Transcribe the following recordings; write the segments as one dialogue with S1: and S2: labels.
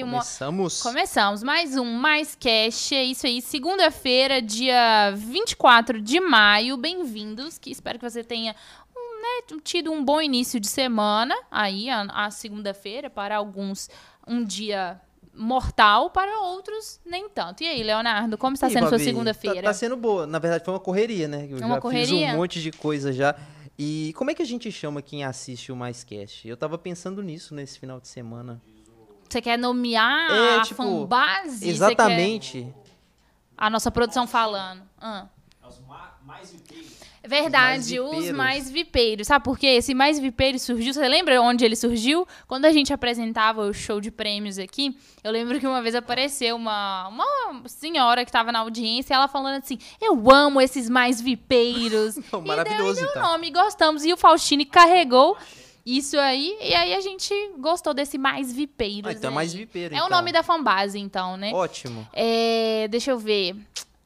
S1: Começamos?
S2: Começamos mais um Mais Cash. É isso aí, segunda-feira, dia 24 de maio. Bem-vindos, que espero que você tenha um, né, tido um bom início de semana. Aí, a, a segunda-feira, para alguns, um dia mortal, para outros, nem tanto. E aí, Leonardo, como está
S1: Ih,
S2: sendo sua
S1: Babi,
S2: segunda-feira? É
S1: Tá, tá sendo boa. Na verdade, foi uma correria, né? Eu
S2: Uma
S1: já
S2: correria?
S1: fiz um monte de coisa já. E como é que a gente chama quem assiste o Mais Cast? Eu tava pensando nisso nesse final de semana.
S2: Você quer nomear
S1: É,
S2: a
S1: tipo,
S2: fanbase? Você
S1: Exatamente.
S2: quer- A nossa produção falando. Ah. É
S1: Os mais
S2: Verdade, os
S1: vipeiros.
S2: mais vipeiros. Sabe por quê? Esse mais vipeiro surgiu. Você lembra onde ele surgiu? Quando a gente apresentava o show de prêmios aqui, eu lembro que uma vez apareceu uma, uma senhora que estava na audiência ela falando assim: Eu amo esses mais vipeiros.
S1: Não, maravilhoso,
S2: e daí deu
S1: então.
S2: o nome, gostamos. E o Faustini carregou isso aí. E aí a gente gostou desse mais vipeiros.
S1: Ah, então é
S2: aí.
S1: mais vipeiro,
S2: É o
S1: então.
S2: nome da fanbase, então, né?
S1: Ótimo.
S2: É, deixa eu ver.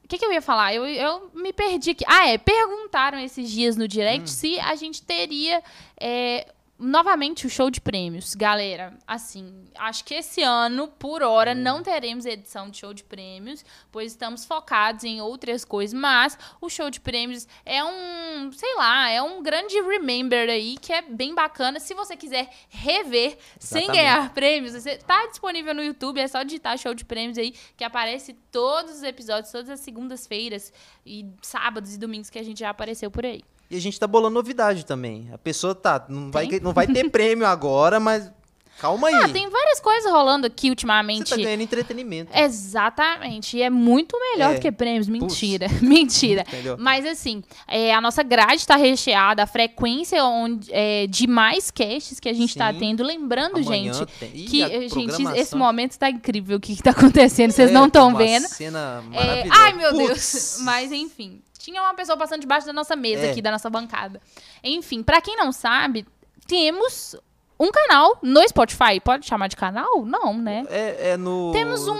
S2: O que, que eu ia falar? Eu, eu me perdi aqui. Ah, é. Perguntaram esses dias no direct se a gente teria é, novamente o show de prêmios. Galera, assim, acho que esse ano, por hora, não teremos edição de show de prêmios, pois estamos focados em outras coisas. Mas o show de prêmios é um, sei lá, é um grande remember aí que é bem bacana. Se você quiser rever sem
S1: Exatamente.
S2: ganhar prêmios, você tá disponível no YouTube, é só digitar show de prêmios aí que aparece todos os episódios, todas as segundas-feiras e sábados e domingos que a gente já apareceu por aí.
S1: E a gente tá bolando novidade também. A pessoa tá. Não, vai, não vai ter prêmio agora, mas. Calma aí.
S2: Ah, tem um É várias coisas rolando aqui
S1: Você
S2: ultimamente.
S1: tá ganhando entretenimento.
S2: Exatamente. E é muito melhor
S1: É.
S2: do que prêmios. Mentira. Mentira.
S1: Entendeu?
S2: Mas assim, é, a nossa grade está recheada, a frequência onde, é, de mais casts que a gente está
S1: Sim.
S2: tendo. Lembrando,
S1: Amanhã
S2: gente,
S1: tem- Ih,
S2: que,
S1: a
S2: eh, gente,
S1: programação.
S2: esse momento está incrível. O que está acontecendo? Vocês
S1: É,
S2: não estão
S1: uma
S2: vendo.
S1: Cena
S2: É,
S1: maravilhosa.
S2: ai, meu Deus.
S1: Putz.
S2: Mas enfim, tinha uma pessoa passando debaixo da nossa mesa
S1: É.
S2: aqui, da nossa bancada. Enfim, pra quem não sabe, temos um canal no Spotify. Pode chamar de canal? Não, né?
S1: É, é no.
S2: Temos um.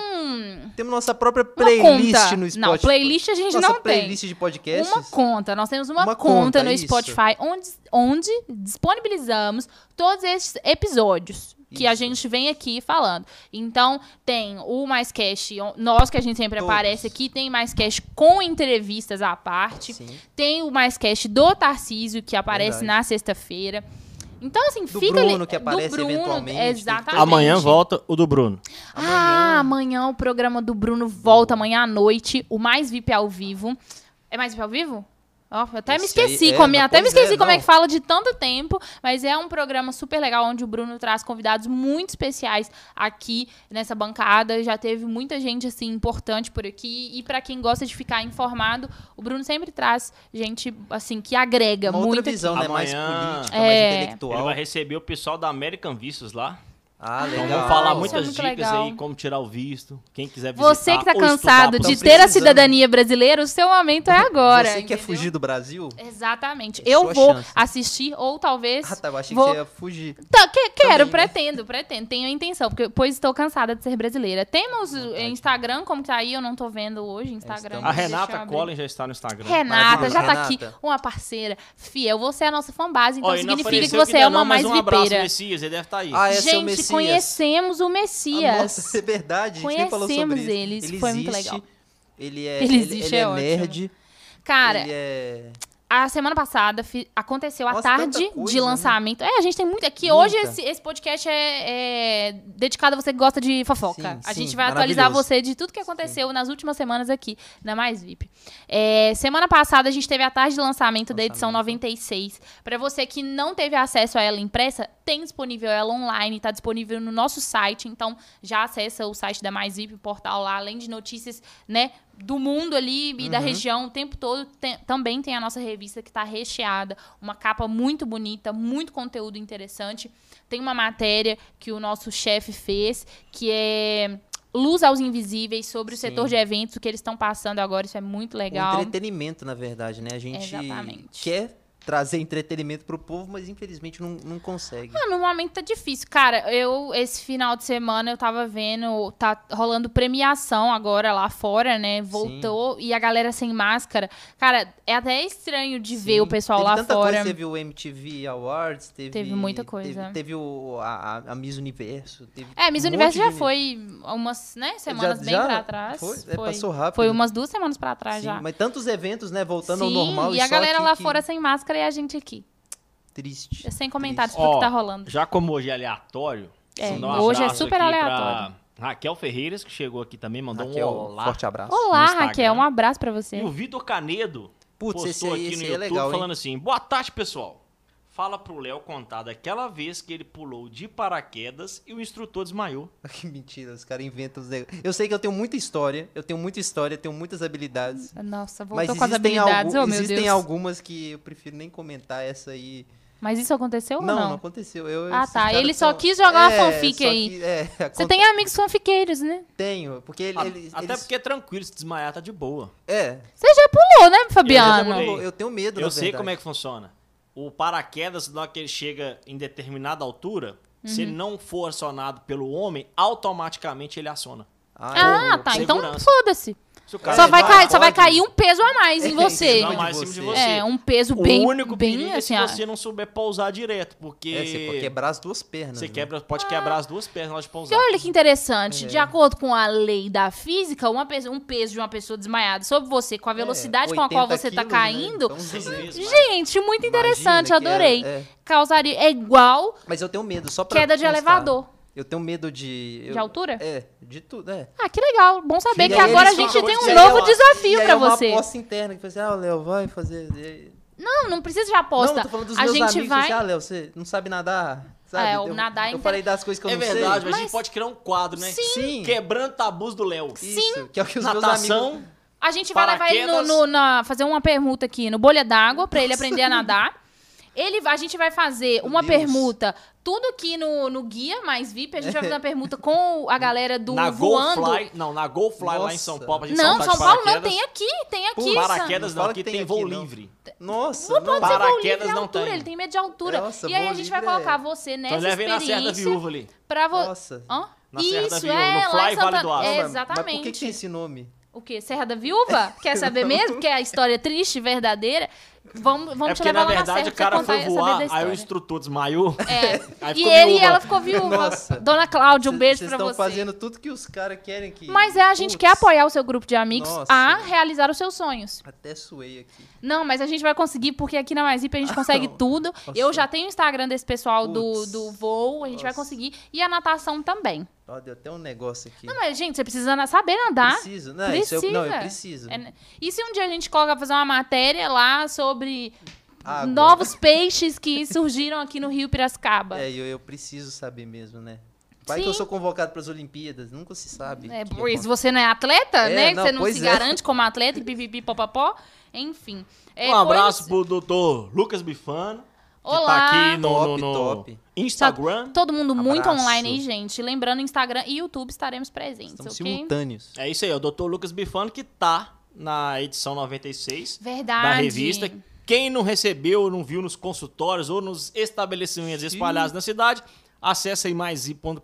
S1: Temos nossa própria
S2: Uma
S1: playlist
S2: conta.
S1: no Spotify.
S2: Não, playlist a gente
S1: nossa
S2: não tem.
S1: playlist de podcasts.
S2: Uma conta. Nós temos uma,
S1: Uma
S2: conta,
S1: conta, é
S2: no
S1: isso.
S2: Spotify onde, onde disponibilizamos todos esses episódios que a
S1: Isso.
S2: gente vem aqui falando. Então, tem o Mais Cash, o- nós que a gente sempre
S1: Todos.
S2: aparece aqui, tem Mais Cash com entrevistas à parte.
S1: Sim.
S2: Tem o Mais Cash do Tarcísio, que aparece
S1: Verdade.
S2: na sexta-feira. Então, assim,
S1: Do
S2: fica ali.
S1: Bruno, que aparece eventualmente, tem
S2: Exatamente.
S1: toda-
S3: Amanhã volta o do Bruno.
S2: Ah, amanhã o programa do Bruno volta, amanhã à noite, o Mais VIP ao vivo. É Mais VIP ao vivo? Ó, eu até me
S1: Esse aí
S2: esqueci,
S1: é,
S2: como,
S1: mas
S2: até me
S1: pois é,
S2: esqueci como é
S1: não.
S2: que fala de tanto tempo, mas é um programa super legal onde o Bruno traz convidados muito especiais aqui nessa bancada. Já teve muita gente assim importante por aqui e pra quem gosta de ficar informado, o Bruno sempre traz gente assim que agrega
S1: Uma
S2: muito.
S1: outra visão, né? Mais
S3: Amanhã-
S2: É.
S1: política, mais
S3: Ele
S1: intelectual.
S3: vai receber o pessoal da American Vistos lá.
S1: Ah, legal.
S3: Então vamos falar
S2: isso é
S3: muitas
S2: muito
S3: dicas
S2: legal.
S3: aí, como tirar o visto, quem quiser visitar.
S2: Você que tá
S3: ou
S2: cansado de
S3: estudar pra-
S1: precisando.
S2: ter a cidadania brasileira, o seu momento é agora.
S1: Você quer
S2: entendeu?
S1: fugir do Brasil?
S2: Exatamente.
S1: É
S2: eu
S1: sua
S2: vou
S1: chance.
S2: assistir, ou talvez.
S1: Ah, tá. Eu achei
S2: Vou-
S1: que você ia fugir.
S2: Tá, que- quero,
S1: né?
S2: pretendo, pretendo. Tenho a intenção, porque, pois estou cansada de ser brasileira. Temos o Instagram, como tá aí, eu não tô vendo hoje Instagram.
S1: estamos-
S3: A
S2: mas deixa eu
S3: Renata
S2: abrir.
S3: Collin já está no Instagram.
S2: Renata, já tá
S1: Maravilhosa.
S2: aqui,
S1: Renata.
S2: uma parceira fiel. Você é a nossa fanbase, então
S3: Ó, e não
S2: significa que
S3: apareceu
S2: você
S3: ainda
S2: é uma
S3: não,
S2: mais
S3: mas um abraço,
S2: vipeira.
S3: Messias, ele deve estar aí.
S1: Ah, esse é o
S2: Gente,
S1: Messias.
S2: conhecemos o
S1: Ah,
S2: Messias.
S1: nossa, é verdade. A gente nem falou sobre
S2: Conhecemos
S1: isso.
S2: ele, isso foi muito
S1: existe,
S2: legal.
S1: Ele é,
S2: Ele
S1: ele
S2: existe,
S1: ele
S2: é
S1: é,
S2: ótimo.
S1: nerd.
S2: Cara,
S1: ele é...
S2: A semana passada fi- aconteceu a
S1: Nossa,
S2: tarde
S1: tanta coisa, né?
S2: de lançamento. É, a gente tem muito aqui.
S1: Muita.
S2: Hoje esse, esse podcast é, é dedicado a você que gosta de fofoca.
S1: Sim,
S2: a
S1: sim,
S2: gente vai atualizar
S1: maravilhoso.
S2: você de tudo que aconteceu nas últimas semanas aqui na Mais VIP. É, semana passada a gente teve a tarde de lançamento da edição
S1: Lançamento.
S2: 96. Pra você que não teve acesso a ela impressa, tem disponível ela online, tá disponível no nosso site, então já acessa o site da Mais VIP, o portal lá, além de notícias, né, do mundo ali e da
S1: Uhum.
S2: região o tempo todo, tem- também tem a nossa revista que tá recheada, uma capa muito bonita, muito conteúdo interessante. Tem uma matéria que o nosso chefe fez, que é Luz aos Invisíveis sobre
S1: Sim.
S2: o setor de eventos, o que eles estão passando agora, isso é muito
S1: um
S2: legal.
S1: entretenimento, na verdade, né? A gente
S2: Exatamente.
S1: quer trazer entretenimento pro povo, mas infelizmente não, não consegue.
S2: Ah, no momento tá difícil. Cara, eu, esse final de semana, eu tava vendo, tá rolando premiação agora lá fora, né? Voltou e a galera sem máscara. Cara, é até estranho de ver
S1: Sim.
S2: o pessoal
S1: Teve
S2: lá
S1: tanta
S2: fora.
S1: Coisa, teve o MTV Awards, teve.
S2: Teve muita coisa.
S1: Teve, teve o, a, a- a Miss Universo. Teve
S2: É, Miss
S1: um
S2: Universo
S1: monte de
S2: já
S1: uni-
S2: foi umas, né, semanas
S1: Já-
S2: bem
S1: já
S2: pra trás.
S1: Foi, É, passou rápido.
S2: Foi umas duas semanas pra trás
S1: Sim,
S2: já.
S1: Mas tantos eventos, né? Voltando ao
S2: Sim,
S1: normal.
S2: e,
S1: E,
S2: a
S1: só
S2: galera
S1: aqui
S2: lá
S1: que-
S2: fora sem máscara e a gente aqui. É
S1: Triste.
S2: Sem comentários
S3: Ó,
S2: pro que tá rolando.
S3: Já como hoje é aleatório,
S2: É,
S3: mandar um
S2: hoje é
S3: abraço
S2: super
S3: aqui
S2: aleatório.
S3: Pra Raquel Ferreiras, que chegou aqui também, mandou
S1: Raquel,
S3: um olá.
S1: forte abraço.
S2: Olá,
S3: no Instagram.
S2: Raquel. Um abraço pra você.
S3: E o Vitor Canedo
S1: Putz, esse
S3: postou
S1: aí,
S3: aqui
S1: esse
S3: no
S1: aí é
S3: YouTube
S1: legal, hein?
S3: falando assim: Boa tarde, pessoal. Fala pro Léo contar daquela vez que ele pulou de paraquedas e o instrutor desmaiou.
S1: Que mentira, os caras inventam os negócios. Eu sei que eu tenho muita história, eu tenho muita história, eu tenho muitas habilidades.
S2: Nossa,
S1: Mas
S2: voltou com as
S1: existem,
S2: habilidades.
S1: algu-
S2: oh, meu
S1: existem
S2: Deus.
S1: algumas que eu prefiro nem comentar, essa aí...
S2: Mas isso aconteceu
S1: não,
S2: ou não?
S1: aconteceu. Eu,
S2: Ah,
S1: esses
S2: tá,
S1: caras
S2: ele só
S1: são-
S2: quis jogar uma
S1: É,
S2: fanfic
S1: só
S2: aí.
S1: que- é,
S2: Você
S1: aconte-
S2: tem amigos fanfiqueiros, né?
S1: Tenho, porque ele...
S3: A-
S1: ele-
S3: Até
S1: eles-
S3: porque é tranquilo, se desmaiar tá de boa.
S1: É,
S2: Pulou, né,
S3: Eu já
S2: Fabiano?
S3: pulei.
S1: eu, eu tenho medo,
S3: Eu
S1: na
S3: sei
S1: verdade.
S3: como é que funciona. O paraquedas, na hora que ele chega em determinada altura, se
S2: Uhum.
S3: ele não for acionado pelo homem, automaticamente ele aciona.
S2: Ah,
S1: eu-
S2: tá.
S3: Por
S2: Então
S3: segurança.
S2: foda-se.
S3: Se o cara é
S2: Só,
S1: ele
S2: vai
S1: não
S2: cair- só vai
S1: pode-
S2: cair um peso a mais em
S1: É,
S2: você.
S1: ele não
S3: Não, mais em cima de você.
S2: É, um peso
S3: O
S2: bem,
S3: único
S2: bem
S3: perigo
S2: assim.
S3: é
S2: ah,
S3: se você não souber pousar direto, porque
S1: É, você pode quebrar as duas pernas.
S3: você
S1: né?
S3: quebra, pode quebrar as duas pernas na hora de
S2: Porque
S3: pousar.
S2: olha que interessante, de
S1: É.
S2: acordo com a lei da física, uma pessoa- um peso de uma pessoa desmaiada sobre você, com a velocidade
S1: É,
S2: com a qual
S1: 80
S2: você tá
S1: quilos, né?
S2: caindo.
S1: Então,
S3: Sim,
S1: imagina
S3: mesmo.
S2: Gente, muito interessante,
S1: que é-
S2: adorei.
S1: é.
S2: Causaria. É igual
S1: Mas eu tenho medo, só pra
S2: queda de
S1: constar.
S2: elevador.
S1: Eu tenho medo de... eu-
S2: De altura?
S1: É, de tudo, é.
S2: Ah, que legal. Bom saber
S1: E
S2: que
S1: aí
S2: agora a
S1: eles
S2: gente
S3: falam,
S2: tem
S3: "Isso
S2: um
S3: aí é
S2: novo
S3: uma-
S2: desafio
S1: E aí
S2: pra
S1: é uma
S2: você.
S1: aposta interna que fala assim, ah, o Léo vai fazer...
S2: Não, não precisa de aposta.
S1: Não, eu tô falando dos
S2: a
S1: meus
S2: gente
S1: amigos.
S2: vai.
S1: assim, ah, Léo, você não sabe nadar. Sabe?
S2: É, o
S1: eu,
S2: nadar é
S1: Eu
S2: inter-
S1: falei das coisas que eu
S3: É
S1: não
S3: verdade,
S1: sei.
S3: mas a gente pode criar um quadro, né?
S1: Sim. Sim.
S3: Quebrando tabus do Léo.
S1: Isso, que é o que os meus
S3: Natação.
S1: amigos...
S2: A gente vai levar ele no,
S3: Paraquedas.
S2: no- na, fazer uma permuta aqui no bolha d'água pra ele aprender a nadar. Ele, vai- a gente vai fazer uma
S1: Deus.
S2: permuta, tudo aqui no, no guia mais VIP. A gente vai fazer uma permuta com a galera do
S3: na
S2: voando.
S3: Fly, não, na Go Fly lá em São
S1: Nossa.
S3: Paulo, pra gente
S2: Não,
S3: saltar de
S2: São Paulo não
S3: paraquedas.
S2: tem aqui, tem aqui. Sam.
S3: Paraquedas
S1: Não
S3: não,
S1: fala que
S3: aqui tem
S1: tem
S3: voo
S1: aqui, não.
S3: livre.
S1: Nossa,
S2: Não pode ser voo livre,
S3: Paraquedas
S2: é
S3: não
S2: altura,
S3: tem.
S2: ele tem medo de altura.
S1: Nossa,
S2: e aí a
S1: voo
S2: gente vai
S1: livre é-
S2: colocar você nessa
S3: Então leva ele na Serra da
S2: experiência
S3: Viúva ali.
S2: pra você.
S1: Nossa.
S3: Na Serra da
S2: Isso,
S3: Viúva,
S2: é,
S3: no
S2: lá
S3: Fly
S2: em
S3: Vale
S2: Santa...
S3: do Aço.
S2: é,
S1: Não, mas-
S2: Exatamente.
S1: Mas por que que tem esse nome?
S2: O quê? Serra da Viúva? Quer saber mesmo? Quer a história triste, verdadeira? Vamos, vamos
S3: é
S2: te
S3: porque,
S2: levar lá
S3: na
S2: na Serra
S3: verdade,
S2: pra
S3: o
S2: você
S3: cara
S2: contar
S3: foi
S2: saber da
S3: voar, aí
S2: história.
S3: o instrutor desmaiou.
S2: É.
S3: Aí
S2: e
S3: ficou
S2: ele e
S3: viúva.
S2: ela ficou viúva.
S1: Nossa.
S2: Dona Cláudia, um
S1: Cês-
S2: beijo
S1: cês
S2: pra
S1: tão
S2: você.
S1: fazendo tudo que os caras querem que...
S2: Mas é, a gente
S1: Putz,
S2: quer apoiar o seu grupo de amigos
S1: Nossa.
S2: a realizar os seus sonhos.
S1: Até suei aqui.
S2: Não, mas a gente vai conseguir, porque aqui na Mais VIP
S3: Ah,
S2: a gente consegue
S1: Não.
S2: tudo. Eu já tenho o Instagram desse pessoal do,
S1: Putz.
S2: do voo, a gente vai
S1: Nossa.
S2: conseguir. E a natação também.
S1: Ó, deu até um negócio aqui.
S2: Não, mas, gente, você precisa na- saber nadar.
S1: Preciso. Não, isso eu, não, eu
S2: Precisa.
S1: preciso.
S2: É, e se um dia a gente coloca fazer uma matéria lá sobre
S1: Água.
S2: novos peixes que surgiram aqui no Rio Piracicaba? É,
S1: É, eu, eu preciso saber mesmo, né? Vai que
S2: Sim.
S1: eu sou convocado para as Olimpíadas, nunca se sabe. o que
S2: pois
S1: acontece.
S2: você não é atleta,
S1: É,
S2: né?
S1: não,
S2: você não
S1: pois
S2: se
S1: é.
S2: garante como atleta e pipipi, popopó. Enfim. É,
S3: um abraço
S1: tá
S2: coisas-
S3: pro doutor Lucas Bifano, que
S2: Olá.
S3: tá aqui no, no-
S1: Top,
S3: no
S1: top.
S3: Instagram.
S2: Todo mundo muito
S1: Abraço.
S2: online aí, gente. Lembrando, Instagram e YouTube estaremos presentes,
S1: Estamos
S2: ok?
S1: simultâneos.
S3: É isso aí, é o doutor Lucas Bifano que tá na edição 96
S2: Verdade.
S3: da revista. Quem não recebeu ou não viu nos consultórios ou nos estabelecimentos
S1: Sim.
S3: espalhados na cidade, acessa aí maisi.com.br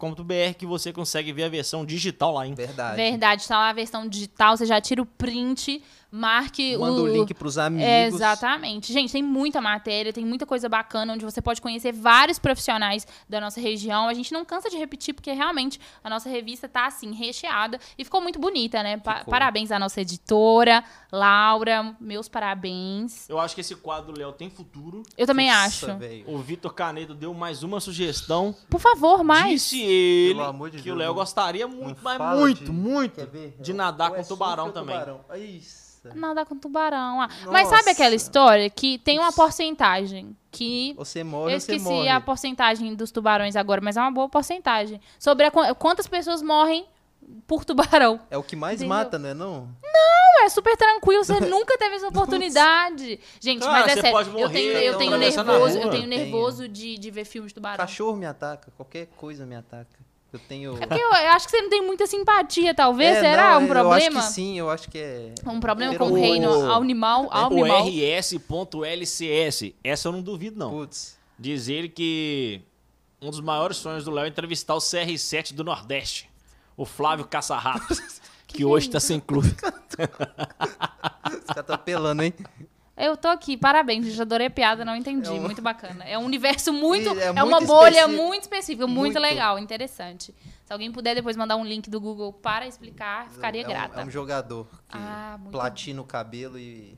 S3: que você consegue ver a versão digital lá, hein?
S1: Verdade.
S2: Verdade, tá lá a versão digital, você já tira o print, marque
S1: Manda o link pros amigos.
S2: É, Exatamente. Gente, tem muita matéria, tem muita coisa bacana, onde você pode conhecer vários profissionais da nossa região. A gente não cansa de repetir, porque realmente a nossa revista tá assim, recheada e ficou muito bonita, né? Pa-
S1: Ficou.
S2: parabéns à nossa editora, Laura, meus parabéns.
S3: Eu acho que esse quadro do Léo tem futuro.
S2: Eu também
S1: Nossa,
S2: acho.
S1: velho.
S3: O Vitor Canedo deu mais uma sugestão.
S2: Por favor, mais.
S3: Disse ele
S1: Pelo amor de
S3: que
S1: Deus,
S3: o Léo
S1: não-
S3: gostaria
S1: Não
S3: muito, mas
S1: fala
S3: muito,
S1: de-
S3: muito
S1: Quer ver?
S3: de nadar
S1: Ou
S3: com
S1: é
S3: tubarão
S1: surf ou
S3: também.
S1: tubarão? É Isso.
S2: Nada com tubarão. ah. Mas sabe
S1: Nossa.
S2: aquela história que tem uma
S1: Nossa.
S2: porcentagem que
S1: Você morre,
S2: eu
S1: ou você
S2: esqueci
S1: morre.
S2: a porcentagem dos tubarões agora, mas é uma boa porcentagem. Sobre a quan- quantas pessoas morrem por tubarão.
S1: É o que mais
S2: Entendeu?
S1: mata, né? Não?
S2: é super tranquilo, você nunca teve essa oportunidade. Gente,
S3: Cara,
S2: mas é
S3: você
S2: sério.
S3: pode
S2: eu tenho,
S1: morrer
S2: eu tenho
S1: atravessando a
S2: nervoso,
S1: rua.
S2: eu tenho
S1: Tem.
S2: nervoso de, de ver filmes de tubarão.
S1: Cachorro me ataca, qualquer coisa me ataca. Eu tenho.
S2: É Porque eu, eu acho que você não tem muita simpatia, talvez.
S1: É,
S2: Será
S1: não,
S2: um
S1: Eu
S2: problema?
S1: acho que sim, eu acho que é.
S2: Um problema com
S1: Pero-
S2: o reino animal.
S3: O
S2: animal.
S3: RS.LCS. Essa eu não duvido, não.
S1: Putz.
S3: Diz ele que um dos maiores sonhos do Léo é entrevistar o CR7 do Nordeste, o Flávio Caçarrato, que,
S2: que
S3: hoje
S2: é
S3: tá sem clube.
S1: Os caras tá apelando, hein?
S2: Eu tô aqui, parabéns, gente. Adorei a piada, não entendi. Muito bacana. É um universo muito.
S1: É
S2: É,
S1: muito
S2: uma bolha
S1: específico.
S2: muito específica, muito,
S1: Muito.
S2: legal, interessante. Se alguém puder depois mandar um link do Google para explicar, ficaria
S1: é um,
S2: grata.
S1: É um jogador que
S2: Ah, muito
S1: platina o cabelo e.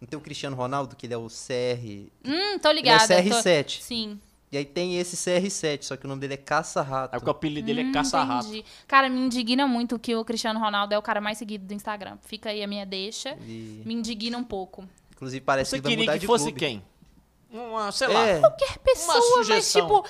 S1: Não tem o Cristiano Ronaldo, que ele é o CR.
S2: Hum, tô
S1: Ele é
S2: ligada. tô-
S1: CR7.
S2: Sim,
S1: E aí tem esse CR7, só que o nome dele é Caça-Rato.
S3: Aí porque o apelido dele é Caçarrato.
S2: Hum, entendi. Cara, me indigna muito que o Cristiano Ronaldo é o cara mais seguido do Instagram. Fica aí a minha deixa.
S1: E,
S2: Me indigna um pouco.
S1: inclusive parece
S3: Você
S1: que vai
S3: queria
S1: mudar
S3: que
S1: de
S3: fosse
S1: clube.
S3: quem? Uma, sei lá.
S1: É,
S2: Qualquer pessoa, mas
S3: sugestão.
S2: tipo.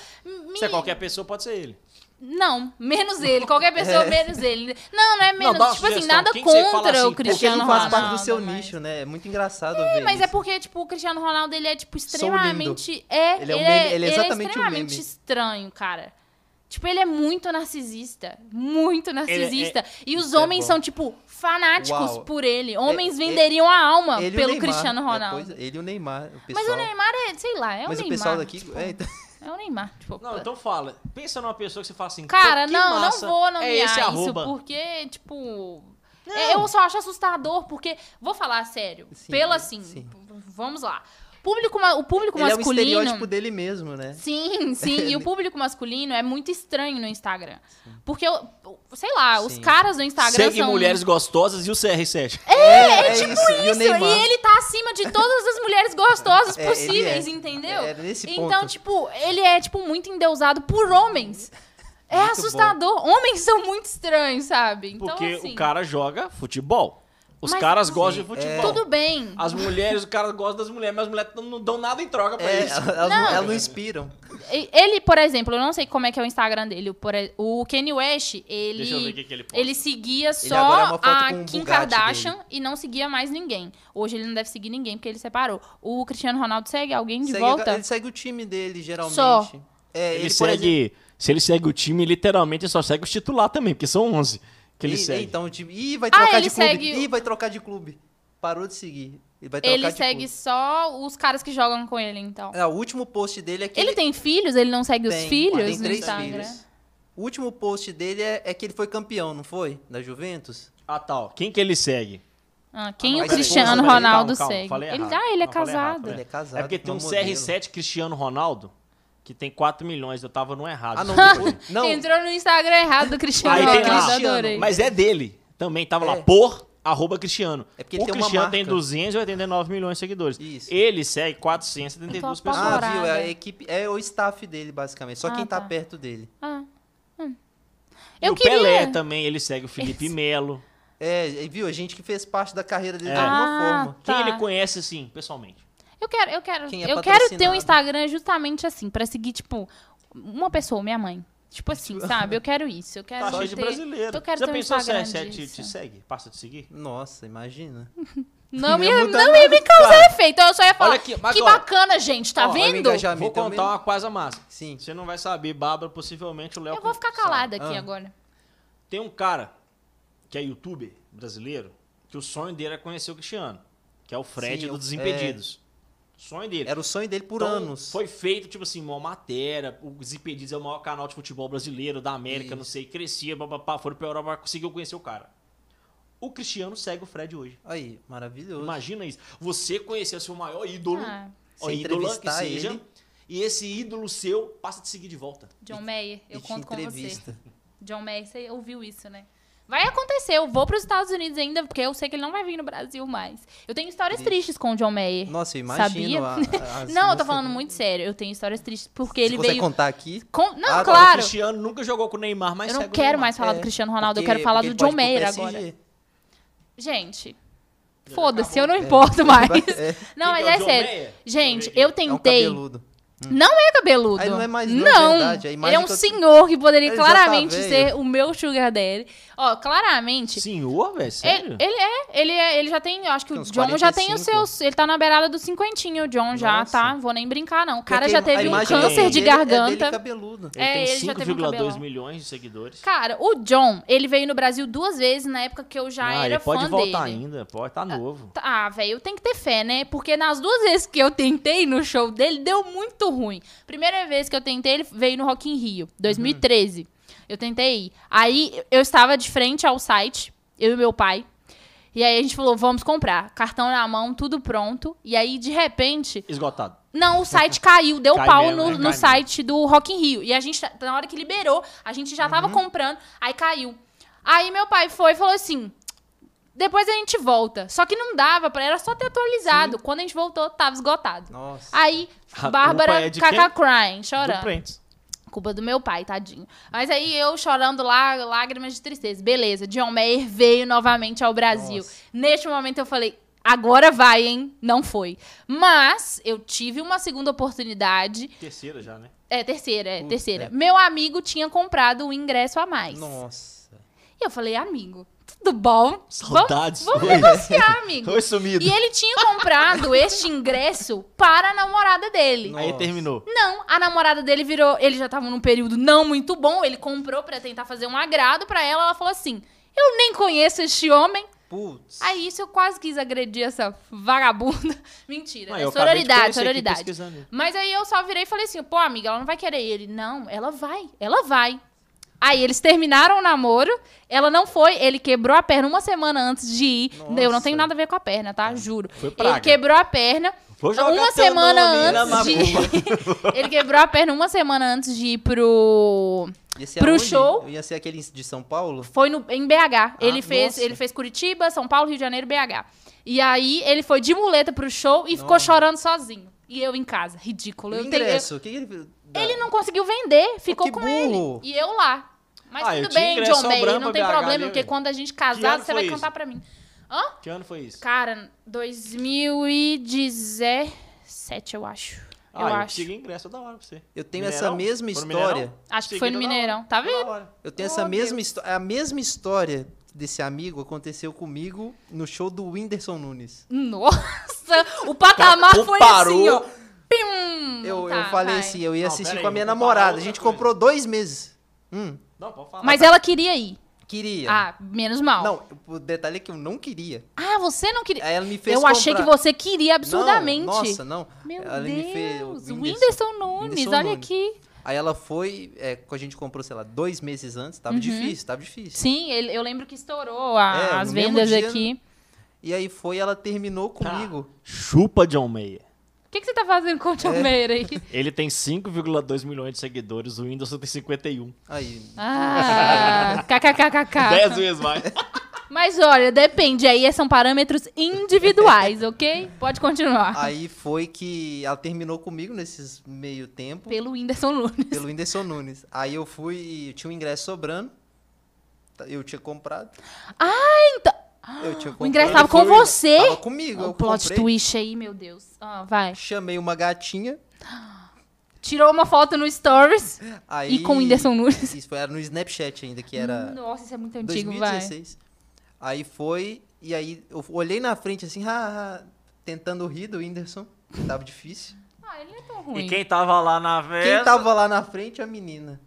S2: Me...
S3: Se é qualquer pessoa, pode ser ele.
S2: Não, menos ele. Qualquer pessoa,
S1: É.
S2: menos ele. Não, não é menos.
S3: dá uma
S2: tipo assim,
S3: sugestão.
S2: nada
S3: Quem que você
S2: contra
S3: fala assim,
S2: o
S3: "Pô, que
S1: porque
S2: Cristiano
S1: não
S2: Ronaldo.
S1: faz parte do seu
S2: mas-
S1: nicho, né? É muito engraçado ver
S2: Mas
S1: isso.
S2: é porque, tipo, o Cristiano Ronaldo, ele é, tipo, extremamente... É,
S1: Ele
S2: ele é, ele
S1: é um meme,
S2: é,
S1: ele é exatamente um
S2: extremamente
S1: meme.
S2: estranho, cara. Tipo, ele é muito narcisista. Muito narcisista. e os
S1: Isso é
S2: homens
S1: bom.
S2: são, tipo, fanáticos
S1: Uau.
S2: por ele. Homens
S1: É- é-
S2: venderiam a alma
S1: Ele e o
S2: pelo
S1: Neymar,
S2: Cristiano
S1: é,
S2: Ronaldo.
S1: pois é, ele e o Neymar. O pessoal,
S2: Mas o Neymar é, sei lá, é o
S1: mas
S2: Neymar.
S1: o pessoal daqui.
S2: tipo,
S1: é, então,
S2: É o Neymar, tipo...
S3: Não, então fala. Pensa numa pessoa que você fala assim,
S2: Cara,
S3: "Pô, que
S2: não, não
S3: massa
S2: vou nomear
S3: é esse
S2: isso,
S3: arroba.
S2: porque, tipo... Eu só acho assustador, porque... Vou falar sério.
S1: Sim,
S2: pelo assim...
S1: sim.
S2: Vamos lá. Público, ma- o público
S1: ele é o
S2: masculino...
S1: estereótipo dele mesmo, né?
S2: Sim, sim. E o público masculino é muito estranho no Instagram. Porque, eu, sei lá, os
S1: Sim.
S2: caras do Instagram
S3: Segue
S2: são...
S3: mulheres gostosas e o CR7.
S1: É, é isso. E o
S2: tipo Isso,
S1: Neymar.
S2: e ele tá acima de todas as mulheres gostosas
S1: É, ele
S2: possíveis,
S1: é.
S2: entendeu?
S1: É, nesse ponto.
S2: então, tipo, ele é, tipo, muito endeusado por homens. É
S1: Muito
S2: assustador. Homens são muito estranhos, sabe? Então,
S3: Porque
S2: assim,
S3: o cara joga futebol. Os
S2: Mas,
S3: caras
S2: assim,
S3: gostam de
S1: é-
S3: futebol.
S2: Tudo bem.
S3: As mulheres, o cara gosta das mulheres, mas as mulheres não dão nada em troca pra
S1: É,
S3: isso.
S1: elas, elas não, elas não inspiram.
S2: E- Ele, por exemplo, eu não sei como é que é o Instagram dele. O, por e- o Kanye West, ele.
S3: Deixa eu ver o que que ele posta.
S2: Ele seguia
S1: agora é
S2: só
S1: uma foto com
S2: a
S1: um
S2: Kim
S1: Bugatti
S2: Kardashian e não seguia mais ninguém. Hoje ele não deve seguir ninguém porque ele separou. O Cristiano Ronaldo segue alguém de
S1: Segue-
S2: volta?
S1: Ele segue o time dele, geralmente.
S2: Só.
S1: É,
S3: Ele,
S1: ele, por exemplo,
S3: segue. Se ele segue o time, literalmente ele só segue os titular também, porque são 11 que ele
S1: Ih,
S3: segue.
S1: Então, o time. Ih, vai
S2: Ah,
S1: trocar
S2: ele
S1: de clube.
S2: segue o-
S1: Ih, vai trocar de clube. Parou de seguir. Ele vai trocar
S2: Ele
S1: de
S2: segue
S1: clube.
S2: só os caras que jogam com ele, então.
S1: É, o último post dele é que tá
S2: Ele tem filhos? Ele não segue os
S1: tem-
S2: filhos
S1: tem
S2: no
S1: três
S2: Instagram?
S1: filhos. O último post dele é, é que ele foi campeão, não foi? Da Juventus?
S3: Ah, tal. Quem que ele segue?
S2: Ah, quem
S1: não,
S2: o
S1: mas
S2: Cristiano
S1: esposa,
S2: Ronaldo
S3: é né? calma, calma,
S2: segue?
S3: falei
S2: Ele,
S3: errado.
S2: ah, ele é
S3: Não, falei errado,
S2: casado.
S3: falei
S1: Ele é casado.
S3: É porque tem
S1: uma
S3: um
S1: modelo.
S3: CR7 Cristiano Ronaldo que tem 4 milhões. Eu tava no errado.
S1: Ah, não. não.
S2: Entrou no Instagram errado do Cristiano
S3: Aí tem
S2: Ronaldo,
S1: Cristiano,
S2: adorei.
S3: Mas é dele. Também tava lá
S1: É.
S3: por arroba Cristiano.
S1: É porque ele
S3: o
S1: tem uma
S3: Cristiano tem
S1: marca.
S3: 289 milhões de seguidores.
S1: Isso.
S3: Ele segue 472
S2: Eu tô
S3: pessoas.
S1: Ah,
S2: apavorada.
S1: viu? É a equipe. É o staff dele, basicamente. Só
S2: Ah,
S1: quem tá,
S2: tá.
S1: perto dele.
S2: Ah, hum.
S3: E
S2: Eu
S3: o
S2: queria...
S3: Pelé também, ele segue o Felipe Melo.
S1: É, e viu? A gente que fez parte da carreira dele
S3: É.
S1: de alguma
S2: Ah,
S1: forma.
S2: Tá.
S3: Quem ele conhece, assim, pessoalmente?
S2: Eu quero, eu quero,
S1: Quem é
S2: eu quero ter um
S1: patrocinado.
S2: Instagram justamente assim, pra seguir, tipo, uma pessoa, minha mãe. Tipo assim, sabe? Eu quero isso, eu quero
S3: Tá cheio
S2: ter...
S3: de brasileiro.
S2: Eu quero
S3: Já
S2: ter um
S3: pensou se a
S2: Instagram
S3: CR7 te,
S2: disso.
S3: te segue? Passa de seguir?
S1: Nossa, imagina.
S2: Não
S1: Não é
S2: me,
S1: ia mudar
S2: não ia me causar efeito, eu só ia falar,
S3: é Olha aqui, mas
S2: que
S3: agora-
S2: bacana, gente, tá
S3: Ó,
S2: vendo?
S1: amiga, já- Pra mim
S3: Vou
S1: também.
S3: contar uma coisa massa.
S1: Sim.
S3: Você não vai saber, Bárbara, possivelmente o Léo...
S2: Eu vou ficar
S3: sabe.
S2: calada aqui
S1: Ah.
S2: agora.
S3: Tem um cara que é youtuber brasileiro, que o sonho dele era conhecer o Cristiano, que é o Fred
S1: Sim,
S3: do
S1: eu- é.
S3: Desimpedidos. Sonho dele.
S1: Era o sonho dele por
S3: Então,
S1: anos.
S3: Foi feito, tipo assim, uma matéria. O Desimpedidos é o maior canal de futebol brasileiro, da América,
S1: Isso.
S3: não sei. Crescia, papapá, foram pra Europa, conseguiu conhecer o cara. O Cristiano segue o Fred hoje.
S1: Aí, maravilhoso.
S3: Imagina isso. Você conhecer o seu maior ídolo,
S2: Ah,
S3: ou
S1: Você
S3: ídolo que
S1: entrevistar
S3: seja,
S1: ele.
S3: e esse ídolo seu passa a te seguir de volta.
S2: John Mayer, eu
S1: E te
S2: conto com você.
S1: entrevista.
S2: John Mayer, você ouviu isso, né? Vai acontecer, eu vou pros Estados Unidos ainda, porque eu sei que ele não vai vir no Brasil mais. Eu tenho histórias
S1: Vixe.
S2: tristes com o John Mayer.
S1: Nossa, eu imagino. a- a- as
S2: Não, eu tô
S1: músicas.
S2: falando muito sério. Eu tenho histórias tristes, porque
S1: Você
S2: ele
S1: consegue
S2: veio.
S1: contar aqui?
S2: com- Não,
S1: Ah, tá,
S3: O
S2: claro.
S3: Cristiano nunca jogou com o Neymar, mas
S2: Eu não
S3: segue o
S2: quero
S3: Neymar.
S2: mais falar
S1: É,
S2: do Cristiano Ronaldo, eu
S1: porque-
S2: quero falar
S1: porque
S2: do
S1: ele
S2: John
S1: pode ir pro
S2: Mayer
S1: PSG.
S2: agora. Gente,
S3: Já
S2: foda-se, eu
S3: acabou.
S2: não importo mais.
S1: tá É. Então,
S2: Não, mas
S3: Quem que é o
S2: é
S3: John
S2: sério.
S3: Mayer?
S2: Gente,
S3: Deixa eu ver
S2: eu
S3: aqui.
S1: É um
S2: tentei.
S1: cabeludo.
S2: Não é cabeludo.
S1: Ah, ele não é mais não,
S2: Não.
S1: verdade, a
S2: Ele
S1: imagem
S2: é um
S1: que eu-
S2: senhor que poderia
S1: Ele já tá
S2: claramente
S1: velho.
S2: ser o meu sugar daddy. Ó, claramente...
S3: Senhor, velho? Sério?
S2: Ele, ele é, ele é, ele já tem, eu acho que
S1: Tem
S2: o
S1: uns
S2: John já tem os
S1: 45.
S2: seus, ele tá na beirada do cinquentinho, o John já,
S1: Nossa.
S2: tá? Vou nem brincar não. O cara
S1: Porque
S2: já
S1: a
S2: teve um
S1: imagem
S2: câncer de
S1: dele é dele
S2: garganta.
S1: cabeludo.
S2: É, ele
S3: ele
S2: já
S3: tem
S2: teve um
S3: 5,2
S2: cabelão.
S3: milhões de seguidores.
S2: Cara, o John, ele veio no Brasil duas vezes na época que eu já
S3: Ah,
S2: era
S3: ele pode
S2: fã
S3: voltar
S2: dele.
S3: ainda, pode, tá novo.
S2: Tá, Ah, velho, tem que ter fé, né? Porque nas duas vezes que eu tentei no show dele, deu muito ruim. Primeira vez que eu tentei, ele veio no Rock in Rio, 2013. Eu tentei ir. Aí eu estava de frente ao site, eu e meu pai. E aí a gente falou, vamos comprar. Cartão na mão, tudo pronto. E aí, de repente,
S3: Esgotado.
S2: não, o site caiu, deu
S3: Cai
S2: pau
S3: mesmo,
S2: no,
S3: né?
S2: no
S3: Cai mesmo.
S2: site do Rock in Rio. E a gente, tá- na hora que liberou, a gente já
S3: Uhum.
S2: tava comprando, aí caiu. Aí meu pai foi e falou assim: depois a gente volta. Só que não dava, pra, era só ter atualizado. Quando a gente voltou, tava esgotado.
S1: Nossa.
S2: Aí,
S3: A
S2: Bárbara,
S3: culpa é de
S2: caca crying,
S3: Do
S2: chorando.
S3: Prentice.
S2: Culpa do meu pai, tadinho. Mas aí eu chorando lá, lágrimas de tristeza. Beleza, John Mayer veio novamente ao Brasil.
S1: Nossa.
S2: Neste momento eu falei, agora vai, hein? Não foi. Mas eu tive uma segunda oportunidade.
S3: Terceira já, né?
S2: É, terceira, é,
S1: Putz,
S2: terceira.
S1: é.
S2: Meu amigo tinha comprado um ingresso a mais.
S1: Nossa.
S2: E eu falei, amigo, tudo bom? Vamos
S3: Saudades.
S2: vamos
S3: Oi.
S2: negociar, amigo.
S3: Oi, sumido.
S2: E ele tinha comprado este ingresso para a namorada dele.
S1: Nossa.
S3: Aí terminou.
S2: Não, a namorada dele virou. Ele já tava num período não muito bom. Ele comprou pra tentar fazer um agrado pra ela. Ela falou assim: Eu nem conheço este homem.
S1: Putz.
S2: Aí isso eu quase quis agredir essa vagabunda. Mentira.
S3: Ah,
S2: é
S3: eu acabei de
S2: sororidade,
S3: conhecer aqui
S2: sororidade.
S3: pesquisando.
S2: Mas aí eu só virei e falei assim: Pô, amiga, ela não vai querer ele. Não, ela vai, ela vai. Aí eles terminaram o namoro, ela não foi, ele quebrou a perna uma semana antes de ir. Eu não
S1: Nossa.
S2: tenho nada a ver com a perna, tá? Juro.
S3: É, Foi praga.
S2: Ele quebrou a perna.
S3: Vou jogar
S2: uma
S3: teu
S2: semana
S3: nome na
S2: antes de. ele quebrou a perna uma semana antes de ir pro.
S1: Ia ser
S2: Pro
S1: aonde?
S2: show.
S1: Ia ser aquele de São Paulo?
S2: Foi no, em BH.
S3: Ah,
S2: ele, fez,
S1: nossa.
S2: ele fez Curitiba, São Paulo, Rio de Janeiro, BH. E aí ele foi de muleta pro show e ficou
S1: Nossa.
S2: chorando sozinho. E eu em casa. Ridículo.
S1: O
S2: Eu tenho- eu-
S1: ingresso. que ele... dá?
S2: ele não conseguiu vender, ficou
S1: que
S2: com
S1: burro.
S2: ele. E eu lá. Mas
S3: Ah, eu
S2: tudo
S3: tinha
S2: bem,
S3: ingresso
S2: John Mayer,
S3: sobrando
S2: não
S3: pra
S2: tem
S3: BH
S2: problema,
S3: ali,
S2: porque
S3: velho.
S2: quando a gente
S3: Que
S2: casar,
S3: ano
S2: você
S3: foi
S2: vai
S3: isso?
S2: cantar pra mim.
S3: Que ano foi isso?
S2: Cara, 2017, eu acho. eu
S3: ah, eu
S2: acho.
S3: cheguei ingresso da hora pra você.
S1: Eu tenho
S3: Mineirão?
S1: essa mesma
S3: Foi no
S1: história.
S3: Mineirão?
S2: Acho que foi no
S3: Cheguei da
S2: Mineirão, tá vendo?
S3: Da hora.
S1: Eu tenho essa
S3: Oh,
S1: mesma
S3: Deus.
S1: história. A mesma história desse amigo aconteceu comigo no show do Whindersson Nunes.
S2: Nossa, o patamar
S3: Cara,
S2: Tá, foi
S3: Tá, parou.
S2: assim, ó. Pim!
S1: Eu,
S2: Tá,
S1: eu falei
S2: vai.
S1: assim, eu ia
S3: Não,
S1: assistir
S3: pera
S1: com a
S3: aí,
S1: minha
S3: vou falar
S1: namorada. A
S3: outra
S1: gente
S3: coisa.
S1: comprou dois meses. Hum,
S3: Não, pode falar.
S2: Mas é ela queria ir.
S1: queria.
S2: Ah, menos mal.
S1: Não, o detalhe é que eu não queria.
S2: Ah, você não queria.
S1: Aí ela me fez
S2: Eu achei que
S1: comprar.
S2: você queria absurdamente.
S1: Não, nossa, não.
S2: Meu
S1: ela
S2: Deus,
S1: me fez o
S2: o
S1: Whindersson.
S2: Whindersson Nunes,
S1: Whindersson
S2: olha
S1: Nunes.
S2: aqui.
S1: Aí ela foi, é, a gente comprou, sei lá, dois meses antes.
S2: Uhum.
S1: Tava difícil, tava difícil.
S2: Sim, ele- eu lembro que estourou a-
S1: É,
S2: as
S1: no mesmo
S2: vendas
S1: dia-
S2: aqui.
S1: E aí foi, ela terminou
S2: Tá.
S1: comigo.
S3: Chupa John Mayer.
S2: O que, que você tá fazendo com o John
S1: É.
S2: Mayer aí?
S3: Ele tem 5,2 milhões de seguidores, o Windows um. só tem 51.
S1: Aí,
S2: Ah,
S3: Dez
S2: kkkk.
S3: vezes mais.
S2: Mas olha, depende, aí são parâmetros individuais, ok? Pode continuar.
S1: aí foi que ela terminou comigo nesses meio tempo.
S2: Pelo Whindersson Nunes.
S1: pelo Whindersson Nunes. Aí eu fui e tinha um ingresso sobrando. tá, Eu tinha comprado.
S2: então-
S1: Eu tinha comprado.
S2: O ingresso tava
S1: eu fui-
S2: com você?
S1: Tava comigo.
S2: O
S1: eu
S2: plot
S1: comprei,
S2: twist aí, meu Deus. Ah, vai.
S1: Chamei uma gatinha.
S2: Tirou uma foto no Stories
S1: É, Aí,
S2: e com o Whindersson Nunes.
S1: Isso foi, era no Snapchat ainda, que era
S2: Nossa, isso é muito antigo, vai.
S1: 2016. Aí foi, e aí eu olhei na frente assim, "Ah, ah", tentando rir do Whindersson. que Tava difícil.
S2: Ah, ele não é tão ruim.
S3: tava lá na
S1: Quem tava lá na frente, é a menina.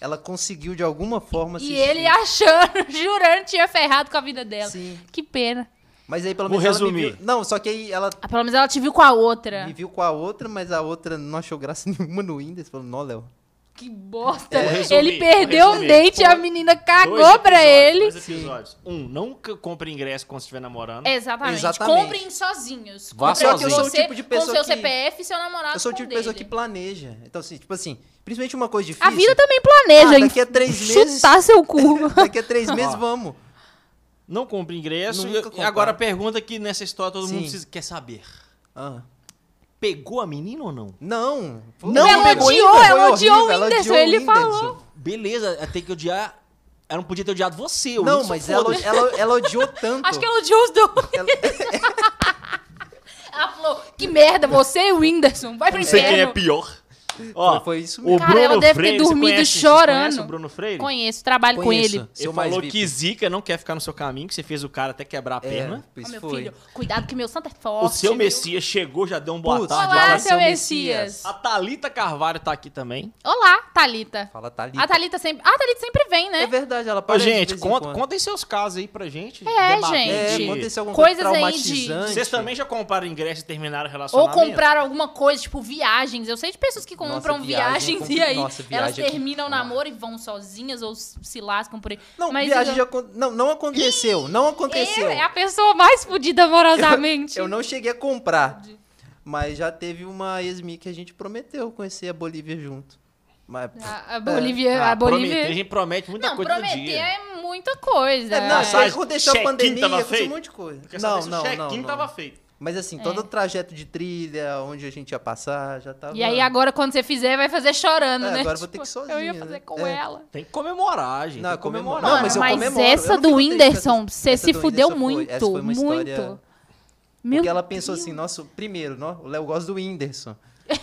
S1: Ela conseguiu de alguma forma
S2: E
S1: assistir.
S2: ele achando, jurando, tinha ferrado com a vida dela.
S1: Sim.
S2: Que pena.
S1: Mas aí pelo
S3: Vou
S1: menos ela me
S3: resumir.
S1: viu. Não, só que aí ela
S2: Ah, pelo menos ela te viu com a outra.
S1: Me viu com a outra, mas a outra não achou graça nenhuma no Windows. Falou, não, Léo.
S2: Que bosta.
S1: É,
S3: Vou resumir,
S2: ele perdeu
S3: vou
S2: um
S3: resumir.
S2: date e a
S3: Foram
S2: menina cagou
S3: Dois episódios,
S2: pra ele.
S1: é
S2: É.
S3: dois episódios. Um, não c- compre ingresso quando estiver namorando.
S2: Exatamente.
S1: um Exatamente.
S2: Comprem sozinhos.
S3: Vá
S2: Comprem
S3: sozinho.
S2: você
S1: Eu sou o tipo de
S2: com
S1: pessoa
S2: seu
S1: que-
S2: CPF e seu namorado
S1: Eu sou o
S2: Tá com
S1: tipo de
S2: dele.
S1: pessoa que planeja. Então, assim, tipo assim, principalmente uma coisa difícil.
S2: A vida também planeja,
S1: Ah,
S2: hein?
S1: daqui a três meses.
S2: Chutar seu cu.
S1: Daqui a três meses,
S3: Ó.
S1: vamos.
S3: Não compre ingresso.
S1: Nunca
S3: E-
S1: comprar.
S3: agora a pergunta que nessa história todo
S1: Sim.
S3: mundo precisa- quer saber.
S1: Ah,
S3: Pegou a menina ou não?
S1: não.
S3: Não,
S1: Foi
S3: ela
S1: horrível,
S2: odiou,
S1: foi
S2: ela odiou
S1: horrível,
S2: o
S1: ela
S2: Whindersson,
S1: odiou o
S2: ele
S1: Whindersson.
S2: falou.
S3: Beleza, ela tem que odiar. Ela não podia ter odiado você. o
S1: Não,
S3: Whindersson,
S1: mas ela,
S2: é
S3: foda-se.
S1: ela, ela odiou tanto.
S2: Acho que ela odiou os dois. Ela, Ela falou, que merda, você e o Whindersson, vai pro
S3: Não sei quem é
S2: inferno.
S3: pior. Ó,
S1: Foi- foi isso
S3: o
S1: mesmo.
S2: Cara, ela
S3: Bruno
S2: deve ter
S3: Freire, você
S2: dormido
S3: conhece- vocês
S2: chorando.
S3: conhecem o Bruno Freire?
S2: Conheço, trabalho
S1: Conheço.
S2: com ele.
S1: Seu
S3: Ele
S1: mais
S3: falou
S1: VIP.
S3: que Zica não quer ficar no seu caminho, que você fez o cara até quebrar a
S1: É,
S3: perna.
S2: Ó,
S1: isso
S2: meu
S1: foi.
S2: filho, cuidado que meu santo é forte.
S3: O seu
S2: viu?
S3: Messias chegou, já deu um boa
S1: Putz,
S3: tarde.
S2: Olá,
S3: lá.
S1: fala,
S2: seu
S1: seu
S2: Messias.
S1: Messias.
S3: A Thalita Carvalho tá aqui também.
S2: Olá, Thalita.
S1: Fala, tá ali.
S2: A Thalita sempre, a Thalita sempre vem,
S1: É
S2: né?
S1: verdade, ela
S3: Ô,
S1: parece de
S3: gente,
S1: vez em
S3: conta,
S1: quando.
S3: contem seus casos aí pra gente.
S2: É,
S1: É,
S2: gente.
S1: aconteceu alguma
S2: Coisas
S1: coisa
S2: aí de-
S1: traumatizante.
S3: Vocês também já compraram ingresso e terminaram o
S2: Ou
S3: relacionamento?
S2: comprar alguma coisa, tipo viagens. Eu sei de pessoas que
S1: é? Nossa,
S2: compram viagens
S1: viagem, compra-
S2: e aí
S1: nossa,
S2: elas
S1: viagem é que-
S2: terminam o namoro e vão sozinhas ou se lascam por aí.
S1: Não,
S2: Mas
S1: viagem
S2: eu-
S1: de acon- não, não aconteceu, não aconteceu.
S2: Eu é a pessoa mais fodida amorosamente.
S1: Eu não cheguei a comprar. Mas já teve uma ex que a gente prometeu conhecer a Bolívia junto. Mas
S2: A, a Bolívia.
S3: Ah,
S2: a Bolívia.
S3: prometer, a gente promete muita
S2: não,
S3: coisa no
S2: prometer
S3: dia.
S2: é muita coisa.
S1: É, não,
S3: Ah,
S1: isso aí
S3: mas
S1: aconteceu a
S3: check-in
S1: pandemia,
S3: tava
S1: aconteceu um
S3: feito?
S1: monte de coisa.
S3: Quer
S1: Não,
S3: saber se o
S1: não, não,
S3: check-in
S1: não.
S3: tava feito. É.
S1: Mas assim, todo o trajeto de trilha, onde a gente ia passar, já tava...
S2: E aí agora quando você fizer, vai fazer chorando,
S1: É,
S2: né?
S1: agora eu vou ter que ir
S2: Eu ia
S1: sozinha,
S2: fazer
S1: né?
S2: com
S1: É.
S2: ela.
S3: Tem que comemorar, gente.
S1: Não,
S3: tem que
S1: comemora.
S3: comemorar.
S2: Mano,
S1: Não, mas
S2: mas,
S1: eu comemoro, eu
S2: essa
S1: não
S2: do
S1: fico contente com essa-
S2: Whindersson, você
S1: essa
S2: se
S1: do
S2: fudeu
S1: Whindersson foi-
S2: muito.
S1: essa foi uma
S2: muito.
S1: história-
S2: Meu
S1: Porque ela pensou
S2: Deus.
S1: assim, nossa, primeiro, nó- o Léo gosta do Whindersson.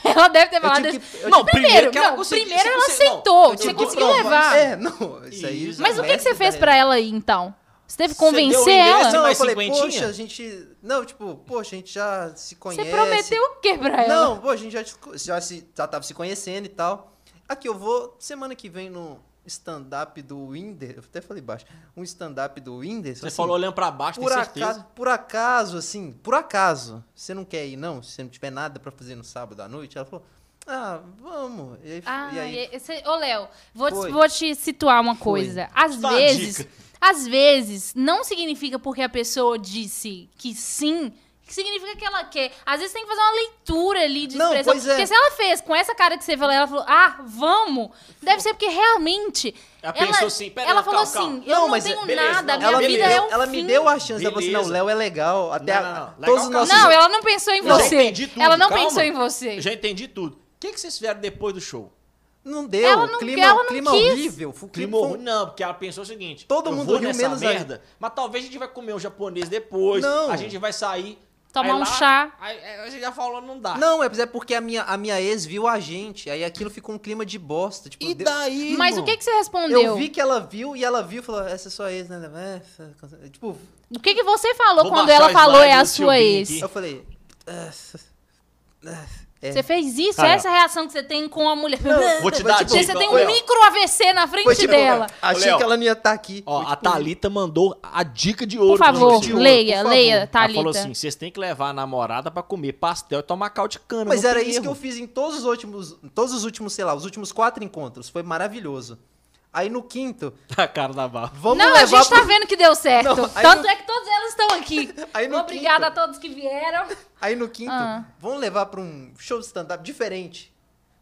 S2: Ela deve ter
S1: Eu
S2: falado.
S1: tive que- eu
S3: Não,
S1: tive-
S2: Primeiro,
S3: que ela
S2: não,
S3: conseguiu-
S2: primeiro
S3: se
S2: ela
S3: você- não,
S2: aceitou,
S3: eu
S2: você
S3: tive que
S2: conseguiu
S3: provar-
S2: levar.
S1: É, não, isso aí...
S3: Isso.
S2: Mas o que, que você fez
S1: pra
S2: pra ela aí, então? Você teve que convencer
S3: Você deu o ingresso,
S2: ela?
S3: Não,
S1: Não, eu
S3: mais
S1: falei,
S3: cinquentinha?
S1: poxa, a gente... Não, tipo, poxa, a gente já se conhece.
S2: Você prometeu o que pra É ela?
S1: Não, pô, a gente já, discu- já, se, já tava se conhecendo e tal. Aqui, eu vou semana que vem no stand-up do Winder. Eu até falei baixo. Um stand-up do Winder. assim,
S3: Você falou olhando pra baixo, tem
S1: por acaso,
S3: certeza.
S1: por acaso, assim, por acaso, você não quer ir, não? Se você não tiver nada pra fazer no sábado à noite? Ela falou, ah, vamos. E aí,
S2: Ah,
S1: e aí-
S2: e- cê- ô Léo, vou, te-
S1: Foi.
S2: vou te situar uma coisa. Às
S3: Dá uma
S2: vezes,
S3: dica.
S2: às vezes, não significa porque a pessoa disse que sim, que significa que ela quer. Às vezes tem que fazer uma leitura ali de
S1: Não,
S2: expressão.
S1: pois é.
S2: Porque se ela fez com essa cara que você falou, ela falou, ah, vamos, deve ser porque realmente.
S3: Ela
S2: ela
S3: pensou assim, pera,
S2: ela
S3: não,
S2: falou
S3: calma, calma.
S2: assim, eu
S1: Não,
S2: não,
S1: mas é,
S2: tenho
S3: beleza,
S2: nada,
S3: não,
S2: minha
S1: ela me,
S2: vida
S1: deu,
S2: é o
S1: ela
S2: fim.
S1: me deu a chance. Ela falou assim, não, o
S3: Beleza.
S1: Léo é legal. Até
S3: Não,
S1: a-
S3: não, não.
S1: todos
S3: Legal,
S1: os nossos...
S2: Não, ela não pensou em
S3: Eu já
S2: você.
S3: entendi tudo,
S2: ela não
S3: calma.
S2: pensou em você.
S3: Já entendi tudo. O que, que vocês fizeram depois do show?
S1: Não deu.
S2: Ela não-
S1: clima
S2: ela não
S1: clima
S2: quis.
S1: horrível. Foi um
S3: Clima
S1: clima-
S3: ruim, não, porque ela pensou o seguinte:
S1: Todo
S3: eu
S1: mundo
S3: vou
S1: riu
S3: nessa
S1: menos ainda.
S3: merda, mas talvez a gente vai comer um japonês depois.
S1: Não.
S3: A gente vai sair.
S2: Tomar
S3: aí
S2: um chá.
S3: Aí, aí você já falou, não dá.
S1: Não, é é porque a minha, a minha ex viu a gente, aí aquilo ficou um clima de bosta. Tipo,
S3: E
S1: deu-
S3: daí?
S2: Mas
S3: irmão?
S2: o que, que você respondeu?
S1: Eu vi que ela viu e ela viu e falou: essa é sua ex, né? É, essa- tipo,
S2: O que, que você falou
S3: Vou
S2: quando
S3: baixar
S2: ela
S3: o
S2: falou
S3: slide
S2: é a
S3: do seu
S2: sua
S3: Bing
S2: ex?
S3: aqui.
S1: eu falei. "Essa- essa- é."
S2: Você fez isso?
S3: Cara.
S2: é essa a reação que você tem com a mulher.
S3: Vou te
S1: Foi
S3: dar
S1: tipo-
S2: Gente,
S3: dica.
S2: você tem um
S3: Léo.
S2: micro AVC na frente
S1: Foi tipo,
S2: dela.
S1: Achei
S3: Léo.
S1: que ela não ia estar aqui.
S3: Ó,
S1: Foi
S3: a
S1: tipo,
S3: Thalita mandou a dica de ouro.
S2: Por favor,
S3: pra vocês.
S2: leia,
S1: por
S2: leia,
S1: favor.
S2: Thalita.
S3: Ela falou assim: vocês têm que levar a namorada pra comer pastel e tomar caldo de cana.
S1: Mas
S3: não
S1: era
S3: tem
S1: isso
S3: erro.
S1: que eu fiz em todos os últimos, todos os últimos, sei lá, os últimos quatro encontros. Foi maravilhoso. Aí no quinto,
S3: A cara da barba.
S1: vamos
S2: não, a
S1: levar
S2: gente tá
S1: pro-
S2: vendo que deu certo.
S1: Não, aí
S2: Tanto
S1: no-
S2: é que todas elas estão aqui.
S1: Aí no
S2: Obrigada
S1: quinto.
S2: a todos que vieram.
S1: Aí no quinto,
S2: Ah.
S1: vamos levar pra um show de stand-up diferente.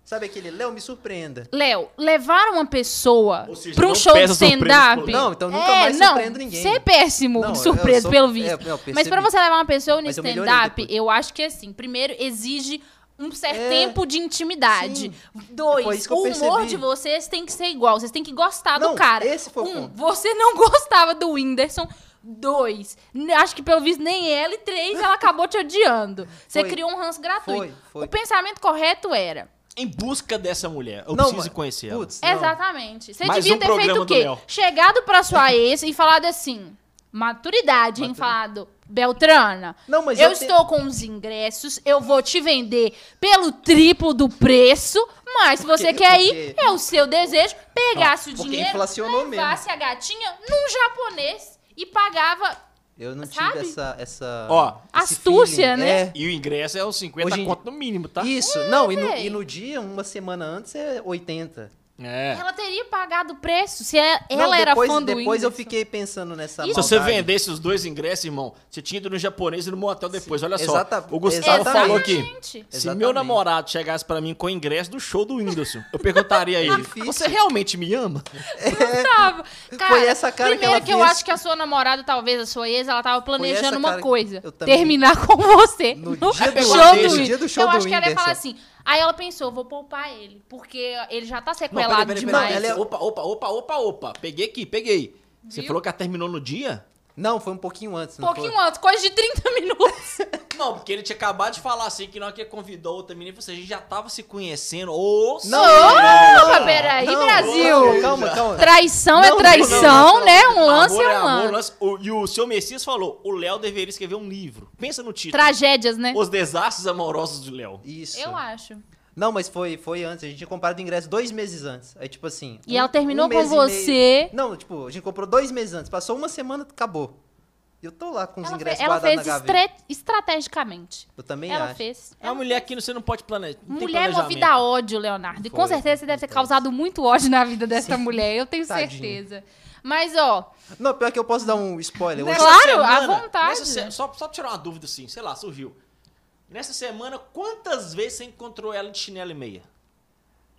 S1: Sabe aquele Léo me surpreenda.
S2: Léo, levar uma pessoa
S3: Ou seja,
S2: pra um
S3: não
S2: show de
S3: peça surpresa
S2: stand-up.
S3: pro-
S1: Não, então nunca
S2: é,
S1: mais
S2: não,
S1: surpreendo ninguém.
S2: Você é péssimo,
S1: Não, eu
S2: surpreso,
S1: sou-
S2: pelo
S1: é,
S2: visto.
S1: não,
S2: Mas
S1: percebi.
S2: pra você levar uma pessoa no
S1: Mas eu melhorei
S2: stand-up,
S1: depois.
S2: eu, acho que assim, primeiro, exige um certo
S1: É.
S2: tempo de intimidade.
S1: Sim. Foi
S2: Dois,
S1: isso que eu
S2: o humor
S1: percebi.
S2: de vocês tem que ser igual. Vocês têm que gostar do
S1: Não,
S2: cara.
S1: esse foi o
S2: um,
S1: ponto.
S2: você não gostava do Whindersson. Dois, n- acho que pelo visto nem ela. E três, ela acabou te odiando. Você
S1: Foi.
S2: criou um ranço gratuito.
S1: Foi, foi.
S2: O pensamento correto era...
S3: Em busca dessa mulher. Eu
S1: Não,
S3: preciso
S1: mas-
S3: conhecer ela.
S1: Putz, não.
S2: Exatamente. Você
S3: Mais
S2: devia
S3: um
S2: ter
S3: programa
S2: feito o
S3: do
S2: quê?
S3: Léo.
S2: Chegado pra sua ex e falado assim: maturidade, hein?
S1: Maturidade.
S2: Falado, Beltrana.
S1: Não, mas
S2: eu
S1: eu te-
S2: estou com os ingressos, eu vou te vender pelo triplo do preço, mas se você
S1: Porque-
S2: quer ir,
S1: porque-
S2: é o seu desejo, pegasse o
S1: porque
S2: dinheiro, é
S1: inflacionou
S3: assim
S2: levasse a gatinha num japonês e pagava.
S1: Eu não
S2: Sabe?
S1: tive essa. essa
S3: Ó,
S1: esse
S2: astúcia,
S1: feeling.
S2: né? É,
S1: É.
S3: E o ingresso é os 50
S1: Hoje em
S3: conto no mínimo, tá?
S1: Isso, não, e no,
S2: véi.
S1: e no dia, uma semana antes, é 80.
S3: É.
S2: Ela teria pagado o preço se é, ela
S1: não,
S2: era
S1: depois,
S2: fã do
S1: Depois eu
S2: Whindersson.
S1: fiquei pensando nessa
S2: Se
S3: Se você
S1: maldade.
S3: vendesse os dois ingressos, irmão, você tinha ido no japonês e no motel depois. Olha só.
S1: Exata-
S3: O Gustavo
S1: Exatamente.
S3: falou que
S2: Exatamente.
S3: se
S1: Exatamente.
S3: meu namorado chegasse pra mim com o ingresso do show do Whindersson, eu perguntaria a ele:
S1: Difícil.
S3: Você realmente me ama?
S2: tava. Cara,
S1: Foi essa cara que
S2: primeiro
S1: ela
S2: eu
S1: fez.
S2: acho que a sua namorada, talvez a sua ex, ela tava planejando
S1: essa
S2: uma
S1: cara que
S2: coisa.
S1: eu também-
S2: Terminar com você.
S1: No dia do
S2: é show
S1: Whindersson,
S2: do
S1: no dia do show
S2: Eu
S1: do
S2: acho que ela ia falar
S1: Whindersson.
S2: assim. Aí ela pensou, vou poupar ele, porque ele já tá
S3: Não,
S2: sequelado
S3: peraí, peraí, peraí.
S2: demais. Um
S1: ela é-
S3: Opa, opa, opa, opa, opa. Peguei aqui, peguei. Você falou que ela terminou no dia?
S1: Não, foi um pouquinho antes.
S2: assim, Um pouquinho
S1: não
S2: antes, coisa de 30 minutos.
S3: Não, porque ele tinha acabado de falar assim que na hora que ele convidou outra menina, você já tava se conhecendo. Ou
S1: Não,
S2: Opa, peraí,
S1: Não,
S2: é, Brasil!
S1: Calma, calma.
S2: Traição
S1: Não,
S2: é
S1: não,
S2: traição,
S1: não, não,
S2: né? Um lance
S3: amor
S2: é um
S3: amor,
S2: lance.
S3: lance. O- e o seu Messias falou: o Léo deveria escrever um livro. Pensa no título:
S2: Tragédias, né?
S3: Os Desastres Amorosos de Léo.
S1: Isso.
S2: Eu acho.
S1: Não, mas foi, foi antes. A gente tinha comprado o ingresso dois meses antes. Aí, tipo assim.
S2: E ela terminou com
S1: mês e meio-
S2: você.
S1: Não, tipo, a gente comprou dois meses antes. Passou uma semana, acabou. E eu tô lá com os
S2: Ela, fe-
S1: ingressos
S2: ela
S1: guardados
S2: fez
S1: na gaveta.
S2: estre- estrategicamente.
S1: Eu também
S2: ela
S1: acho.
S2: fez.
S3: É uma mulher que você não pode planejar. não tem
S2: Mulher é
S3: planejamento.
S2: movida a ódio, Leonardo. E com
S1: Foi,
S2: certeza você deve ter
S1: acontece.
S2: causado muito ódio na vida dessa mulher, eu tenho
S1: Tadinha.
S2: certeza. Mas, ó,
S1: Não, pior que eu posso dar um spoiler.
S2: Né?
S1: Hoje-
S2: Claro, à vontade.
S3: nessa se- só, só pra tirar uma dúvida, assim, sei lá, surgiu. Nessa semana, quantas vezes você encontrou ela de chinelo e meia?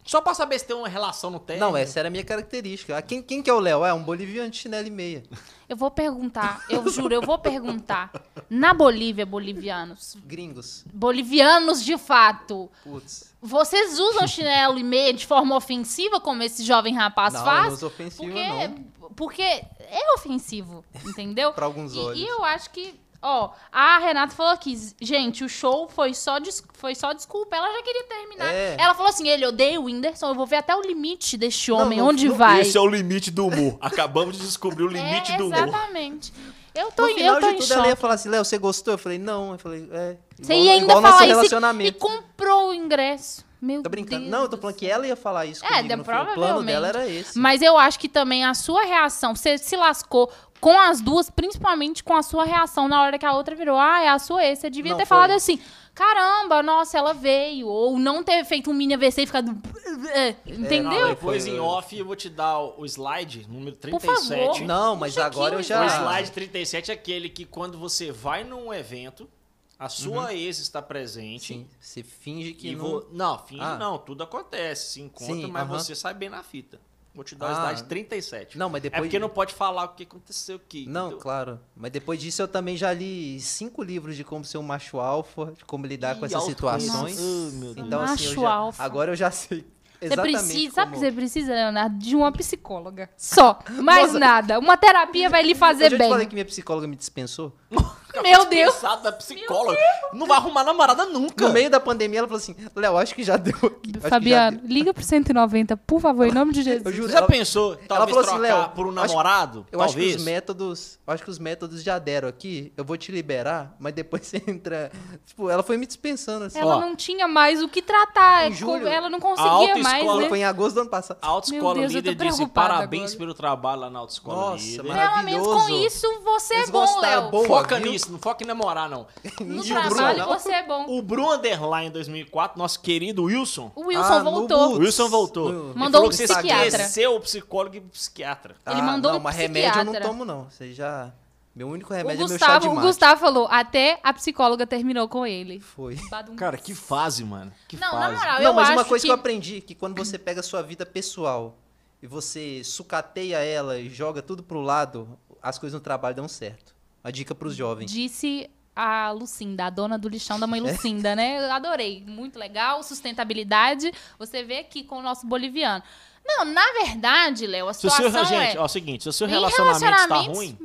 S3: Só pra saber se tem uma relação no término.
S1: Não, essa era a minha característica. Ah, Quem, quem que é o Léo? É um boliviano de chinelo e meia.
S2: eu vou perguntar, eu juro, eu vou perguntar. Na Bolívia, bolivianos,
S1: Gringos.
S2: bolivianos de fato,
S1: Putz.
S2: vocês usam chinelo e meia de forma ofensiva, como esse jovem rapaz
S1: não,
S2: faz?
S1: não uso ofensiva,
S2: Porque,
S1: não.
S2: porque é ofensivo, entendeu?
S1: Pra alguns
S2: e,
S1: olhos.
S2: E eu acho que, ó, a Renata falou aqui, gente, o show foi só, des- foi só desculpa, ela já queria terminar.
S1: É.
S2: Ela falou assim, ele odeia o Whindersson, eu vou ver até o limite deste
S1: Não,
S2: homem,
S1: não,
S2: onde
S1: não-
S2: vai.
S3: Esse é o limite do humor. Acabamos de descobrir o limite
S2: é,
S3: do humor.
S2: exatamente. Eu tô,
S1: no
S2: em- eu
S1: final
S2: tô
S1: de
S2: em
S1: tudo, ela ia
S2: choque.
S1: falar assim, Léo, você gostou? Eu falei, não. Eu falei, é.
S2: Você
S1: igual-
S2: ia ainda
S1: igual
S2: falar
S1: nosso
S2: isso e
S1: relacionamento.
S2: comprou o ingresso. Meu
S1: Tô brincando.
S2: Deus
S1: não, eu
S2: do
S1: tô falando
S2: céu.
S1: que ela ia falar isso
S2: É,
S1: comigo.
S2: de-
S1: no fim. O plano dela era esse.
S2: Mas eu acho que também a sua reação, você se lascou com as duas, principalmente com a sua reação na hora que a outra virou, ah, é a sua ex. Você devia
S1: Não,
S2: ter
S1: foi.
S2: falado assim, caramba, nossa, ela veio. Ou não ter feito um mini AVC e ficado. é,
S3: Não,
S2: Entendeu?
S1: é,
S3: depois em off eu vou te dar o o slide número
S2: Por
S3: 37.
S2: favor.
S1: Não, mas
S2: Puxa
S1: agora eu
S2: aqui,
S1: já. Ah,
S3: O slide 37 é aquele que quando você vai num evento, a sua ex está presente.
S1: Sim, você finge que
S3: E
S1: não.
S3: vo- Não, finge
S1: Ah.
S3: não, tudo acontece, se encontra,
S1: Sim,
S3: mas
S1: aham.
S3: você sai bem na fita. Vou te dar o
S1: Ah.
S3: slide 37.
S1: Não, mas
S3: É
S1: depois.
S3: porque não pode falar o que aconteceu aqui.
S1: Não,
S3: entendeu?
S1: claro. Mas depois disso eu também já li cinco livros de como ser um macho alfa, de como lidar com
S3: Ih,
S1: essas
S3: autoconhecimento.
S1: situações.
S3: Ah, meu Deus.
S1: Então, assim, eu
S2: Macho
S1: já-
S2: alfa.
S1: agora eu já sei.
S2: Você
S1: Exatamente
S2: precisa, sabe o que
S1: como-
S2: você precisa, Leonardo? De uma psicóloga. Só. Mais nada. Uma terapia vai lhe
S1: Eu
S2: fazer
S1: já te
S2: bem.
S1: falei que minha psicóloga me dispensou.
S3: Fica
S2: Meu Deus.
S3: dispensado da psicóloga. Não vai arrumar namorada nunca.
S1: No meio da pandemia ela falou assim: Léo, acho que já deu. aqui, acho que já
S2: Fabiano,
S1: deu."
S2: liga pro 190, por favor, em nome de
S1: Eu
S2: Jesus.
S1: juro.
S3: Já
S1: ela-
S3: pensou, talvez
S1: falou assim,
S3: trocar
S1: Léo,
S3: por um
S1: eu acho-
S3: namorado?
S1: Eu acho
S3: talvez.
S1: que os métodos, eu acho que os métodos já deram aqui. Eu vou te liberar, mas depois você entra. Tipo, ela foi me dispensando assim.
S2: Ela
S3: Ó.
S2: não tinha mais o que tratar. é
S1: Em julho,
S2: ela não conseguia mais,
S3: autoescola
S2: né?
S1: Foi em agosto do ano passado.
S3: A autoescola
S2: Meu Deus, eu tô
S3: líder disse
S2: preocupada
S3: parabéns
S2: agora."
S3: pelo trabalho lá na autoescola
S1: Nossa,
S3: líder.
S1: maravilha.
S2: Pelo menos com
S1: Maravilhoso.
S2: isso você é
S1: Eles
S2: bom,
S1: gostaram,
S2: Léo.
S1: bom.
S3: Foca
S1: viu?
S3: nisso, não foca em namorar, não.
S2: No
S1: E o
S2: trabalho
S1: Bruno?
S2: você é bom.
S3: O Bruno Underline em 2004, nosso querido Wilson.
S2: O Wilson
S1: Ah, no
S2: voltou.
S1: Putz,
S3: O Wilson voltou.
S1: no-
S2: Mandou
S3: Ele falou
S2: um
S3: que você
S2: psiquiatra.
S3: esqueceu o psicólogo e o psiquiatra.
S2: Ele mandou
S1: Ah, não,
S2: um
S1: mas remédio eu não
S2: psiquiatra.
S1: tomo, não. Você já. Meu único
S2: O
S1: remédio é meu chá de
S2: Gustavo, o
S1: mate.
S2: Gustavo falou, até a psicóloga terminou com ele.
S1: Foi.
S2: Badum.
S3: Cara, que fase, mano. Que
S2: não, na
S3: fase.
S2: moral, eu
S1: não, mas
S2: acho
S1: uma coisa que...
S2: que...
S1: eu aprendi que quando você pega a sua vida pessoal e você sucateia ela e joga tudo pro lado, as coisas no trabalho dão certo. Uma dica pros jovens.
S2: Disse a Lucinda, a dona do lixão
S1: É?
S2: da mãe Lucinda, né? Eu adorei. Muito legal, sustentabilidade. Você vê aqui com o nosso boliviano. Não, na verdade, Léo, a
S3: Se o seu,
S2: situação
S3: gente,
S2: é...
S3: ó, é o seguinte, se o seu
S2: Em
S3: relacionamento está
S2: relacionamentos-
S3: ruim,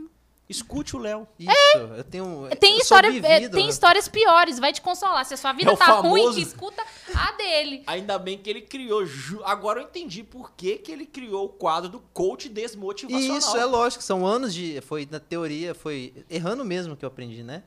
S3: escute o Léo.
S1: Isso, eu tenho.
S2: É. Tem,
S1: eu sou
S2: história, é,
S1: vivido,
S2: tem
S1: né?
S2: histórias piores, vai te consolar. Se a sua vida
S3: É o
S2: tá ruim,
S3: famoso-
S2: escuta a dele.
S3: Ainda bem que ele criou. ju- Agora eu entendi por que, que ele criou o quadro do coach desmotivacional.
S1: E isso é lógico, são anos de. Foi na teoria, foi errando mesmo que eu aprendi, né?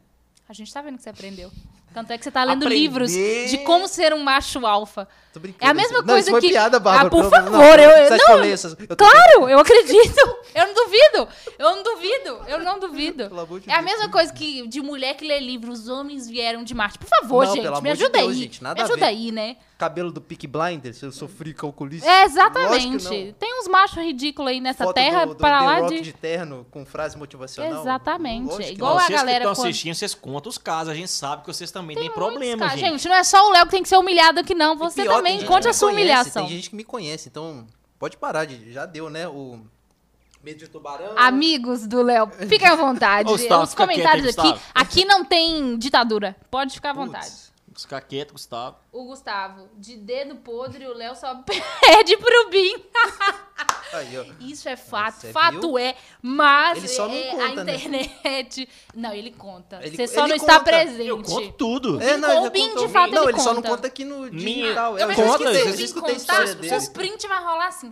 S2: A gente tá vendo que você aprendeu. Tanto é que você tá lendo
S3: Aprender.
S2: livros de como ser um macho alfa.
S1: Tô brincando. assim.
S2: É a mesma
S1: não,
S2: coisa
S1: isso foi
S2: que-
S1: piada, Bárbara.
S2: Ah, por
S1: pelo-
S2: favor, eu-
S1: você
S2: não,
S1: falou isso, é eu tô-
S2: Claro, eu acredito. Eu não duvido. Eu não duvido. Eu não duvido.
S1: Pelo amor de
S2: É a
S1: Deus.
S2: mesma coisa que de mulher que lê livro, os homens vieram de Marte. Por favor,
S1: Não,
S2: gente,
S1: pelo
S2: me
S1: amor de
S2: ajuda
S1: Deus,
S2: aí.
S1: gente, nada
S2: me
S1: a
S2: ajuda
S1: ver.
S2: aí, né?
S1: Cabelo do Peak Blinders, eu sofri calculista.
S2: É,
S1: Lógico que
S2: exatamente.
S1: não.
S2: Tem uns machos ridículos aí nessa
S1: Foto
S2: terra
S1: do, do
S2: pra
S1: The
S2: lá
S1: Rock
S2: de.
S1: de... terno com frase motivacional.
S2: Exatamente,
S1: Lógico que
S2: igual
S1: não.
S2: a-
S3: vocês
S2: galera
S3: que estão
S2: quando-
S3: assistindo, vocês contam os casos. A gente sabe que vocês também têm problema,
S2: Cara,
S3: gente.
S2: gente, não é só o Léo que tem que ser humilhado aqui, não. Você
S1: Pior, tem
S2: também,
S1: gente
S2: conte
S1: que
S2: a
S1: me
S2: sua
S1: conhece,
S2: humilhação.
S1: Tem gente que me conhece, então pode parar. de- Já deu, né? O medo de tubarão.
S2: Amigos do Léo, fiquem à vontade.
S3: Ô, Gustavo,
S2: Os
S3: fica
S2: comentários
S3: quieto,
S2: aqui.
S3: hein,
S2: Aqui não tem ditadura. Pode ficar à
S1: Putz.
S2: vontade.
S3: Fica quieto, Gustavo.
S2: O Gustavo, de dedo podre, o Léo só perde pro Bim.
S1: Aí, ó.
S2: Isso é fato.
S1: Você
S2: fato
S1: viu?
S2: é, mas
S1: Ele só não
S2: é, a
S1: conta, né?
S2: internet. Não, ele conta.
S1: Ele-
S2: Você só
S1: ele
S2: não está
S1: conta.
S2: presente.
S3: Eu conto tudo.
S1: É, não,
S2: Ou
S1: ele
S2: o Bin,
S1: contou.
S2: de fato,
S1: Não,
S2: ele
S1: ele só não
S2: conta.
S1: conta aqui no é
S3: Minha-
S1: digital.
S2: Eu,
S1: Eu,
S2: mas
S3: conta,
S1: escutei,
S2: eu
S1: eu
S2: escutei,
S1: escutei a
S2: contar,
S1: história dele.
S2: seus print vai rolar assim.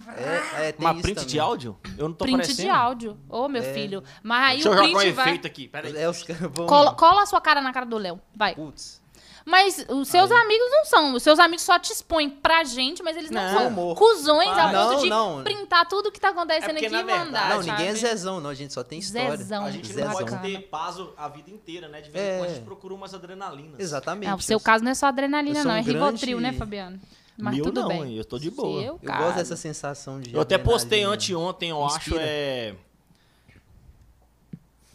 S1: É, é, tem
S3: Uma
S1: isso
S3: print
S1: também.
S3: de áudio? Eu não tô
S2: print de
S3: aparecendo.
S2: áudio. Ô, meu filho. Mas aí
S3: Deixa
S2: o
S3: eu
S2: print
S3: jogar um
S2: vai.
S3: efeito aqui. Peraí.
S1: É, os caras vão...
S2: Cola, cola a sua cara na cara do Léo. Vai.
S1: Putz.
S2: Mas os seus
S1: Aí.
S2: amigos não são. Os seus amigos só te expõem pra gente, mas eles não,
S3: Não.
S2: são
S1: Humor.
S2: cuzões
S3: Ah,
S2: a ponto
S1: não,
S2: de
S1: não.
S2: printar tudo que tá
S3: É
S2: acontecendo
S3: porque,
S2: aqui
S3: na
S2: e mandar.
S3: verdade,
S1: não, ninguém é
S2: sabe?
S1: Zezão, não. A gente só tem história.
S2: Zezão.
S3: A
S2: Não, é
S3: gente
S1: Zezão.
S3: não é pode
S2: bacana.
S3: ter paz a vida inteira, né? De vez em
S1: É.
S3: quando a gente procura umas adrenalinas.
S1: Exatamente.
S2: Não, o seu
S1: eu-
S2: caso não é só
S1: eu
S2: adrenalina,
S1: sou
S2: não.
S1: um
S2: É Rivotril, né,
S1: grande-
S2: Fabiano? Mas
S3: Meu
S2: tudo
S3: não,
S2: bem.
S3: hein, eu tô de boa.
S2: Seu
S1: Eu
S2: caso.
S1: gosto dessa sensação de né?
S3: Eu até
S1: adrenalina.
S3: postei anteontem, eu acho,
S1: Inspira.
S3: é...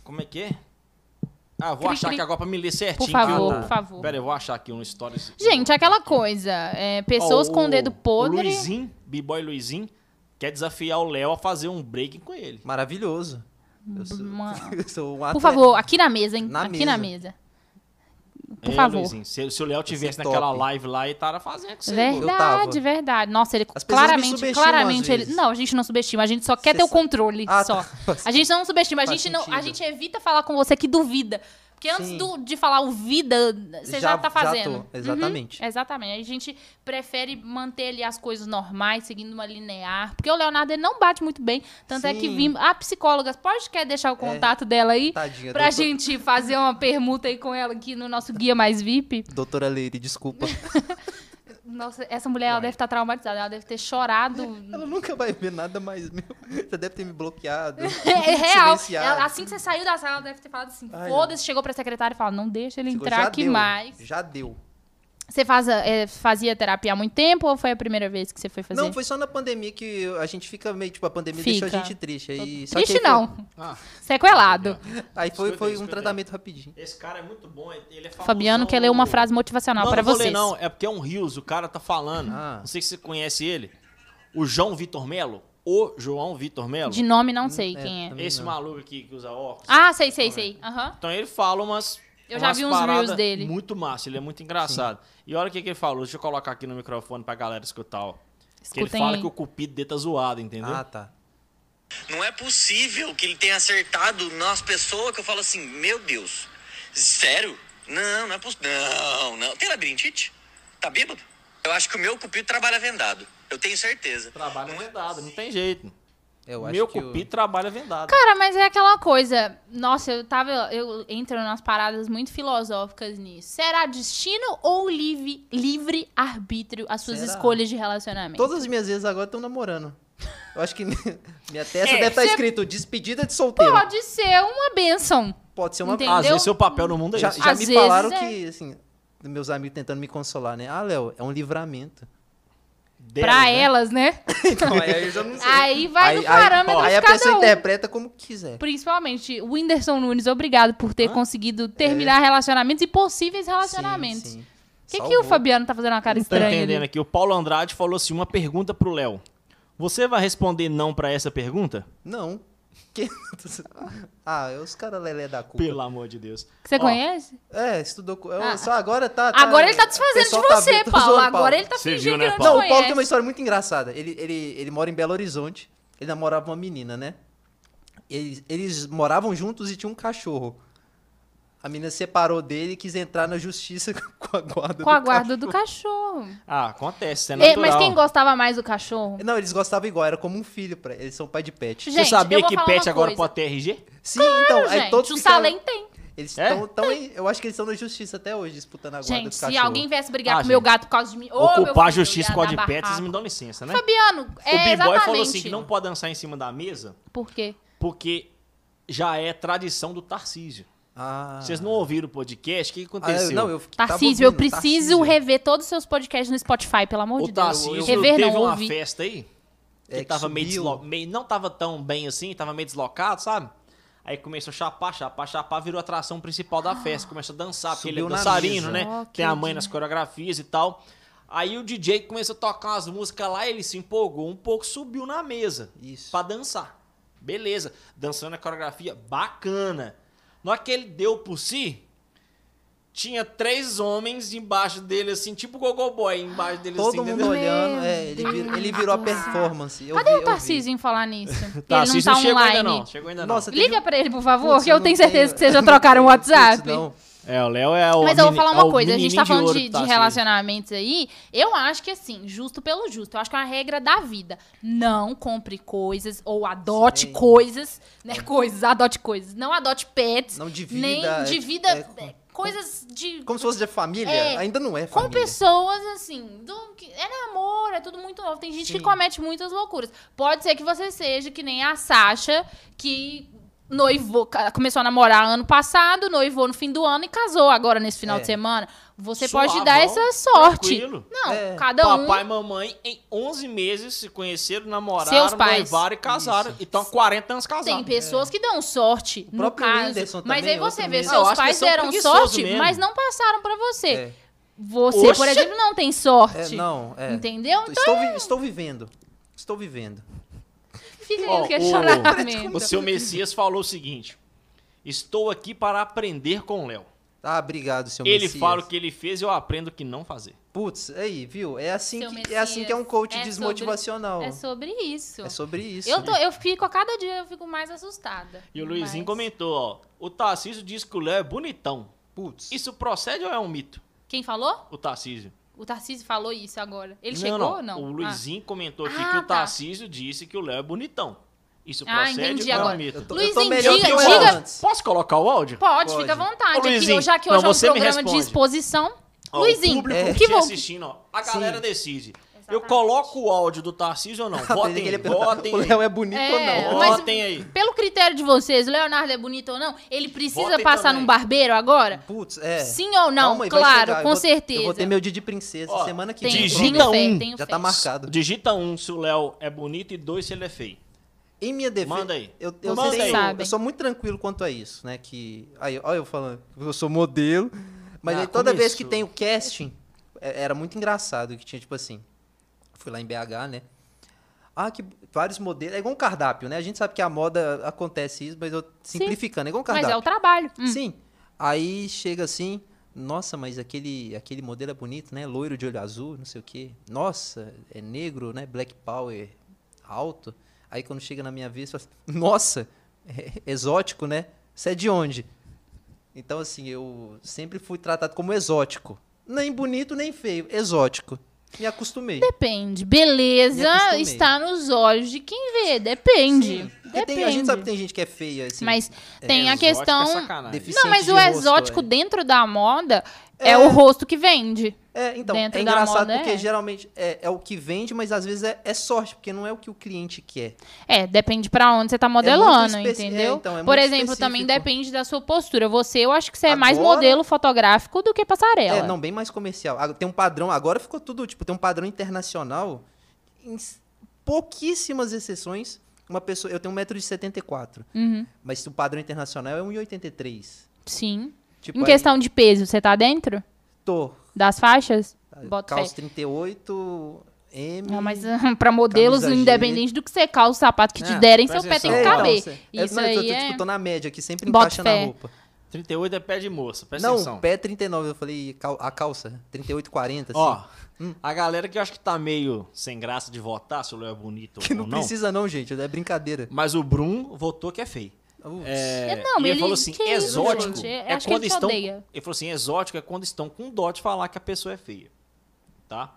S3: Como é que é? Ah, vou
S2: Cri,
S3: achar
S2: cri.
S3: que agora pra me ler certinho.
S2: Por favor,
S3: que eu-
S2: por favor.
S3: Pera, eu vou achar aqui um stories.
S2: Gente, é aquela coisa. é, pessoas
S3: Ó,
S2: com o dedo
S3: O
S2: podre.
S3: Luizinho, B-Boy Luizinho, quer desafiar o Léo a fazer um break com ele.
S1: Maravilhoso. Eu sou,
S2: Uma-
S1: eu sou um
S2: Por
S1: atleta.
S2: favor, aqui na mesa, hein?
S1: Na
S2: aqui
S1: mesa.
S2: na mesa. Por
S3: É,
S2: favor.
S3: Luizinho, se, se o Léo tivesse
S1: Esse é
S3: naquela
S1: top.
S3: live lá, ele tava fazendo com você.
S1: Eu
S2: Verdade,
S1: tava.
S2: verdade. Nossa, ele
S1: As pessoas me
S2: claramente,
S1: subestimam às
S2: claramente ele.
S1: vezes.
S2: Não, a gente não subestima, a gente só quer
S1: Cê
S2: ter o
S1: sa-
S2: controle
S1: Ah,
S2: só.
S1: tá.
S2: A gente não subestima, a
S1: Faz
S2: gente não, a
S1: sentido.
S2: gente evita falar com você que duvida. Porque antes
S1: Sim.
S2: do- de falar o vida, você já,
S1: Já-
S2: tá
S1: já tô,
S2: fazendo. Uhum,
S1: exatamente.
S2: exatamente. Aí A gente prefere manter ali as coisas normais, seguindo uma linear. Porque o Leonardo ele não bate muito bem. Tanto é que
S1: Sim. É. Tá,
S2: vim. A psicóloga, pode quer deixar o contato dela aí?
S1: Tadinha,
S2: É Pra
S1: doutor-
S2: gente fazer uma permuta aí com ela aqui no nosso guia mais VIP.
S1: Doutora Leire, desculpa.
S2: Nossa, essa mulher ela
S3: Vai.
S2: deve estar traumatizada, ela deve ter chorado.
S1: Ela nunca vai ver nada mais meu. Você deve ter me bloqueado.
S2: É real.
S1: silenciado.
S2: Ela- assim que você saiu da sala, ela deve ter falado assim:
S1: Ai,
S2: foda-se, chegou pra secretária e falou: não deixa ele
S1: Ficou,
S2: entrar
S1: Tipo, já
S2: aqui
S1: deu,
S2: mais.
S1: Já deu.
S2: Você faz a- é, fazia terapia há muito tempo ou foi a primeira vez que você foi fazer?
S1: Não, foi só na pandemia que a gente fica meio, tipo, a pandemia deixou
S2: Fica.
S1: a gente triste. Aí, só que
S2: Triste
S1: aí foi-
S2: não, é
S3: Ah,
S2: sequelado.
S1: Aí foi,
S3: Escuta aí,
S1: foi um
S3: escuta aí.
S1: tratamento rapidinho.
S3: esse cara é muito bom, ele é famosão.
S2: Fabiano quer ler uma frase motivacional
S3: Não,
S2: pra
S3: não vou
S2: vocês.
S3: ler, não. É porque é um rios, o cara tá falando.
S1: Ah.
S3: Não sei se você conhece ele. O João Vitor Melo. O João Vitor Melo.
S2: De nome, não sei
S1: é,
S2: quem é.
S1: também é.
S3: Esse
S1: não.
S3: maluco aqui que usa óculos.
S2: Ah, sei, sei, sei. Aham.
S3: Então ele fala umas.
S2: Eu já
S3: umas
S2: vi uns reels
S3: paradas
S2: dele.
S3: Muito massa, ele é muito engraçado. E olha o que, que ele falou. Deixa eu colocar aqui no microfone pra galera escutar, ó. Que ele
S2: Escutem
S3: fala
S2: aí.
S3: que o cupido dele tá zoado, entendeu?
S1: Ah, tá.
S4: Não é possível que ele tenha acertado nas pessoas que eu falo assim, meu Deus, sério? Não, não é possível. Não, não. Tem labirintite? Tá bêbado? Eu acho que o meu cupido trabalha vendado. Eu tenho certeza.
S3: Trabalha é vendado, não tem jeito.
S1: Eu acho
S3: Meu
S1: que o-
S3: cupido trabalha vendado.
S2: Cara, mas é aquela coisa. Nossa, eu tava. Eu entro nas paradas muito filosóficas nisso. Será destino ou livre, livre arbítrio as suas
S1: Será?
S2: escolhas de relacionamento?
S1: Todas as minhas vezes agora estão namorando. Eu acho que minha, minha testa
S2: É,
S1: deve estar
S2: cê-
S1: escrito despedida de solteiro. Pode,
S2: Pode ser uma benção.
S1: ser uma
S2: Entendi.
S3: Às
S2: entendeu?
S3: vezes seu papel no mundo é
S1: Já,
S3: esse.
S1: já
S2: Às
S1: me
S2: vezes
S1: falaram
S2: é.
S1: que, assim, meus amigos tentando me consolar, né? Ah, Léo, é um livramento.
S3: Delas,
S2: pra
S3: né?
S2: elas, né?
S1: Então, aí eu já não
S2: Aí vai
S1: Aí-
S2: do parâmetro de
S1: aí, aí a
S2: cada
S1: pessoa
S2: um.
S1: interpreta como quiser.
S2: Principalmente o Whindersson Nunes, obrigado por ter conseguido terminar relacionamentos e possíveis relacionamentos.
S1: É. Sim, sim.
S2: O que, que
S1: Salvou.
S2: o Fabiano tá fazendo uma cara
S3: Tá
S2: estranha?
S3: entendendo
S2: ali?
S3: aqui? O Paulo Andrade falou assim: uma pergunta pro Léo. Você vai responder não pra essa pergunta?
S1: Não. Que- ah, é os caras lelé da culpa.
S3: Pelo amor de Deus.
S2: Você
S3: Ó,
S2: conhece?
S1: É, estudou... co- eu-
S2: Ah.
S1: Só agora tá...
S2: Agora ele tá desfazendo
S1: pessoal
S2: de
S1: tá
S2: você,
S1: vendo- tô
S2: Paulo.
S1: zoando o
S2: Agora ele tá
S3: Você
S2: fingindo
S3: viu, né,
S2: que não te
S1: Não, o Paulo
S2: conhece.
S1: tem uma história muito engraçada. Ele, ele, ele mora em Belo Horizonte. Ele namorava uma menina, né? Eles, eles moravam juntos e tinha um cachorro. A menina separou dele e quis entrar na justiça com a guarda
S2: Com a
S1: do
S2: guarda do cachorro.
S3: Ah, acontece, isso é
S2: É,
S3: natural.
S2: mas quem gostava mais do cachorro?
S1: cachorro. Não, eles gostavam igual, era como um filho pra eles. são pai de pet.
S2: Gente,
S3: Você sabia
S2: eu vou
S3: que
S2: falar
S3: pet
S2: uma
S3: agora
S2: coisa.
S3: pode ter RG?
S1: Sim, então, aí
S2: gente,
S1: todos
S2: o
S1: ficaram-
S2: Salem tem.
S1: Eles
S3: É?
S1: estão. tão em- eu acho que eles estão na justiça até hoje, disputando a guarda
S2: Gente,
S1: do
S2: se
S1: cachorro.
S2: alguém viesse brigar
S3: Ah,
S2: com o meu
S3: gente.
S2: gato por causa de mim... ô, meu filho,
S3: Ocupar a
S2: eu
S3: justiça
S2: ia
S3: com a
S2: dar
S3: de pet, vocês
S2: barraco.
S3: me dão licença, né?
S2: Fabiano, é
S3: o B-Boy
S2: exatamente.
S3: falou assim que não pode dançar em cima da mesa
S2: Por quê?
S3: porque já é tradição do Tarcísio.
S1: Ah.
S3: Vocês não ouviram o podcast? O que que
S1: Ah, eu-
S3: aconteceu?
S1: não, eu tava
S2: Tarcísio, eu
S1: ouvindo,
S2: preciso
S1: Tarcísio.
S2: rever todos os seus podcasts no Spotify, pelo amor
S3: o
S2: de Deus.
S3: Tarcísio
S2: rever
S3: teve
S2: não,
S3: uma
S2: ouvir.
S3: festa aí que
S1: É, que
S3: tava meio,
S1: subiu.
S3: deslo- meio- não tava tão bem assim, tava meio deslocado, sabe? Aí começou a chapar, chapar, chapar, virou a atração principal da festa, começou a dançar, porque ele é
S1: Subiu na mesa.
S3: dançarino, né?
S2: Ó,
S3: Tem a
S2: que
S3: mãe nas coreografias e tal. Aí o DJ começou a tocar umas músicas lá, ele se empolgou um pouco, subiu na mesa
S1: Isso.
S3: pra dançar. Beleza, dançando a coreografia, bacana. Na hora que ele deu por si, Tinha três homens embaixo dele, assim, tipo gogoboy embaixo dele,
S1: Todo
S3: assim,
S1: mundo
S3: entendeu?
S1: olhando, é, ele,
S2: Meu
S1: vir- ele
S2: Deus
S1: virou a
S2: do
S1: performance. Eu
S2: Cadê
S1: vi-
S2: o
S1: eu
S2: Tarcísio em falar nisso? Que
S3: Tá,
S2: ele não
S3: Cis
S2: tá
S3: chegou ainda
S2: online.
S3: não, chegou ainda
S1: vi.
S3: não.
S1: Nossa, teve
S2: Liga
S1: um-
S2: pra ele, por favor,
S1: Putz,
S2: que eu
S1: não
S2: tenho certeza que vocês já
S1: não
S2: trocaram o
S1: tenho putz,
S2: WhatsApp.
S1: não.
S3: É, o Léo é o
S2: Mas eu vou
S3: meni-
S2: falar
S3: é
S2: uma
S3: o
S2: coisa, a gente
S3: menininho
S2: tá falando
S3: ouro assim.
S2: de,
S3: do
S2: de
S3: Tarcísio.
S2: relacionamentos aí, eu acho que assim, justo pelo justo, eu acho que é uma regra da vida. Não compre coisas ou adote
S1: Sim.
S2: coisas, né, coisas, adote coisas, não adote pets,
S1: Não divida,
S2: nem
S1: é-
S2: divida
S1: é-
S2: é, coisas de
S1: Como se fosse de família,
S2: É,
S1: ainda não é
S2: com
S1: família.
S2: pessoas assim, do, que- é namoro, é tudo muito novo. Tem gente que
S1: Sim.
S2: comete muitas loucuras. Pode ser que você seja que nem a Sasha, que noivou, ca- começou a namorar ano passado, noivou no fim do ano e casou agora nesse final
S1: É.
S2: de semana. Você pode
S3: Suavão,
S2: dar essa sorte.
S3: ah, tranquilo.
S2: Não,
S1: É.
S2: cada um.
S3: Papai e mamãe, em 11 meses, se conheceram,
S2: Seus
S3: namoraram,
S2: pais.
S3: noivaram e casaram.
S1: Isso.
S3: E estão há 40 anos
S2: Tem
S3: casados.
S2: pessoas que dão sorte, no
S1: próprio
S2: caso.
S1: Whindersson
S2: mas
S1: também,
S2: aí você
S1: outro
S2: vê,
S1: mesmo.
S3: Ah, eu
S2: seus
S3: acho que
S2: pais
S3: são
S2: deram
S3: preguiçosos
S2: sorte,
S3: mesmo.
S2: mas não passaram pra você.
S1: É,
S2: Você, por
S3: Oxe.
S2: exemplo, não tem sorte.
S1: é, não, é.
S2: Entendeu? Então
S1: Estou, vi- estou vivendo. Estou vivendo.
S2: fica aí
S3: Ó,
S2: o
S3: o-
S2: questionamento.
S3: O seu Messias falou o seguinte: Estou aqui para aprender com o Léo.
S1: Ah, obrigado, seu
S3: Ele
S1: Messias.
S3: fala o que ele fez e eu aprendo o que não fazer.
S1: Putz, aí, viu? É assim,
S2: Seu
S1: que, é assim que é um
S2: Messias,
S1: coach
S2: é sobre-
S1: desmotivacional.
S2: É sobre isso.
S1: É sobre isso.
S2: Eu, tô, eu fico, a cada dia eu fico mais assustada.
S3: E o Luizinho
S2: Mas-
S3: comentou: ó, O Tarcísio diz que o Léo é bonitão.
S1: Putz.
S3: Isso procede ou é um mito?
S2: Quem falou?
S3: O Tarcísio.
S2: O Tarcísio falou isso agora. Ele
S3: não,
S2: chegou
S3: não.
S2: ou não?
S3: O Luizinho comentou aqui
S2: Ah,
S3: que o
S2: tá.
S3: Tarcísio disse que o Léo é bonitão. Isso
S2: Ah,
S3: procede
S2: entendi
S3: ou é
S2: agora.
S3: um mito?
S1: Eu tô- eu tô
S2: Luizinho,
S1: melhor
S2: diga,
S1: que o
S2: diga.
S1: Alan. antes.
S3: Posso colocar o áudio?
S2: Pode,
S1: Pode.
S2: fica à vontade.
S3: Ô,
S2: aqui,
S3: Luizinho,
S2: já que
S3: não,
S2: hoje é um
S3: você me
S2: programa de
S3: responde.
S2: exposição.
S3: Ó,
S2: Luizinho, é.
S3: o público
S2: o
S3: que
S2: que
S3: estiver
S2: vou...
S3: tá assistindo, ó, a galera
S1: Sim.
S3: decide. Eu
S2: Exatamente.
S3: coloco o áudio do Tarcísio ou não?
S1: Tem
S3: Votem
S1: que
S3: aí,
S1: ele perguntar,
S3: votem
S1: o
S3: aí.
S1: Léo é bonito ou
S2: É,
S1: não?
S2: mas-
S3: Votem aí.
S2: Pelo critério de vocês, o Leonardo é bonito ou não? Ele precisa
S3: Votem
S2: passar
S3: também.
S2: num barbeiro agora?
S1: Putz, é.
S2: Sim ou não?
S1: Calma aí, vai
S2: claro,
S1: chegar. Eu
S2: com
S1: vou-
S2: certeza.
S1: Eu vou ter meu dia de princesa
S3: Ó,
S1: semana que
S2: Tem,
S1: vem.
S3: Digita
S2: tenho fé,
S3: um.
S2: tenho
S1: Já
S2: fé.
S1: tá marcado.
S3: Digita um se o Léo é bonito e dois se ele é feio.
S1: Em minha defesa.
S3: Manda aí.
S1: Eu, eu,
S3: Manda
S1: tenho- um,
S3: aí.
S2: Sabem.
S1: eu sou muito tranquilo quanto a isso, né? Que. Aí, olha eu falando, eu sou modelo. Mas
S3: Ah,
S1: aí toda vez que
S3: começou.
S1: tem o casting, é- era muito engraçado que tinha, tipo assim. Fui lá em BH, né? Ah, que vários modelos. É igual um cardápio, né? A gente sabe que a moda acontece isso, mas eu simplificando. É igual um
S2: Mas
S1: cardápio.
S2: é o trabalho. Hum.
S1: Sim. Aí chega assim, nossa, mas aquele, aquele modelo é bonito, né? Loiro de olho azul, não sei o quê. Nossa, é negro, né? Black Power alto. Aí quando chega na minha vez, fala assim, nossa, é exótico, né? Você é de onde? Então, assim, eu sempre fui tratado como exótico. Nem bonito, nem feio. Exótico. Me acostumei.
S2: Depende.
S1: Me
S2: Beleza
S1: acostumei.
S2: está nos olhos de quem vê. Depende.
S1: Sim. Porque
S2: Depende.
S1: tem- a gente sabe que tem gente que é feia, assim.
S2: Mas tem a
S3: Exótico é
S2: questão.
S3: sacanagem.
S1: deficiente
S2: Não, mas
S1: de
S2: o
S1: rosto,
S2: exótico
S1: é.
S2: dentro da moda é,
S1: É.
S2: o rosto que vende.
S1: É, então,
S2: Dentro
S1: é
S2: da
S1: engraçado
S2: moda,
S1: porque
S2: é.
S1: geralmente é, é o que vende, mas às vezes é, é sorte, porque não é o que o cliente quer.
S2: É, depende pra onde você tá modelando,
S1: É muito especi-
S2: entendeu?
S1: é, então, é
S2: Por
S1: muito
S2: exemplo, também
S1: específico.
S2: depende da sua postura. Você, eu acho que você é mais
S1: Agora-
S2: modelo fotográfico do que passarela.
S1: É, não, bem mais comercial. Ah, Tem um padrão, agora ficou tudo, tipo, tem um padrão internacional, em s- pouquíssimas exceções, uma pessoa, eu tenho 1,74m,
S2: Uhum,
S1: mas o padrão internacional é 1,83m.
S2: sim.
S1: Tipo,
S2: em
S1: aí,
S2: questão de peso, você tá dentro
S1: tô,
S2: das faixas? Bota fé.
S1: calça 38, M...
S2: Não, mas pra modelos,
S1: Camisa G.
S2: independente do que você calça, o sapato que te
S1: né? É,
S2: derem, seu pé
S3: presta
S2: tem que
S3: atenção.
S1: então,
S2: caber.
S1: cê- é,
S2: assim, Isso
S1: não, eu tô,
S2: aí é...
S1: tipo, tô na média aqui, sempre
S2: Bota
S1: encaixa
S2: fé.
S1: na roupa.
S3: 38 é pé de moça, presta
S1: não,
S3: atenção.
S1: pé 39, eu falei cal- a calça, 38, 40, assim.
S3: Ó, a galera que eu acho que tá meio sem graça de votar se o Léo é bonito
S1: Que
S3: ou
S1: não,
S3: não.
S1: precisa não, gente. É brincadeira.
S3: Mas o Brum votou que é feio.
S1: Ups.
S3: É,
S2: É, não,
S3: e ele,
S2: ele-
S3: falou assim,
S2: que isso,
S3: exótico
S2: gente? Eu
S3: é
S2: acho que
S3: quando
S2: ele te
S3: estão...
S2: odeia.
S3: Ele falou assim, exótico é quando estão com dó de falar que a pessoa é feia. Tá?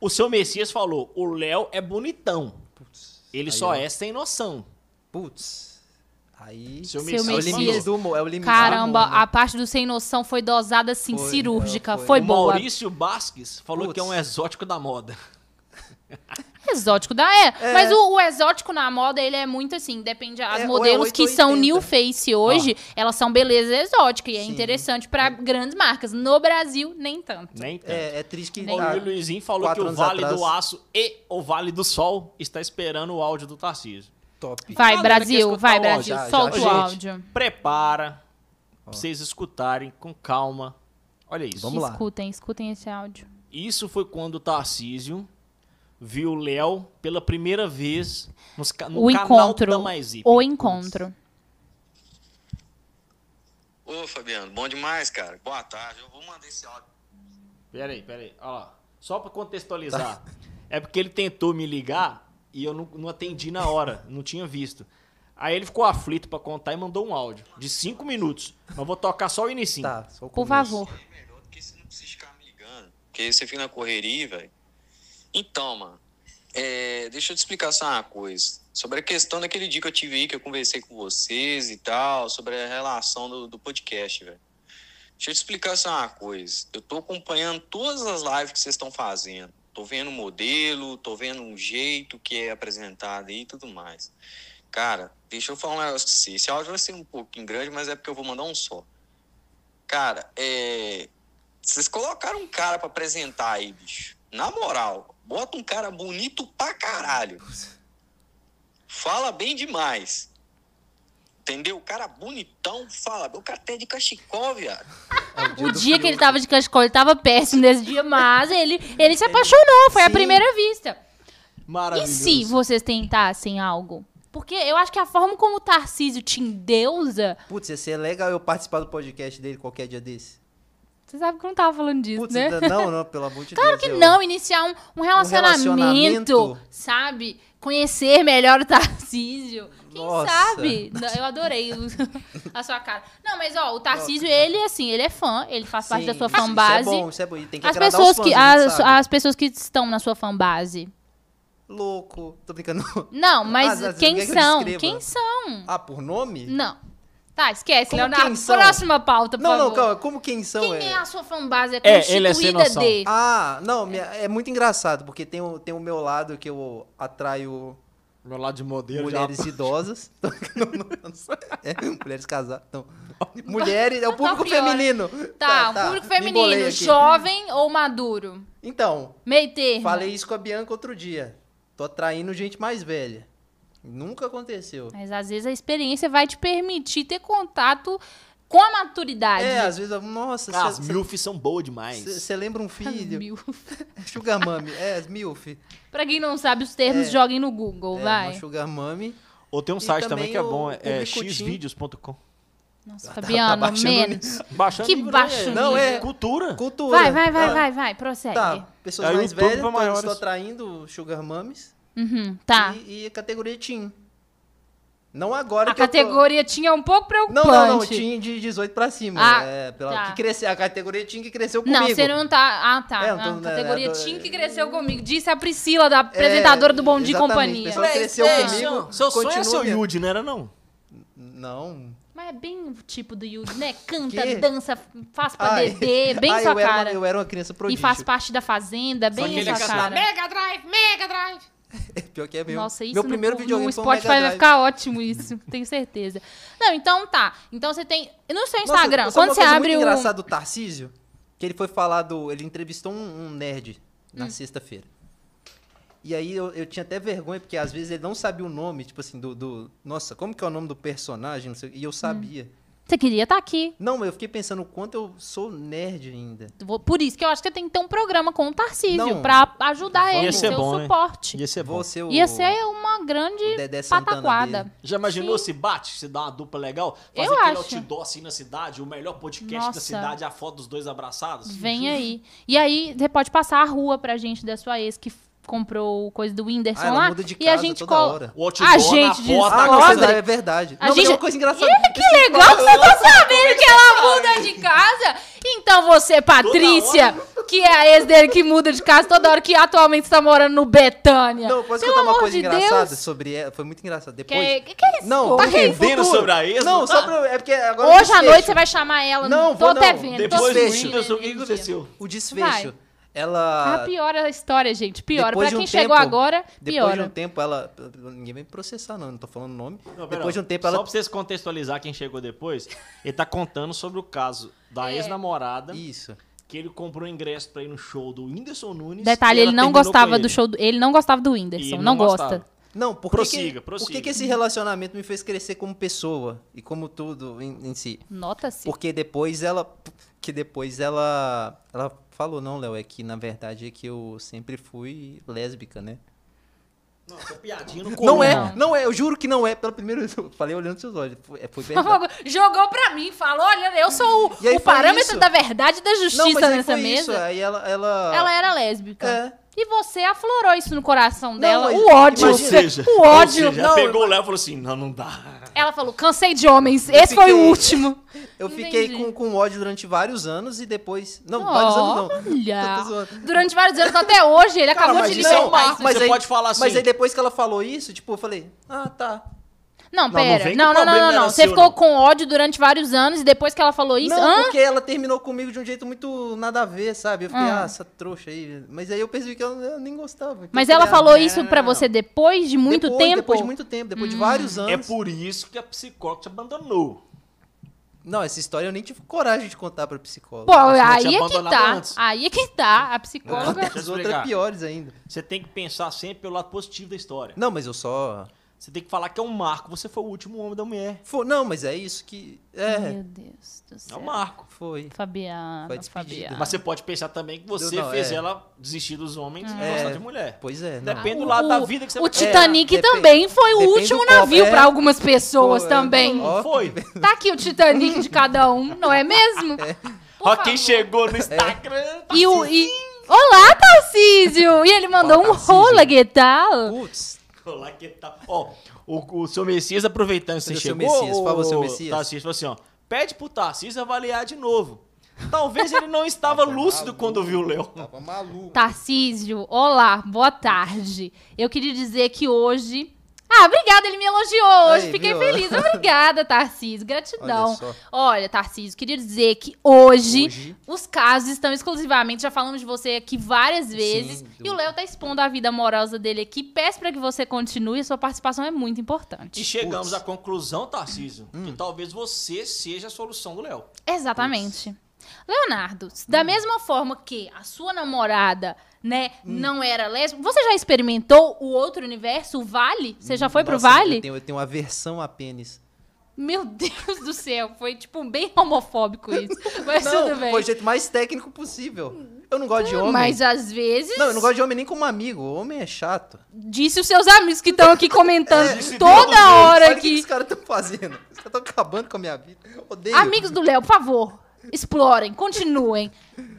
S3: O seu Messias falou, o Léo é bonitão.
S1: Putz.
S3: Ele
S1: Aí,
S3: só
S1: ó.
S3: é sem noção.
S1: Putz. Aí.
S2: Seu
S3: Seu
S1: É o
S3: Messias,
S1: limite
S2: Messias.
S3: falou.
S1: do humor. É o limite
S2: Caramba,
S1: do humor, né?
S2: a parte do sem noção foi dosada assim,
S1: Foi,
S2: cirúrgica.
S1: é, foi.
S2: Foi,
S3: o
S2: boa.
S3: Maurício Basques falou
S1: Putz.
S3: que é um exótico da moda.
S2: Exótico da é. Mas o, o exótico na moda, ele é muito assim, depende. As
S1: É, ou é
S2: modelos que são
S1: 880.
S2: new face hoje, elas são beleza exótica. E é
S1: Ah. Sim.
S2: interessante pra grandes marcas. No Brasil, nem tanto.
S3: Nem tanto.
S1: É, é triste que.
S2: Nem-
S3: Ô,
S1: ah,
S3: e o Luizinho falou que
S1: quatro
S3: o
S1: anos
S3: Vale
S1: atrás.
S3: do Aço e o Vale do Sol está esperando o áudio do Tarcísio.
S1: top.
S2: Vai,
S3: Galera, quer
S2: Brasil,
S3: escutar
S2: vai,
S3: o
S2: Brasil.
S1: áudio? Já,
S2: solta
S1: já,
S2: o
S1: gente.
S2: áudio.
S3: Prepara pra vocês escutarem com calma. Olha isso.
S1: Vamos lá.
S2: Escutem, escutem esse áudio.
S3: Isso foi quando o Tarcísio viu o Léo pela primeira vez nos ca- no
S2: o
S3: canal
S2: encontro.
S3: da Maisip.
S2: O encontro.
S4: Ô, Fabiano, bom demais, cara. Boa tarde. Eu vou mandar esse áudio.
S3: Peraí, peraí. Ó, lá. só pra contextualizar. É porque ele tentou me ligar e eu não, não atendi na hora, não tinha visto. Aí ele ficou aflito pra contar e mandou um áudio de cinco minutos. Mas eu vou tocar só o início.
S1: Tá, só o
S2: Por
S1: começo.
S2: favor.
S4: É melhor do que você não precisa ficar me ligando. Porque você fica na correria, velho. Então, mano, é, deixa eu te explicar só uma coisa. Sobre a questão daquele dia que eu tive aí, que eu conversei com vocês e tal, sobre a relação do, do podcast, velho. Deixa eu te explicar só uma coisa. Eu tô acompanhando todas as lives que vocês estão fazendo. Tô vendo o modelo, tô vendo o jeito que é apresentado aí e tudo mais. Cara, deixa eu falar um negócio pra você. Esse áudio vai ser um pouquinho grande, mas é porque eu vou mandar um só. Cara, é. Vocês colocaram um cara pra apresentar aí, bicho. Na moral, bota um cara bonito pra caralho. Fala bem demais. Entendeu? O cara bonitão fala. O cara até é de cachecol, viado.
S1: É
S2: O dia
S1: do
S2: que
S1: filme.
S2: ele tá- tava de cachecol, ele tava péssimo nesse dia, mas ele, ele se apaixonou, foi a
S1: Sim.
S2: primeira vista. E
S3: Maravilhoso.
S2: se vocês tentassem algo? Porque eu acho que a forma como o Tarcísio te endeusa,
S1: Putz, ia ser legal eu participar do podcast dele qualquer dia desse.
S2: você sabe que eu não tava falando disso,
S1: Putz,
S2: né?
S1: ainda não, não, pelo amor de
S2: Claro
S1: Deus.
S2: que
S1: eu-
S2: não, iniciar um, um relacionamento,
S1: relacionamento.
S2: sabe? Conhecer melhor o Tarcísio. Quem
S1: Nossa.
S2: sabe? Não, Eu adorei o- a sua cara. Não, mas ó, o Tarcísio, ele assim, ele é fã, ele faz parte
S1: Sim,
S2: da sua
S1: isso-
S2: fanbase.
S1: Isso é bom, isso é bom. E tem que
S2: as
S1: agradar os
S2: pessoas
S1: fãs,
S2: que
S1: a gente
S2: as,
S1: sabe.
S2: as pessoas que estão na sua fanbase.
S1: Louco. Tô brincando.
S2: Não, mas
S1: Ah, Zaza,
S2: quem
S1: quer que eu
S2: são?
S1: descreva?
S2: quem são?
S1: Ah, por nome?
S2: Hum. Não. Tá, esquece,
S1: Como
S2: Leonardo.
S1: quem são?
S2: Próxima pauta, por
S1: não, não,
S2: favor.
S1: calma. Como quem são?
S2: Quem é a sua fanbase? É
S3: É, ele é sem
S2: constituída
S3: noção.
S2: de.
S1: Ah, não, minha- é muito engraçado, porque tem o, tem o meu lado que eu atraio
S3: Meu lado de modelo
S1: mulheres idosas. não, não, não sei. É, mulheres casadas. Não. Mulheres, é o
S2: Tá
S1: público
S2: pior.
S1: feminino.
S2: Tá, um público
S1: me embolei
S2: feminino,
S1: aqui.
S2: jovem ou maduro?
S1: Então,
S2: Meio termo.
S1: falei isso com a Bianca outro dia. Tô atraindo gente mais velha. Nunca aconteceu.
S2: Mas às vezes a experiência vai te permitir ter contato com a maturidade.
S1: É, às vezes, eu- nossa,
S3: já... Ah, As
S1: você
S3: milfs são boas demais.
S1: lembra um filho?
S2: Mil.
S1: Sugar Mami, é, Milf.
S2: pra quem não sabe os termos,
S1: É.
S2: joguem no Google,
S1: É,
S2: vai.
S1: uma Sugar Mami.
S3: Ou tem um
S1: E
S3: site também,
S1: também
S3: que é
S1: o
S3: bom, é
S1: público tinha-
S3: xvideos.com.
S2: Nossa,
S1: tá
S2: Fabiano,
S1: baixando
S2: menos.
S3: Baixando
S2: Que
S3: livro,
S2: baixo
S3: né?
S1: Não, é-
S3: Cultura.
S1: Cultura.
S2: Vai, vai, vai,
S1: Ah,
S2: vai, vai, prossegue.
S1: Tá, pessoas
S3: Aí o
S1: mais
S3: YouTube
S1: velhas,
S3: pra
S1: então eu estou
S3: maiores.
S1: atraindo Sugar Mamis.
S2: Uhum, tá.
S1: E, e a categoria Teen. Não agora
S2: A
S1: que eu tô-
S2: categoria tinha um pouco
S1: Não,
S2: preocupante.
S1: não, não, Teen de 18 pra cima.
S2: Ah,
S1: é, pela...
S2: tá.
S1: que cresce... A categoria Teen que cresceu comigo.
S2: Não, você não tá. Ah, tá.
S1: É,
S2: Ah,
S1: eu tô-
S2: categoria
S1: é, é,
S2: Tim
S1: é,
S2: que cresceu comigo. Disse a Priscila, da apresentadora do Bom Dia e
S1: exatamente,
S2: Companhia. é
S1: pessoal. cresceu comigo,
S3: Seu sonho é
S1: continua
S3: seu
S1: mesmo.
S3: Yudi, não era não?
S1: Não.
S2: Mas é bem o tipo do Yudi, né? Canta,
S1: Quê?
S2: dança, faz pra
S1: Ai.
S2: dedê, bem
S1: Ah,
S2: sua
S1: eu era uma-
S2: cara.
S1: eu era uma criança
S2: e
S1: prodígio.
S2: faz parte da Fazenda,
S3: que
S2: bem
S3: ele
S2: sua
S3: canta
S2: cara.
S3: Mega
S2: Drive, Mega Drive.
S1: Pior que é meu.
S2: Nossa, isso
S1: meu
S2: no,
S1: primeiro
S2: no
S1: videogame foi um
S2: Spotify
S1: Mega
S2: vai
S1: Drive.
S2: ficar ótimo isso, tenho certeza. Não, então tá. Então você tem... No seu
S1: Nossa,
S2: Instagram,
S1: sabe
S2: quando
S1: uma
S2: você
S1: coisa
S2: abre
S1: muito
S2: o...
S1: engraçado do Tarcísio, que ele foi falar do... Ele entrevistou um, um nerd na
S2: Hum.
S1: sexta-feira. E aí eu, eu tinha até vergonha, porque às vezes ele não sabia o nome, tipo assim, do... do- nossa, como que é o nome do personagem? Não sei,
S2: Hum.
S1: o quê, e eu sabia.
S2: Você queria estar aqui.
S1: Não, mas eu fiquei pensando o quanto eu sou nerd ainda.
S2: Vou- Por isso que eu acho que você tem que ter um programa com o Tarcísio
S1: Não.
S2: pra ajudar
S1: Ia
S2: ele,
S1: ser
S2: ter o
S3: bom, né?
S2: suporte.
S3: Ia ser bom.
S1: Vou ser o...
S2: Ia ser uma grande
S1: o Dedé Santana
S2: pataquada.
S1: dele.
S3: Já imaginou se bate, se dá uma dupla legal? Fazer
S2: Eu
S3: aquele
S2: acho.
S3: outdoor assim na cidade, o melhor podcast
S2: Nossa.
S3: da cidade, a foto dos dois abraçados?
S2: Vem aí. E aí, você pode passar a rua pra gente da sua ex que f- comprou coisa do Whindersson
S1: Ah, ela
S2: lá.
S1: muda de
S2: e a
S1: casa
S2: gente
S1: toda
S2: colo-
S1: hora.
S3: O outdoor
S2: A gente
S1: Ah,
S3: na porta,
S2: descobre.
S1: não,
S3: a
S1: mas
S3: coisa-
S1: é verdade.
S2: A
S1: não, mas
S2: gente-
S1: é uma coisa engraçada.
S2: Ih, que legal que você tá sabendo que ela muda de casa. Então você, Patrícia, que é a ex dele que muda de casa toda hora, que atualmente está morando no Betânia.
S1: Não, posso
S2: Pelo
S1: contar uma
S2: amor
S1: coisa
S2: de
S1: engraçada
S2: Deus.
S1: sobre ela? Foi muito engraçado. Depois...
S2: Que, que, que é isso?
S1: Não,
S2: pô?
S1: tá
S3: rendendo
S1: Futuro.
S3: sobre a ex,
S1: Não,
S3: não
S1: só
S3: tá?
S1: pra... É porque agora o
S2: Hoje à
S1: desfecho.
S2: noite você vai chamar ela.
S1: Não,
S2: tô
S1: vou
S2: até
S1: não.
S2: vendo. tô
S3: Depois do
S2: sentindo
S1: Desfecho.
S3: Windows, o que
S2: energia.
S3: aconteceu?
S1: O desfecho.
S2: Vai. Ah,
S1: Ela...
S2: piora a história, gente. Piora. Pra
S1: Depois de
S2: quem
S1: um
S2: chegou
S1: tempo-
S2: agora,
S1: Depois de um
S2: piora.
S1: tempo, ela... Ninguém vai me processar, não. Não tô falando nome.
S3: Não, pera
S1: Depois de um
S3: lá.
S1: tempo,
S3: Só
S1: ela...
S3: pra vocês contextualizar quem chegou depois, ele tá contando sobre o caso da
S2: É.
S3: ex-namorada,
S1: Isso.
S3: que ele comprou ingresso pra ir no show do Whindersson Nunes.
S2: Detalhe,
S3: e ela
S2: ele não
S3: terminou com
S2: gostava
S3: ele.
S2: do show. do- Ele não gostava do
S3: E
S2: Whindersson.
S3: ele
S2: Não, gosta.
S3: gostava.
S1: Não, por que que,
S3: Prossiga, prossiga.
S1: Por que, que esse relacionamento me fez crescer como pessoa e como tudo em- em si?
S2: Nota-se.
S1: Porque depois ela. Que depois ela. Ela falou, não, Léo, é que na verdade é que eu sempre fui lésbica, né?
S3: Não, essa piadinha não colou,
S1: Não é,
S2: Não.
S1: não é, eu juro que não é. Pela primeira vez eu falei olhando seus olhos. Foi, é, foi verdade.
S2: Jogou- Jogou pra mim, falou: olha, eu sou o,
S1: E aí
S2: o
S1: foi
S2: parâmetro
S1: isso.
S2: da verdade e da
S1: Não,
S2: justiça
S1: mas aí
S2: nessa
S1: foi isso.
S2: mesa.
S1: Aí ela. Ela,
S2: Ela era lésbica.
S1: É.
S2: E você aflorou isso no coração dela.
S1: mas-
S2: o ódio.
S3: Ou
S1: Imagina-
S3: seja,
S2: o ódio.
S3: Ou seja, ela
S1: Não,
S3: pegou o Léo e falou assim: não, não dá.
S2: Ela falou: cansei de homens. Esse foi o
S1: fiquei-
S2: último.
S1: Eu fiquei
S2: Entendi.
S1: com, com ódio durante vários anos e depois. Não, vários anos não.
S2: Olha.
S1: Tô- tô zoando.
S2: Durante vários anos, até hoje, ele acabou
S3: mas
S2: de
S3: isso é um-
S2: libertar.
S3: mas- você pode falar
S1: Mas
S3: assim.
S1: aí depois que ela falou isso, tipo, eu falei, ah, tá.
S2: Não,
S3: não
S2: pera.
S3: vem que
S2: Não, não,
S3: o
S2: não,
S3: problema
S2: não,
S3: era
S2: não. Você
S3: seu,
S2: ficou
S3: não.
S2: com ódio durante vários anos e depois que ela falou isso.
S1: não,
S2: hã?
S1: porque ela terminou comigo de um jeito muito nada a ver, sabe? Eu fiquei,
S2: Ah.
S1: ah, essa trouxa aí. Mas aí eu percebi que ela eu nem gostava. Eu
S2: Mas
S1: falei,
S2: ela
S1: ah,
S2: falou
S1: não.
S2: isso pra você depois de muito
S1: Depois-
S2: tempo?
S1: Depois de muito tempo, depois de vários
S3: É
S1: anos.
S3: por isso que a psicóloga te abandonou.
S1: Não, essa história eu nem tive coragem de contar pra
S2: Pô,
S1: psicóloga.
S3: tinha
S2: aí é que
S3: abandonado
S2: tá.
S3: antes.
S2: Aí é que tá. A psicóloga.
S3: Não.
S1: As
S3: deixa eu
S1: outras
S3: explicar.
S1: piores ainda.
S3: Você tem que pensar sempre pelo lado positivo da história.
S1: Não, mas eu só.
S3: Você tem que falar que é um marco. Você foi o último homem da mulher. um
S1: Fo- Não, mas é isso que.
S2: Meu
S1: É,
S2: Deus do
S3: É
S2: céu.
S3: um marco.
S1: foi. Foi
S2: Fabiana,
S1: despedida.
S2: Fabiana.
S3: Mas você pode pensar também que você
S1: Não, não,
S3: fez
S1: é.
S3: ela desistir dos homens e
S1: É.
S3: gostar de mulher.
S1: Pois é. Não.
S3: Depende do lado da vida que você
S2: Hum. O
S3: vai pegar.
S2: Titanic
S1: É, depende-
S2: também foi o
S1: depende
S2: último
S1: do copo,
S2: navio
S1: é.
S2: pra algumas pessoas
S1: Pô, é,
S2: também.
S1: ó.
S3: Foi.
S2: Tá aqui o Titanic de cada um, não é mesmo? Por
S3: Ó,
S2: favor.
S3: quem chegou
S1: É.
S3: no Instagram. tá-
S2: E o. E... Olá, Tarcísio! E ele mandou
S1: Fala,
S2: um
S1: Tarcísio.
S2: rola, que tal?
S1: Putz.
S3: Olá, que tá? Ó, o, o seu Messias, aproveitando que você
S1: Cadê o seu
S3: chegou.
S1: Messias?
S3: o
S1: Fala, seu Messias.
S3: Tarcísio falou assim: ó, pede pro Tarcísio avaliar de novo. Talvez ele não estava
S1: Tá
S3: lúcido quando viu o Léo.
S1: Tava maluco.
S2: Tarcísio, olá, boa tarde. Eu queria dizer que hoje. Ah, obrigada, ele me elogiou hoje.
S1: Aí,
S2: Fiquei
S1: viu?
S2: feliz. Obrigada, Tarcísio. Gratidão.
S1: Olha só.
S2: Olha, Tarcísio, queria dizer que hoje,
S1: Hoje.
S2: os casos estão exclusivamente. Já falamos de você aqui várias vezes.
S1: Sim,
S2: e o
S1: do-
S2: Léo tá expondo a vida amorosa dele aqui. Peço pra que você continue. A sua participação é muito importante.
S3: E chegamos
S1: Putz. Hum.
S3: à conclusão, Tarcísio, que talvez você seja a solução do Léo.
S2: Exatamente. Leonardo, se
S1: Hum.
S2: da mesma forma que a sua namorada, né,
S1: Hum.
S2: não era lésbica, você já experimentou o outro universo, o Vale? Você já foi pro
S1: Nossa,
S2: Vale?
S1: Eu tenho, eu tenho aversão a pênis.
S2: Meu Deus do céu, foi tipo bem homofóbico isso. Mas
S1: não,
S2: tudo bem.
S1: foi o jeito mais técnico possível. Eu não gosto de homem.
S2: Mas às vezes,
S1: Não, eu não gosto de homem nem como amigo. Homem é chato.
S2: disse os seus amigos que estão aqui comentando
S1: É,
S3: disse todos eles.
S2: toda hora
S1: Olha o que, que
S2: aqui.
S1: os caras estão fazendo. Os caras estão acabando com a minha vida. Odeio.
S2: Amigos do Léo, por favor, explorem, continuem.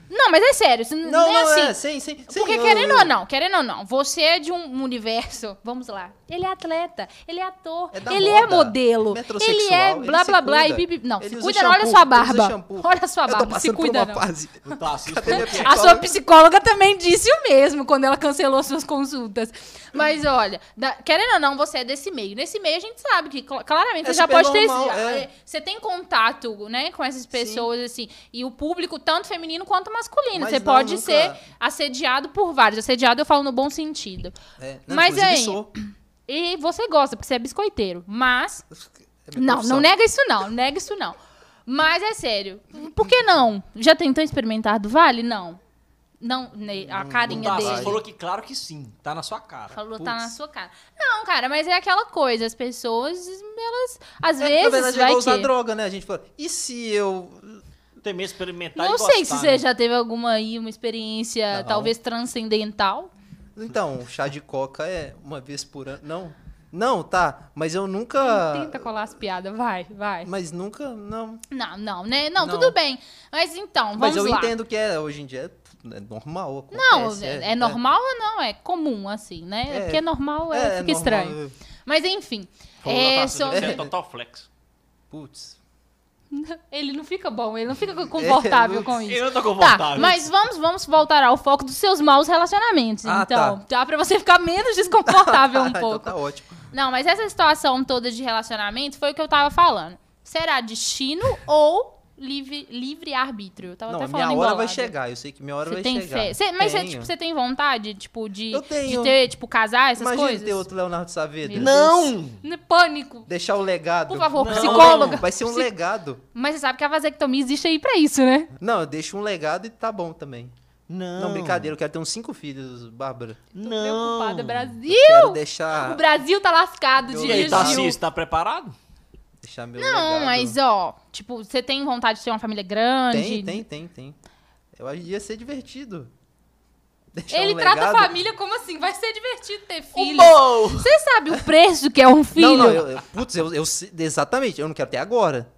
S2: Não, mas é sério, isso não,
S1: Não,
S2: é
S1: não,
S2: assim.
S1: é, sem, sem, sem.
S2: Porque
S1: eu-
S2: querendo
S1: eu-
S2: ou não, querendo ou não, você é de um universo, vamos lá. Ele é atleta, ele é ator,
S1: É da
S2: ele é
S1: moda,
S2: modelo,
S1: metrosexual,
S2: ele é
S1: ele
S2: blá
S1: se
S2: blá blá e
S1: cuida,
S2: bibi. Não,
S1: ele
S2: se
S1: usa
S2: cuida, não, olha a
S1: shampoo,
S2: sua
S1: ele usa
S2: barba.
S1: shampoo.
S2: Olha a sua
S1: Eu tô
S2: barba, se
S1: passando
S2: cuida
S1: por
S2: não.
S1: uma fase.
S3: O Tarcísio
S1: Cadê minha
S2: A sua
S1: psicóloga?
S2: psicóloga também disse o mesmo quando ela cancelou suas consultas. Mas olha, da- querendo ou não, você é desse meio. Nesse meio a gente sabe que cl- claramente
S1: É
S2: você já
S1: super
S2: pode ter.
S1: normal,
S2: já-
S1: é.
S2: é, Você tem contato, né, com essas pessoas, assim. E o público, tanto feminino quanto masculino.
S1: Mas
S2: você
S1: não,
S2: pode
S1: nunca-
S2: ser assediado por vários. Assediado eu falo no bom sentido.
S1: É, não,
S2: Mas
S1: inclusive
S2: aí-
S1: sou.
S2: E você gosta, porque você é biscoiteiro. Mas.
S1: É minha
S2: Não, não
S1: profissão.
S2: nega isso não, não nega isso não. Mas é sério, por que não? Já tentou experimentar do Vale? Não. Não, ne- a
S3: O
S2: carinha
S3: Tarcísio
S2: dele.
S3: falou que claro que sim, tá na sua cara.
S2: Falou, tá
S1: Putz.
S2: na sua cara. Não, cara, mas é aquela coisa, as pessoas, elas, às
S1: É, na
S2: vezes,
S1: verdade, eu
S2: vai
S1: vou usar
S2: que...
S1: droga, né? A gente fala, e se eu.
S3: Tem medo de
S1: tá
S3: experimentar e
S2: Não
S3: gostar,
S2: sei se
S3: né?
S2: você já teve alguma aí, uma experiência,
S1: Não.
S2: talvez, transcendental.
S1: Então, chá de coca é uma vez por ano. Não. Não, tá. Mas eu nunca.
S2: Tenta colar as piadas, vai, vai.
S1: Ah. Mas nunca. Não.
S2: Não, não, né? Não,
S1: Não.
S2: tudo bem. Mas então, vamos
S1: mas eu
S2: lá.
S1: entendo que é, hoje em dia é, é normal. Acontece,
S2: Não, é, é normal ou não? É comum, assim, né?
S1: É.
S2: Porque é normal, é, fica
S1: normal.
S2: estranho. Mas enfim.
S3: Falou,
S2: é,
S3: Tarcísio,
S2: só-
S3: você é total flex.
S1: Putz.
S2: Ele não fica bom, ele não fica confortável
S1: É,
S2: com isso.
S3: Eu não tô confortável.
S2: Tá, mas vamos, vamos voltar ao foco dos seus maus relacionamentos.
S1: Ah,
S2: então, dá pra você ficar menos desconfortável um
S1: então
S2: pouco.
S1: tá ótimo.
S2: Não, mas essa situação toda de relacionamento foi o que eu tava falando. Será destino ou livre, livre arbítrio? Eu tava
S1: Não,
S2: até
S1: a
S2: falando
S1: minha hora vai
S2: embolado.
S1: chegar. Eu sei que minha hora
S2: Você
S1: vai
S2: tem
S1: chegar.
S2: fé. Cê- mas você
S1: Tenho.
S2: tipo, você tem vontade, tipo, de,
S1: Eu
S2: de
S1: tenho.
S2: ter, tipo, casar, essas
S1: Imagina
S2: coisas?
S1: ter outro Leonardo Saavedra.
S2: Meu
S3: Não!
S2: Pânico.
S1: Deixar o legado.
S2: Por favor,
S1: Não,
S2: psicóloga.
S1: Vai ser um
S2: Psi-
S1: legado.
S2: Mas você sabe que a vasectomia existe aí pra isso, né?
S1: Não, eu deixo um legado e tá bom também.
S3: Não,
S1: Não, brincadeira, eu quero ter uns cinco filhos, Bárbara.
S2: Tô
S3: Não.
S2: preocupada, Brasil.
S1: Quero
S2: O
S1: deixar,
S2: Brasil tá lascado,
S1: Eu
S3: E aí,
S1: Gil.
S3: Tarcísio,
S2: dirigiu.
S3: tá preparado?
S1: deixar meu legado.
S2: Não, mas ó, tipo, você tem vontade de ter uma família grande?
S1: Tem, tem, tem, tem. Eu acho que ia ser divertido. Deixar
S2: Ele
S1: um
S2: trata
S1: legado.
S2: a família como assim? Vai ser divertido ter filho.
S3: Uou!
S2: Você sabe o preço que é um filho?
S1: Não, não, eu, eu- putz, eu, eu sei- exatamente, eu não quero ter agora.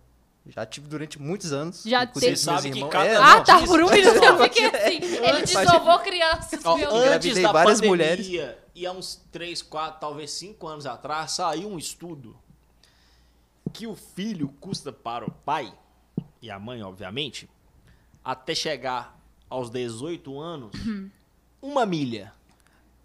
S1: Já tive durante muitos anos.
S2: Já
S1: inclusive
S2: teve.
S1: com meus
S3: Sabe que
S1: irmãos.
S3: cada-
S1: É,
S3: eu
S2: ah,
S1: não,
S2: tá,
S1: disso-
S2: por um minuto eu fiquei
S1: Não,
S2: assim. Ele
S1: Imagina.
S2: desovou crianças,
S3: Ó,
S2: meu Deus.
S3: antes
S1: Engravidei
S3: da
S1: várias
S3: pandemia,
S1: mulheres.
S3: e há uns 3, 4, talvez 5 anos atrás, saiu um estudo que o filho custa para o pai e a mãe, obviamente, até chegar aos 18 anos,
S2: Uhum.
S3: uma milha.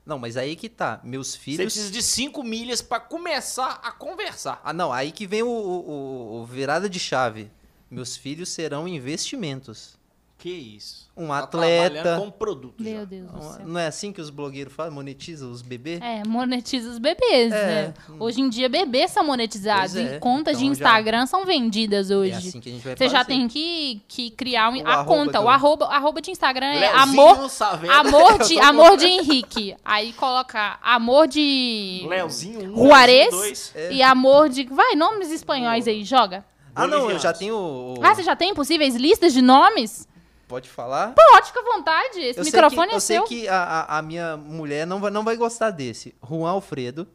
S1: Não, mas aí que tá. Meus
S3: Você
S1: filhos.
S3: precisa de 5 milhas para começar a conversar.
S1: Ah, não, aí que vem o, o- o- o virada de chave. Meus filhos serão investimentos.
S3: Que isso.
S1: Um
S3: Tá
S1: atleta.
S3: trabalhando como produto já.
S2: Meu Deus do
S1: Não,
S2: céu.
S1: não é assim que os blogueiros falam? Monetizam os bebês?
S2: É, monetiza os bebês,
S1: É.
S2: né? Hoje em dia, bebês são monetizados.
S1: Pois é.
S2: E contas de
S1: Então, já-
S2: Instagram são vendidas hoje.
S1: É assim que a gente vai
S2: Você já
S1: fazer.
S2: tem que, que criar um-
S1: O
S2: a
S1: arroba
S2: conta.
S1: do-
S2: O arroba, arroba de Instagram é
S3: Leozinho
S2: amor,
S1: né?
S3: Saavedra.
S2: amor, de, amor de Henrique. Aí coloca amor de
S3: Leozinho 1,
S2: Juarez e amor de... Vai, nomes espanhóis aí, joga.
S1: É. Ah, não, eu
S3: Bolivianos.
S1: já tenho. o- o-
S2: Ah, você já tem possíveis listas de nomes?
S1: Pode falar?
S2: Pode, fica à vontade. Esse
S1: eu
S2: microfone é
S1: sei
S2: seu.
S1: que, Eu sei que a, a- a minha mulher não vai, não vai gostar desse. Juan Alfredo.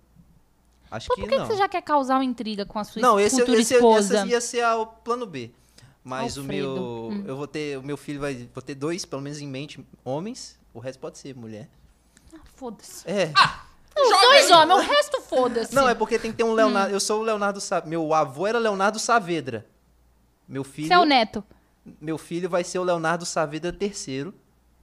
S1: Acho
S2: Pô,
S1: que
S2: por que, que
S1: não.
S2: você já quer causar uma intriga com a sua
S1: Não, esse,
S2: futura
S1: esse,
S2: esposa?
S1: esse ia ser a- o plano B. Mas
S2: Alfredo.
S1: o meu. Eu vou ter. O meu filho vai. Vou ter dois, pelo menos em mente, homens. O resto pode ser mulher.
S2: Ah, Foda-se.
S1: É.
S2: Os dois homens, o resto foda-se.
S1: não, é porque tem que ter um
S2: Hum.
S1: Leonardo. Eu sou o Leonardo Sa... Meu avô era Leonardo Saavedra. Meu filho.
S2: Você é o neto.
S1: Meu filho vai ser o Leonardo Saavedra III.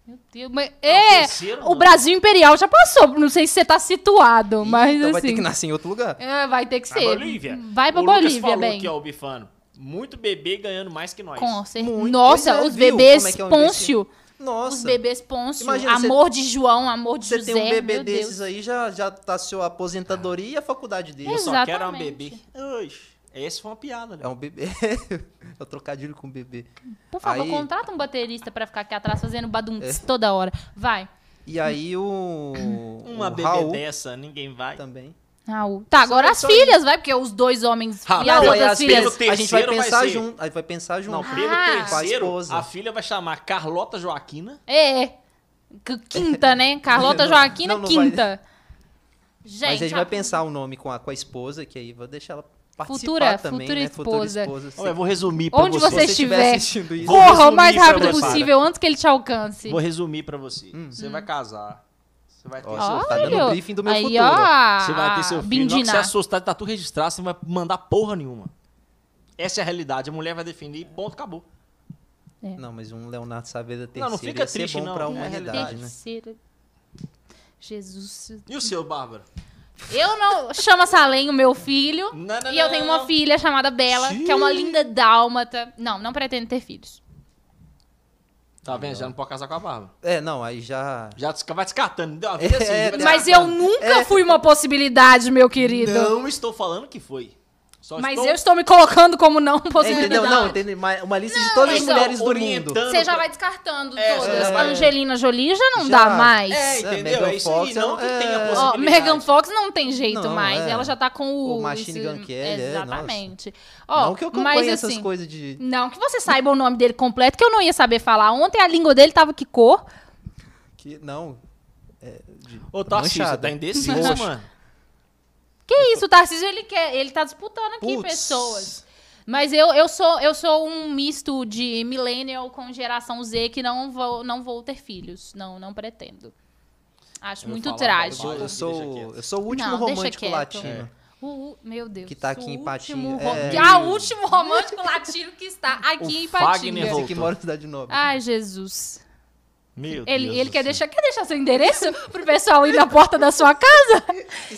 S2: Meu Deus, mas- é,
S3: terceiro,
S2: o
S3: não.
S2: Brasil Imperial já passou. Não sei se você tá situado, mas
S1: então
S2: assim.
S1: vai ter que nascer em outro lugar.
S2: é, vai ter que
S3: Pra
S2: ser.
S3: Bolívia.
S2: Vai pra
S3: o Lucas
S2: Bolívia,
S3: falou
S2: bem.
S3: aqui, ó, o Bifano. Muito bebê ganhando mais que nós.
S2: Com certeza.
S1: Muito.
S2: Nossa,
S1: Pois é,
S2: os
S1: viu
S2: bebês
S1: como é que é um
S2: Pôncio.
S1: Nossa.
S2: Os bebês Pôncio.
S1: Imagina, você-
S2: amor de João, amor de
S1: Você
S2: José.
S1: tem um bebê
S2: meu Deus.
S1: desses aí, já, já tá seu aposentadoria e a faculdade dele.
S3: Eu só
S2: Exatamente.
S3: quero um bebê. Oxe, Esse foi uma piada, né?
S1: É um bebê. é o trocadilho com bebê.
S2: Por favor,
S1: Aí- É.
S2: contrata um baterista pra ficar aqui atrás fazendo baduntes toda hora. Vai.
S1: E aí o.
S3: Uma
S1: o
S3: bebê
S1: um- Raul
S3: dessa, ninguém vai.
S1: também.
S2: Raul. Tá, agora as
S1: só-
S2: filhas, vai, porque os dois homens
S3: Ah,
S2: e as
S3: não, é
S2: outras
S3: as
S2: filhas.
S3: pelo
S1: a gente vai
S3: terceiro vai
S1: pensar
S3: ser-
S1: junto. A gente vai pensar junto.
S3: Não,
S2: Ah.
S3: pelo
S1: Com a
S3: terceiro,
S1: esposa.
S3: a filha vai chamar Carlota Joaquina.
S2: É. é. Qu- Quinta, né? Carlota
S1: Não,
S2: Joaquina,
S1: não, não
S2: quinta. Gente,
S1: Mas a gente vai pensar
S2: o
S1: o nome com a, com a esposa, que aí vou deixar ela participar
S2: Futura-
S1: também,
S2: futura
S1: né?
S2: esposa.
S1: Futura esposa.
S3: Olha, eu vou resumir pra
S2: Onde
S3: você.
S2: você
S1: você
S2: estiver,
S1: estiver assistindo isso,
S3: vou
S2: corra o
S3: resumir
S2: mais
S3: pra
S2: rápido
S3: você.
S2: possível antes que ele te alcance.
S3: Vou resumir pra você. Você
S2: Hum.
S3: vai casar. Você vai ter
S1: Hum. Ó,
S3: seu
S1: tá
S3: filho.
S1: dando
S2: Olha,
S1: briefing do meu
S2: aí,
S1: futuro.
S2: Ó,
S3: Você vai ter seu filho. Não, que
S2: Bindiná.
S3: você assustar de tatu registrar, você não vai mandar porra nenhuma. Essa é a realidade. A mulher vai definir, ponto, acabou.
S1: Não, mas um Leonardo Saavedra terceiro
S3: Não, não fica
S1: ia ser
S3: triste,
S1: bom
S3: não.
S1: pra
S3: É a
S1: humanidade, né?
S2: Terceira. Jesus.
S3: E o seu, Bárbara?
S2: Eu não chamo Salem o meu filho.
S3: Não, não,
S2: e eu
S3: não,
S2: tenho
S3: não.
S2: uma filha chamada Bela, que é uma linda dálmata. Não, não pretendo ter filhos.
S3: Tá vendo? Já não pode casar com a Bárbara.
S1: É, não, aí já.
S3: Já desca- vai descartando. Deu uma vida assim,
S1: É,
S3: vai
S2: Mas eu
S3: descartando.
S2: nunca fui uma possibilidade, meu querido.
S3: É. Não estou falando que foi. Só
S2: Mas
S3: estou
S2: eu estou me colocando como não
S1: É,
S2: possibilidade.
S1: entendeu? Não, entendeu? Uma, uma lista de todas as
S2: mas, ó,
S1: mulheres do mundo.
S3: orientando
S2: Você já
S3: pra-
S2: vai descartando
S3: É, você
S2: todas.
S3: já vai-
S2: Angelina Jolie já não
S1: Já.
S2: dá mais.
S3: É,
S1: É,
S3: entendeu? É,
S1: Megan
S3: isso aí,
S1: Fox,
S3: não que
S1: é-
S3: tenha
S1: Ó,
S2: Ó,
S3: possibilidade.
S2: Megan Fox não tem jeito
S1: Não,
S2: mais.
S1: é.
S2: Ela já tá com o.
S1: O Machine Gun Kelly, é, nossa.
S2: Exatamente. Ó,
S1: Não que eu acompanhe
S2: mas,
S1: essas
S2: assim,
S1: coisas de.
S2: Não que você saiba o nome dele completo, que eu não ia saber falar. Ontem a língua dele tava que cor.
S1: que não. É, de
S3: Ô, Tarcísio, você tá indeciso,
S1: Roxo.
S3: mano.
S2: Que isso, o Tarcísio, ele quer, ele tá disputando aqui
S1: Putz.
S2: pessoas. Mas eu, eu sou eu sou um misto de millennial com geração Z que não vou não vou ter filhos, não não pretendo. Acho
S3: Eu
S2: muito
S3: falo
S1: Eu
S2: trágico.
S1: sou, eu,
S3: Deixa
S1: sou,
S3: quieto.
S1: eu sou o último
S2: Não, deixa
S1: romântico
S2: quieto.
S1: latino.
S2: O- o- meu Deus.
S1: Que tá aqui
S2: o
S1: em Patinga,
S2: último
S1: é.
S2: ro- Ah, o último romântico latino que está
S3: O
S2: aqui em
S3: Fagner
S2: Patinga.
S3: É, Voltou.
S1: Esse que mora na Cidade Nova.
S2: Ai, Jesus.
S3: Meu
S2: Ele,
S3: Deus
S2: ele
S3: do
S2: quer
S3: céu.
S2: deixar, quer deixar seu endereço pro pessoal ir na porta da sua casa?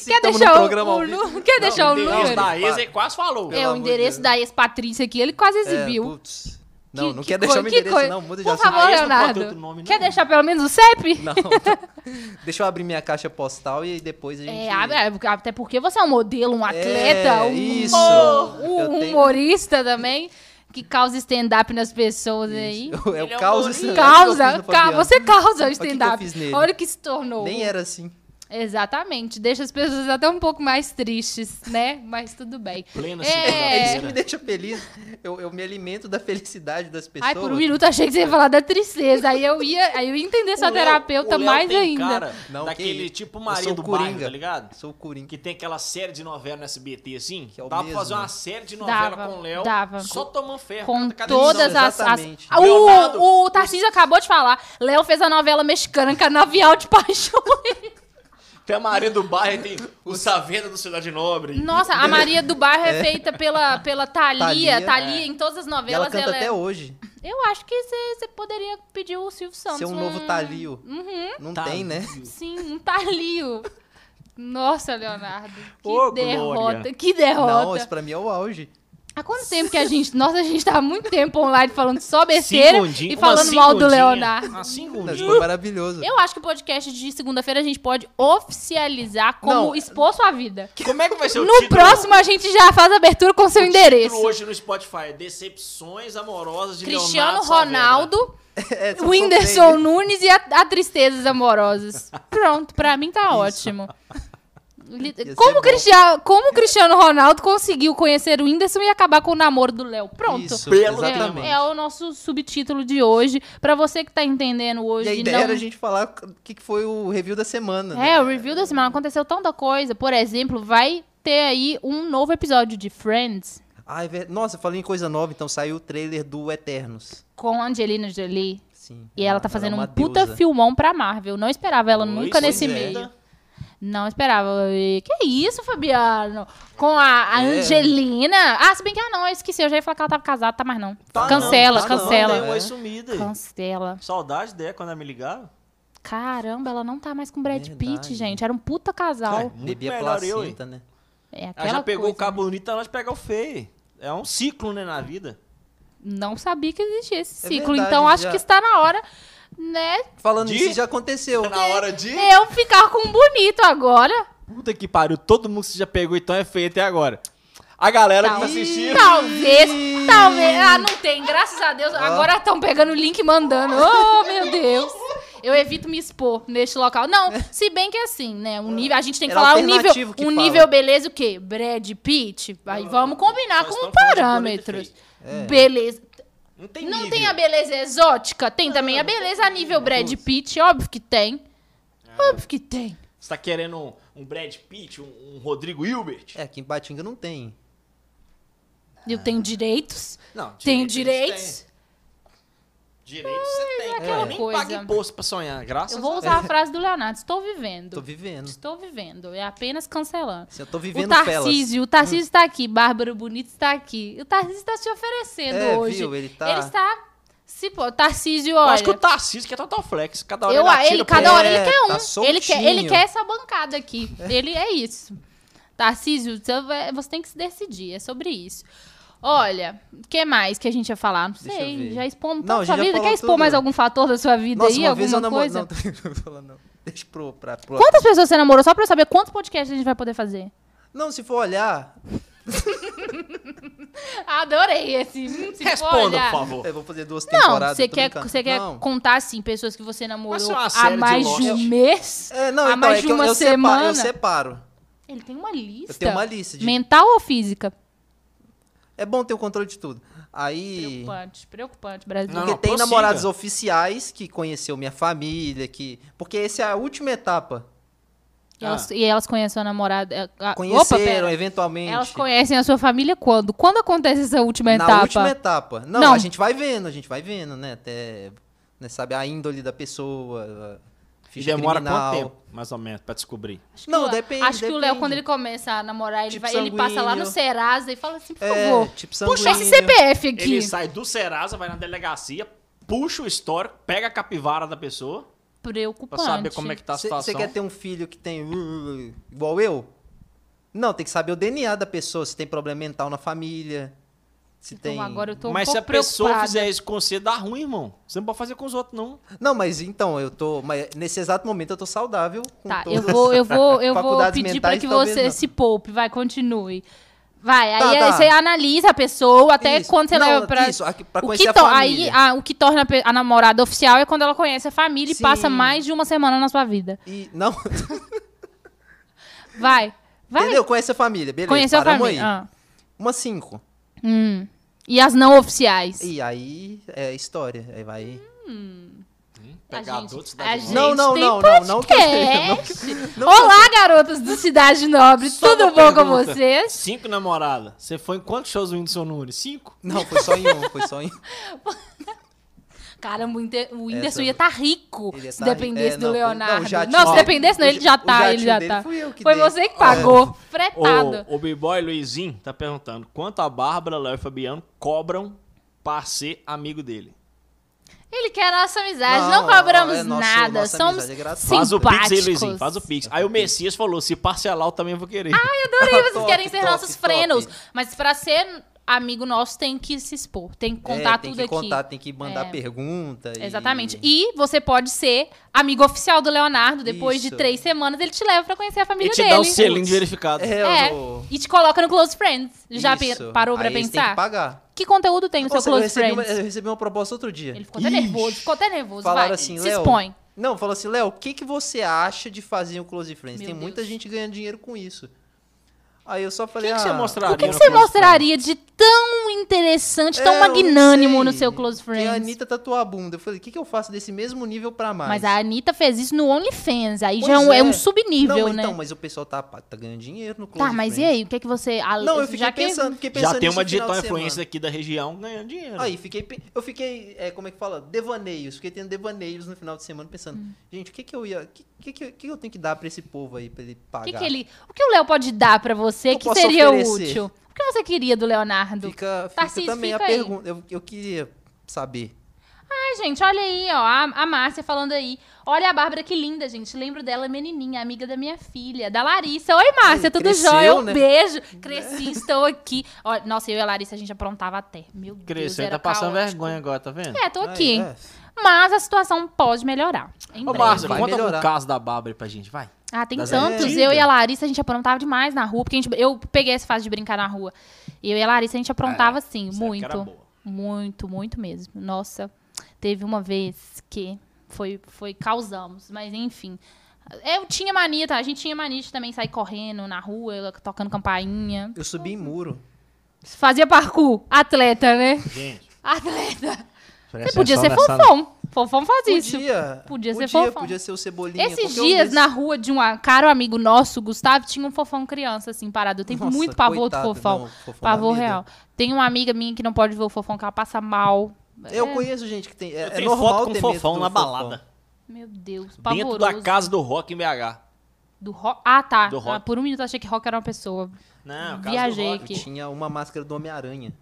S2: Quer
S1: tamo no
S2: deixar, o,
S1: programa ao
S2: o
S1: vivo.
S2: nu- quer
S1: Não,
S2: deixar o
S3: O endereço
S2: número?
S3: da ex, ele quase falou.
S1: Pelo
S2: É, o
S1: amor de
S2: endereço
S1: Deus.
S2: da ex-Patrícia aqui, ele quase
S1: É,
S2: exibiu.
S1: putz. Não,
S2: Que-
S1: não
S2: que
S1: quer
S2: coi-
S1: deixar meu
S2: que
S1: endereço,
S2: coi-
S1: não. Muda de
S2: Por
S1: assunto.
S2: favor,
S3: Ah, esse não pode ter
S2: Leonardo.
S3: outro nome, não.
S2: Quer deixar pelo menos o CEP?
S1: Não. Deixa eu abrir minha caixa postal e depois a gente.
S2: É, abre- é, até porque você é um modelo, um atleta, um,
S1: isso.
S2: um-
S1: Eu
S2: um
S1: tenho-
S2: humorista também, que causa stand-up nas pessoas aí.
S1: É
S3: Ele é
S1: o
S3: um
S1: caos.
S3: humorista.
S1: esse-
S2: Causa,
S1: esse que eu fiz no Fabiano.
S2: ca- você causa o
S1: que que eu
S2: stand-up.
S1: fiz nele?
S2: Olha o que se tornou.
S1: Nem era assim.
S2: Exatamente. Deixa as pessoas até um pouco mais tristes, né? Mas tudo bem.
S3: Plena
S1: É
S2: é...
S1: isso que me deixa feliz. Eu, eu me alimento da felicidade das pessoas.
S2: Ai, por um minuto achei que você ia falar da tristeza. Aí eu ia, aí eu ia entender sua
S3: O Léo-
S2: terapeuta
S3: o Léo
S2: mais
S3: tem
S2: ainda.
S3: Cara
S1: Não, que
S3: daquele
S1: isso.
S3: tipo
S1: Eu
S3: Maria
S1: sou
S3: do
S1: Coringa.
S3: Bairro, tá ligado?
S1: Sou o Coringa.
S3: Que tem aquela série de novela no SBT, assim.
S1: Que é o
S3: dava pra fazer
S1: mesmo.
S3: uma série de novela
S2: Dava,
S3: com o Léo.
S2: dava.
S3: Só tomando ferro.
S2: Com
S3: cada
S2: todas
S1: edição,
S3: edição.
S2: as. as...
S1: exatamente.
S2: Ah,
S3: Leonardo-
S2: O, o Tarcísio acabou de falar. Léo fez a novela mexicana Canavial de Paixão.
S3: Tem a Maria do Bairro, tem o Savenda do Cidade Nobre.
S2: Nossa, a Maria do Bairro é, feita pela, pela Thalia.
S1: Thalia,
S2: Thalia,
S1: é.
S2: em todas as
S1: E ela
S2: novelas.
S1: canta até
S2: é...
S1: hoje.
S2: Eu acho que você você poderia pedir o Silvio Santos. né?
S1: Ser um novo Talio.
S2: Uhum.
S1: Não
S3: Tá.
S1: tem, né?
S2: Sim, um Thalio. Nossa, Leonardo. Que
S3: Ô,
S2: derrota.
S3: Glória.
S2: Que derrota.
S1: Não, isso pra mim é o auge.
S2: Há quanto tempo que a gente. Nossa, a gente tá há muito tempo online falando só besteira
S3: Segundinha-
S2: e
S3: uma
S2: falando mal do
S3: segundinha.
S2: Leonardo.
S3: Uma
S1: Não, isso
S3: segundinha.
S1: foi maravilhoso.
S2: Eu acho que o podcast de segunda-feira a gente pode oficializar como
S1: Não.
S2: expor sua vida.
S3: Como é que vai ser o
S2: No
S3: título?
S2: próximo a gente já faz a abertura com seu
S3: O título
S2: endereço.
S3: hoje no Spotify. Decepções amorosas de
S2: Cristiano
S3: Leonardo né? Saavedra.
S2: Ronaldo,
S1: É, só
S2: Whindersson
S1: soltei.
S2: Nunes e a, a Tristezas Amorosas. Pronto, pra mim tá ótimo. Li-
S1: ser
S2: Como o,
S1: bom.
S2: Cristiano, como o Cristiano Ronaldo conseguiu conhecer o Whindersson e acabar com o namoro do Léo? Pronto.
S1: Isso,
S3: Belo
S2: É,
S1: exatamente.
S2: É, o nosso subtítulo de hoje. Pra você que tá entendendo
S1: E
S2: hoje,
S1: a ideia
S2: não.
S1: era a gente falar o que que foi o review da semana. né?
S2: É, o review da semana aconteceu tanta coisa. Por exemplo, vai ter aí um novo episódio de Friends
S1: Ah, é ver- Nossa, falei em coisa nova, então saiu o trailer do Eternos.
S2: com a Angelina Jolie.
S1: Sim.
S2: E ela tá
S1: é
S2: fazendo um
S1: uma
S2: puta
S1: deusa.
S2: filmão pra Marvel. Não esperava ela
S3: Pois
S2: nunca nesse
S3: é.
S2: meio. Não esperava. E que isso, Fabiano? Com a, a
S1: É.
S2: Angelina. Ah, se bem que ah, não, eu esqueci. Eu já ia falar que ela tava casada, tá, mas não.
S3: Tá não,
S2: cancela,
S3: tá não,
S2: cancela.
S3: deu uma
S1: É.
S3: sumida aí.
S2: Cancela.
S3: Saudade dela quando ela me ligava.
S2: Caramba, ela não tá mais com o Brad Pitt,
S1: Verdade.
S2: gente. Era um puta casal.
S3: Cara, muito
S1: Bebia
S3: melhor eu, hein?
S1: placenta, né?
S2: É,
S3: Ela
S2: aquela
S3: já pegou
S2: coisa,
S3: o cabo bonito, tá na hora de pegar o feio. É um ciclo, né, na vida.
S2: Não sabia que existia esse
S1: É
S2: ciclo.
S1: verdade,
S2: então acho
S1: já.
S2: que está na hora, né?
S1: Falando
S3: De-
S1: nisso, já aconteceu.
S3: Na hora de...
S2: Eu ficar com um bonito agora.
S3: Puta que pariu, todo mundo que você já pegou então é feio até agora. A galera que tá assistindo...
S2: Talvez, talvez. Ah, não tem, graças a Deus. Agora estão pegando o link e mandando. Oh, meu Deus. Eu evito me expor neste local. Não, se bem que assim, né? Um nível, a gente tem que
S1: Era
S2: falar um nível,
S1: alternativo que
S2: um
S1: fala.
S2: nível beleza o quê? Brad Pitt. Aí vamos combinar
S3: Só
S2: com
S3: estão falando de
S2: parâmetros.
S3: bonito
S2: Beleza.
S3: Não tem
S2: Não
S3: nível.
S2: tem a beleza exótica? Tem também a beleza a nível Brad Pitt, óbvio que tem. Óbvio que tem.
S3: Você tá querendo um, um Brad Pitt, um, um Rodrigo Hilbert?
S1: É, aqui em Patinga não tem.
S2: Eu tenho direitos,
S3: Não,
S2: tenho
S3: direitos
S2: direitos.
S3: eles têm. Direitos você tem.
S2: é aquela
S3: Eu nem
S2: coisa.
S3: paga imposto pra sonhar, graças
S2: Eu vou
S3: a Deus.
S2: usar a frase do Leonardo, estou vivendo.
S1: Tô vivendo.
S2: Estou vivendo, é apenas cancelando.
S1: Assim, eu tô
S2: O
S1: vivendo pelas. Hum.
S2: Tarcísio, o Tarcísio está aqui, Bárbara Bonito está aqui. O Tarcísio está se oferecendo
S1: É,
S2: hoje.
S1: viu? Ele tá-
S2: está se pô, o Tarcísio,
S3: Eu
S2: olha.
S3: acho que o Tarcísio quer total flex. Cada hora
S2: eu,
S3: ele atira
S2: ele,
S3: pro
S2: cada hora
S3: outro.
S2: ele
S1: É,
S2: quer um.
S1: tá
S2: ele, quer, ele
S1: soltinho.
S2: quer essa bancada aqui. Ele é isso. Tarcísio, você vai- você tem que se decidir. É sobre isso. Olha, o que mais que a gente ia falar? Não
S1: Deixa eu
S2: sei.
S1: ver.
S2: Já expomos
S1: Não,
S2: tanto
S1: a gente
S2: sua
S1: já
S2: vida.
S1: falou
S2: Quer expor
S1: tudo.
S2: mais algum fator da sua vida
S1: Nossa,
S2: aí?
S1: uma
S2: Alguma
S1: vez eu namorei.
S2: coisa?
S1: Não, tô tô falando não. Deixa pro, pra, pro...
S2: Quantas pessoas você namorou? Só pra eu saber quantos podcasts a gente vai poder fazer.
S1: Não, se for olhar.
S2: Adorei esse. Hum, se for
S3: Responda,
S2: olhar.
S3: por favor.
S1: Eu vou fazer duas
S2: Não,
S1: temporadas.
S2: você
S1: tô
S2: quer,
S1: brincando.
S2: você quer
S1: Não.
S2: contar, assim, pessoas que você namorou
S3: Mas isso é uma
S2: há
S3: série de
S2: mais de
S3: lojas.
S2: um mês?
S1: É, não,
S2: há
S1: então,
S2: mais
S1: é
S2: de
S1: que eu-
S2: uma
S1: eu, sepa-
S2: semana?
S1: eu separo.
S2: Ele tem uma lista.
S1: Eu tenho uma lista de-
S2: Mental ou física?
S1: É bom ter o controle de tudo. Aí.
S2: Preocupante, preocupante, Brasil.
S3: Não,
S1: Porque tem
S3: prossiga.
S1: namorados oficiais que conheceu minha família, que. Porque essa é a última etapa.
S2: E, elas, e elas conhecem a namorada. é, a- Opa,
S1: Conheceram,
S2: pera.
S1: eventualmente.
S2: Elas conhecem a sua família quando? Quando acontece essa última
S1: na
S2: etapa?
S1: última etapa. Não,
S2: Não.
S1: a gente vai vendo, a gente vai vendo, né? Até. né, sabe, a índole da pessoa. a
S3: E
S1: Ficha
S3: demora
S1: criminal.
S3: quanto tempo, mais ou menos, pra descobrir?
S2: Acho que
S1: Não,
S2: o-
S1: depende,
S2: Acho que o Léo,
S1: depende.
S2: quando ele começa a namorar, ele,
S1: Tipo
S2: vai, ele passa lá no
S1: sanguíneo.
S2: Serasa e fala assim, por
S1: É,
S2: favor,
S1: tipo
S2: puxa esse
S1: sanguíneo.
S2: CPF aqui.
S3: Ele sai do Serasa, vai na delegacia, puxa o histórico, pega a capivara da pessoa, pra
S2: Preocupante.
S3: saber como é que tá a situação.
S1: Você quer ter um filho que tem. uh, igual eu? Não, tem que saber o DNA da pessoa, se tem problema mental na família. Se
S2: Então
S1: tem.
S2: agora eu tô um
S3: Mas se
S2: pouco
S3: a pessoa
S2: preocupada.
S3: fizer isso com você, dá ruim, irmão. Você não pode fazer com os outros, não.
S1: Não, mas então, eu tô. Mas nesse exato momento eu tô saudável. Com
S2: Tá, eu
S1: todas
S2: vou, eu vou, eu vou
S1: Faculdades
S2: pedir
S1: mentais,
S2: pra que
S1: talvez
S2: você
S1: não.
S2: se poupe, vai, continue. Vai, aí,
S1: Tá,
S2: aí é,
S1: tá.
S2: você analisa a pessoa até
S1: Isso.
S2: quando você
S1: Não,
S2: leva pra.
S1: isso, aqui, pra
S2: o
S1: conhecer
S2: que
S1: a
S2: to-
S1: família.
S2: Aí a- o que torna a pe- a namorada oficial é quando ela conhece a família e
S1: Sim.
S2: passa mais de uma semana na sua vida.
S1: E não.
S2: Vai. Vai.
S1: Entendeu? Conhece a família, beleza.
S2: Conheceu a
S1: paramos
S2: família.
S1: aí.
S2: Ah.
S1: Uma cinco.
S2: Hum. E as não oficiais.
S1: E aí é história. Aí vai.
S3: Pegador
S2: gente-
S3: de
S2: a
S3: cidade
S2: gente
S3: nova.
S1: Não, não,
S2: tem
S1: não, não,
S2: podcast.
S1: não que eu tenha, não que- não que eu
S2: Olá, garotas do Cidade Nobre,
S3: Só
S2: tudo
S3: uma
S2: bom com
S3: pergunta.
S2: vocês?
S3: Cinco namoradas. Você foi em quantos shows do Whindersson Nunes? Cinco?
S1: Não, foi só em um, foi só em um.
S2: Caramba, o Inter- o Whindersson
S1: Essa-
S2: ia estar rico
S1: Ele ia
S2: se
S1: tá-
S2: dependesse
S1: é,
S2: do
S1: não, foi- não, o
S2: Leonardo. Não,
S1: jatinho-
S2: se
S1: ó,
S2: dependesse, não,
S1: o
S2: ele já
S1: ja- o
S2: tá, ele
S1: jatinho
S2: já
S1: dele
S2: tá.
S1: fui eu que
S2: Foi
S1: dei.
S2: você que pagou,
S3: É.
S2: fretado.
S3: O, o B-Boy Luizinho tá perguntando quanto a Bárbara, Léo e Fabiano cobram pra ser amigo dele.
S2: Ele quer a nossa amizade, não,
S1: Não,
S2: cobramos
S1: é nosso-
S2: nada,
S1: nossa
S2: somos
S1: amizade é gratuita.
S2: simpáticos.
S3: Faz o Pix aí, Luizinho. Faz o Pix. Aí o Messias falou: se parcelar, eu também vou querer.
S2: Adorei, vocês
S1: É. Top,
S2: querem ser
S1: top,
S2: nossos
S1: top. É,
S2: frenos, mas pra ser amigo nosso tem que se expor, tem que contar
S1: É, tem
S2: tudo
S1: que
S2: aqui.
S1: contar, tem que mandar
S2: É.
S1: pergunta. e-
S2: Exatamente. E você pode ser amigo oficial do Leonardo. Depois de
S1: Isso.
S2: três semanas, ele te leva pra conhecer a
S3: Ele
S2: família
S3: te
S2: dele.
S3: dá o selinho de verificado.
S1: É,
S2: É,
S1: eu
S2: e te coloca no Close Friends. Já pe-
S1: Isso.
S2: parou pra
S1: Aí eles têm
S2: pensar?
S1: que pagar.
S2: Que conteúdo tem no seu
S1: Nossa, eu
S2: Close
S1: recebi,
S2: Friends?
S1: uma, eu recebi uma proposta outro dia.
S2: Ele ficou até nervoso, ficou até nervoso.
S1: Falaram
S2: vai,
S1: assim,
S2: se
S1: Léo.
S2: expõe.
S1: Não, falou assim, Léo, o que, que você acha de fazer um Close Friends?
S2: Meu
S1: Tem
S2: Deus.
S1: muita gente ganhando dinheiro com isso. Aí eu só falei,
S3: que que você
S1: ah,
S3: mostraria?
S2: O que, que
S3: no
S2: você
S3: Close
S2: mostraria de tão interessante, tão
S1: é, eu não
S2: magnânimo
S1: sei.
S2: no seu Close
S1: Tem a
S2: Friends?
S1: Anitta tatuou a bunda. Eu falei, o que, que eu faço desse mesmo nível pra mais?
S2: Mas é a Anitta fez isso no OnlyFans, aí já é
S1: Pois
S2: um, é um
S1: é.
S2: subnível,
S1: Não,
S2: né?
S1: então, mas o pessoal tá, tá ganhando dinheiro no Close
S2: tá, mas
S1: Friends.
S2: e aí? O que, que você. a-
S1: Não, eu
S2: já
S1: fiquei
S2: que-
S1: pensando, fiquei pensando
S3: Já tem
S1: nisso
S3: uma tá
S1: no final
S3: digital
S1: de
S3: influencer
S1: semana.
S3: aqui da região ganhando dinheiro.
S1: Aí, fiquei, pe- eu fiquei, é, como é que fala? Devaneios. Fiquei tendo devaneios no final de semana, pensando,
S2: Hum.
S1: gente, o que que eu ia, o que, que, que, que eu tenho que dar pra esse povo aí, pra ele
S2: O
S1: pagar?
S2: que, que ele, o que o Léo pode dar pra você
S1: Eu
S2: que
S1: posso
S2: seria
S1: oferecer.
S2: útil? O que você queria do Leonardo?
S1: Fica, fica
S2: Tarcísio,
S1: também
S2: fica
S1: a
S2: aí.
S1: pergunta. Eu, eu queria saber.
S2: Ai, gente, olha aí, ó, a, a Márcia falando aí. Olha a Bárbara, que linda, gente. Lembro dela menininha, amiga da minha filha, da Larissa. Oi, Márcia,
S1: Ih,
S2: tudo
S1: cresceu,
S2: jóia? Um
S1: né?
S2: beijo. Cresci, estou aqui. Ó, nossa, eu e a Larissa, a gente aprontava até. Meu Deus,
S3: Crescendo,
S2: era
S3: tá passando
S2: caótico.
S3: vergonha agora, tá vendo?
S2: É, tô aqui.
S1: Ai, é.
S2: Mas a situação pode melhorar. Em
S3: Ô,
S2: breve.
S3: Márcio,
S1: Vai
S3: conta
S1: melhorar.
S3: um caso da Bárbara aí pra gente, vai.
S2: Ah,
S1: Tá
S2: tem
S3: Das
S2: tantos.
S1: antigas.
S2: Eu e a Larissa, a gente aprontava demais na rua, porque a gente, eu peguei essa fase de brincar na rua. Eu e a Larissa, a gente aprontava,
S3: É,
S2: assim,
S3: essa época era
S2: muito.
S3: boa.
S2: Muito, muito mesmo. Nossa, teve uma vez que foi, foi causamos, mas enfim. Eu tinha mania, tá? A gente tinha mania de também sair correndo na rua, eu tocando campainha.
S1: Eu subi em muro.
S2: Fazia parkour. Atleta, né?
S3: Gente,
S2: Atleta.
S3: presta
S1: é
S2: Você podia ser
S3: atenção nessa-
S2: fofão. Fofão faz isso.
S1: Podia.
S2: Podia ser
S1: podia,
S2: fofão.
S1: podia ser o Cebolinha.
S2: Esses
S1: qualquer um
S2: dias,
S1: desses.
S2: na rua de um caro amigo nosso, Gustavo, tinha um fofão criança, assim, parado. Eu tenho
S1: Nossa,
S2: muito pavor
S1: coitado,
S2: do fofão.
S1: não, fofão
S2: pavor
S1: dá medo.
S2: real. Tem uma amiga minha que não pode ver o fofão, que ela passa mal.
S1: Eu
S2: É,
S1: conheço gente que tem. É,
S3: Eu
S1: é
S3: tenho
S1: normal
S3: foto com
S1: ter medo
S3: fofão
S1: do
S3: na balada.
S2: Meu Deus,
S3: Dentro
S2: pavoroso.
S3: da casa do rock em BH.
S2: Do rock? Ah, tá.
S3: Do
S2: Ah,
S3: rock.
S2: por um minuto eu achei que rock era uma pessoa.
S3: Não, casa
S2: Viajei
S3: do
S1: Eu
S2: aqui.
S3: rock. pô.
S1: tinha uma máscara do Homem-Aranha.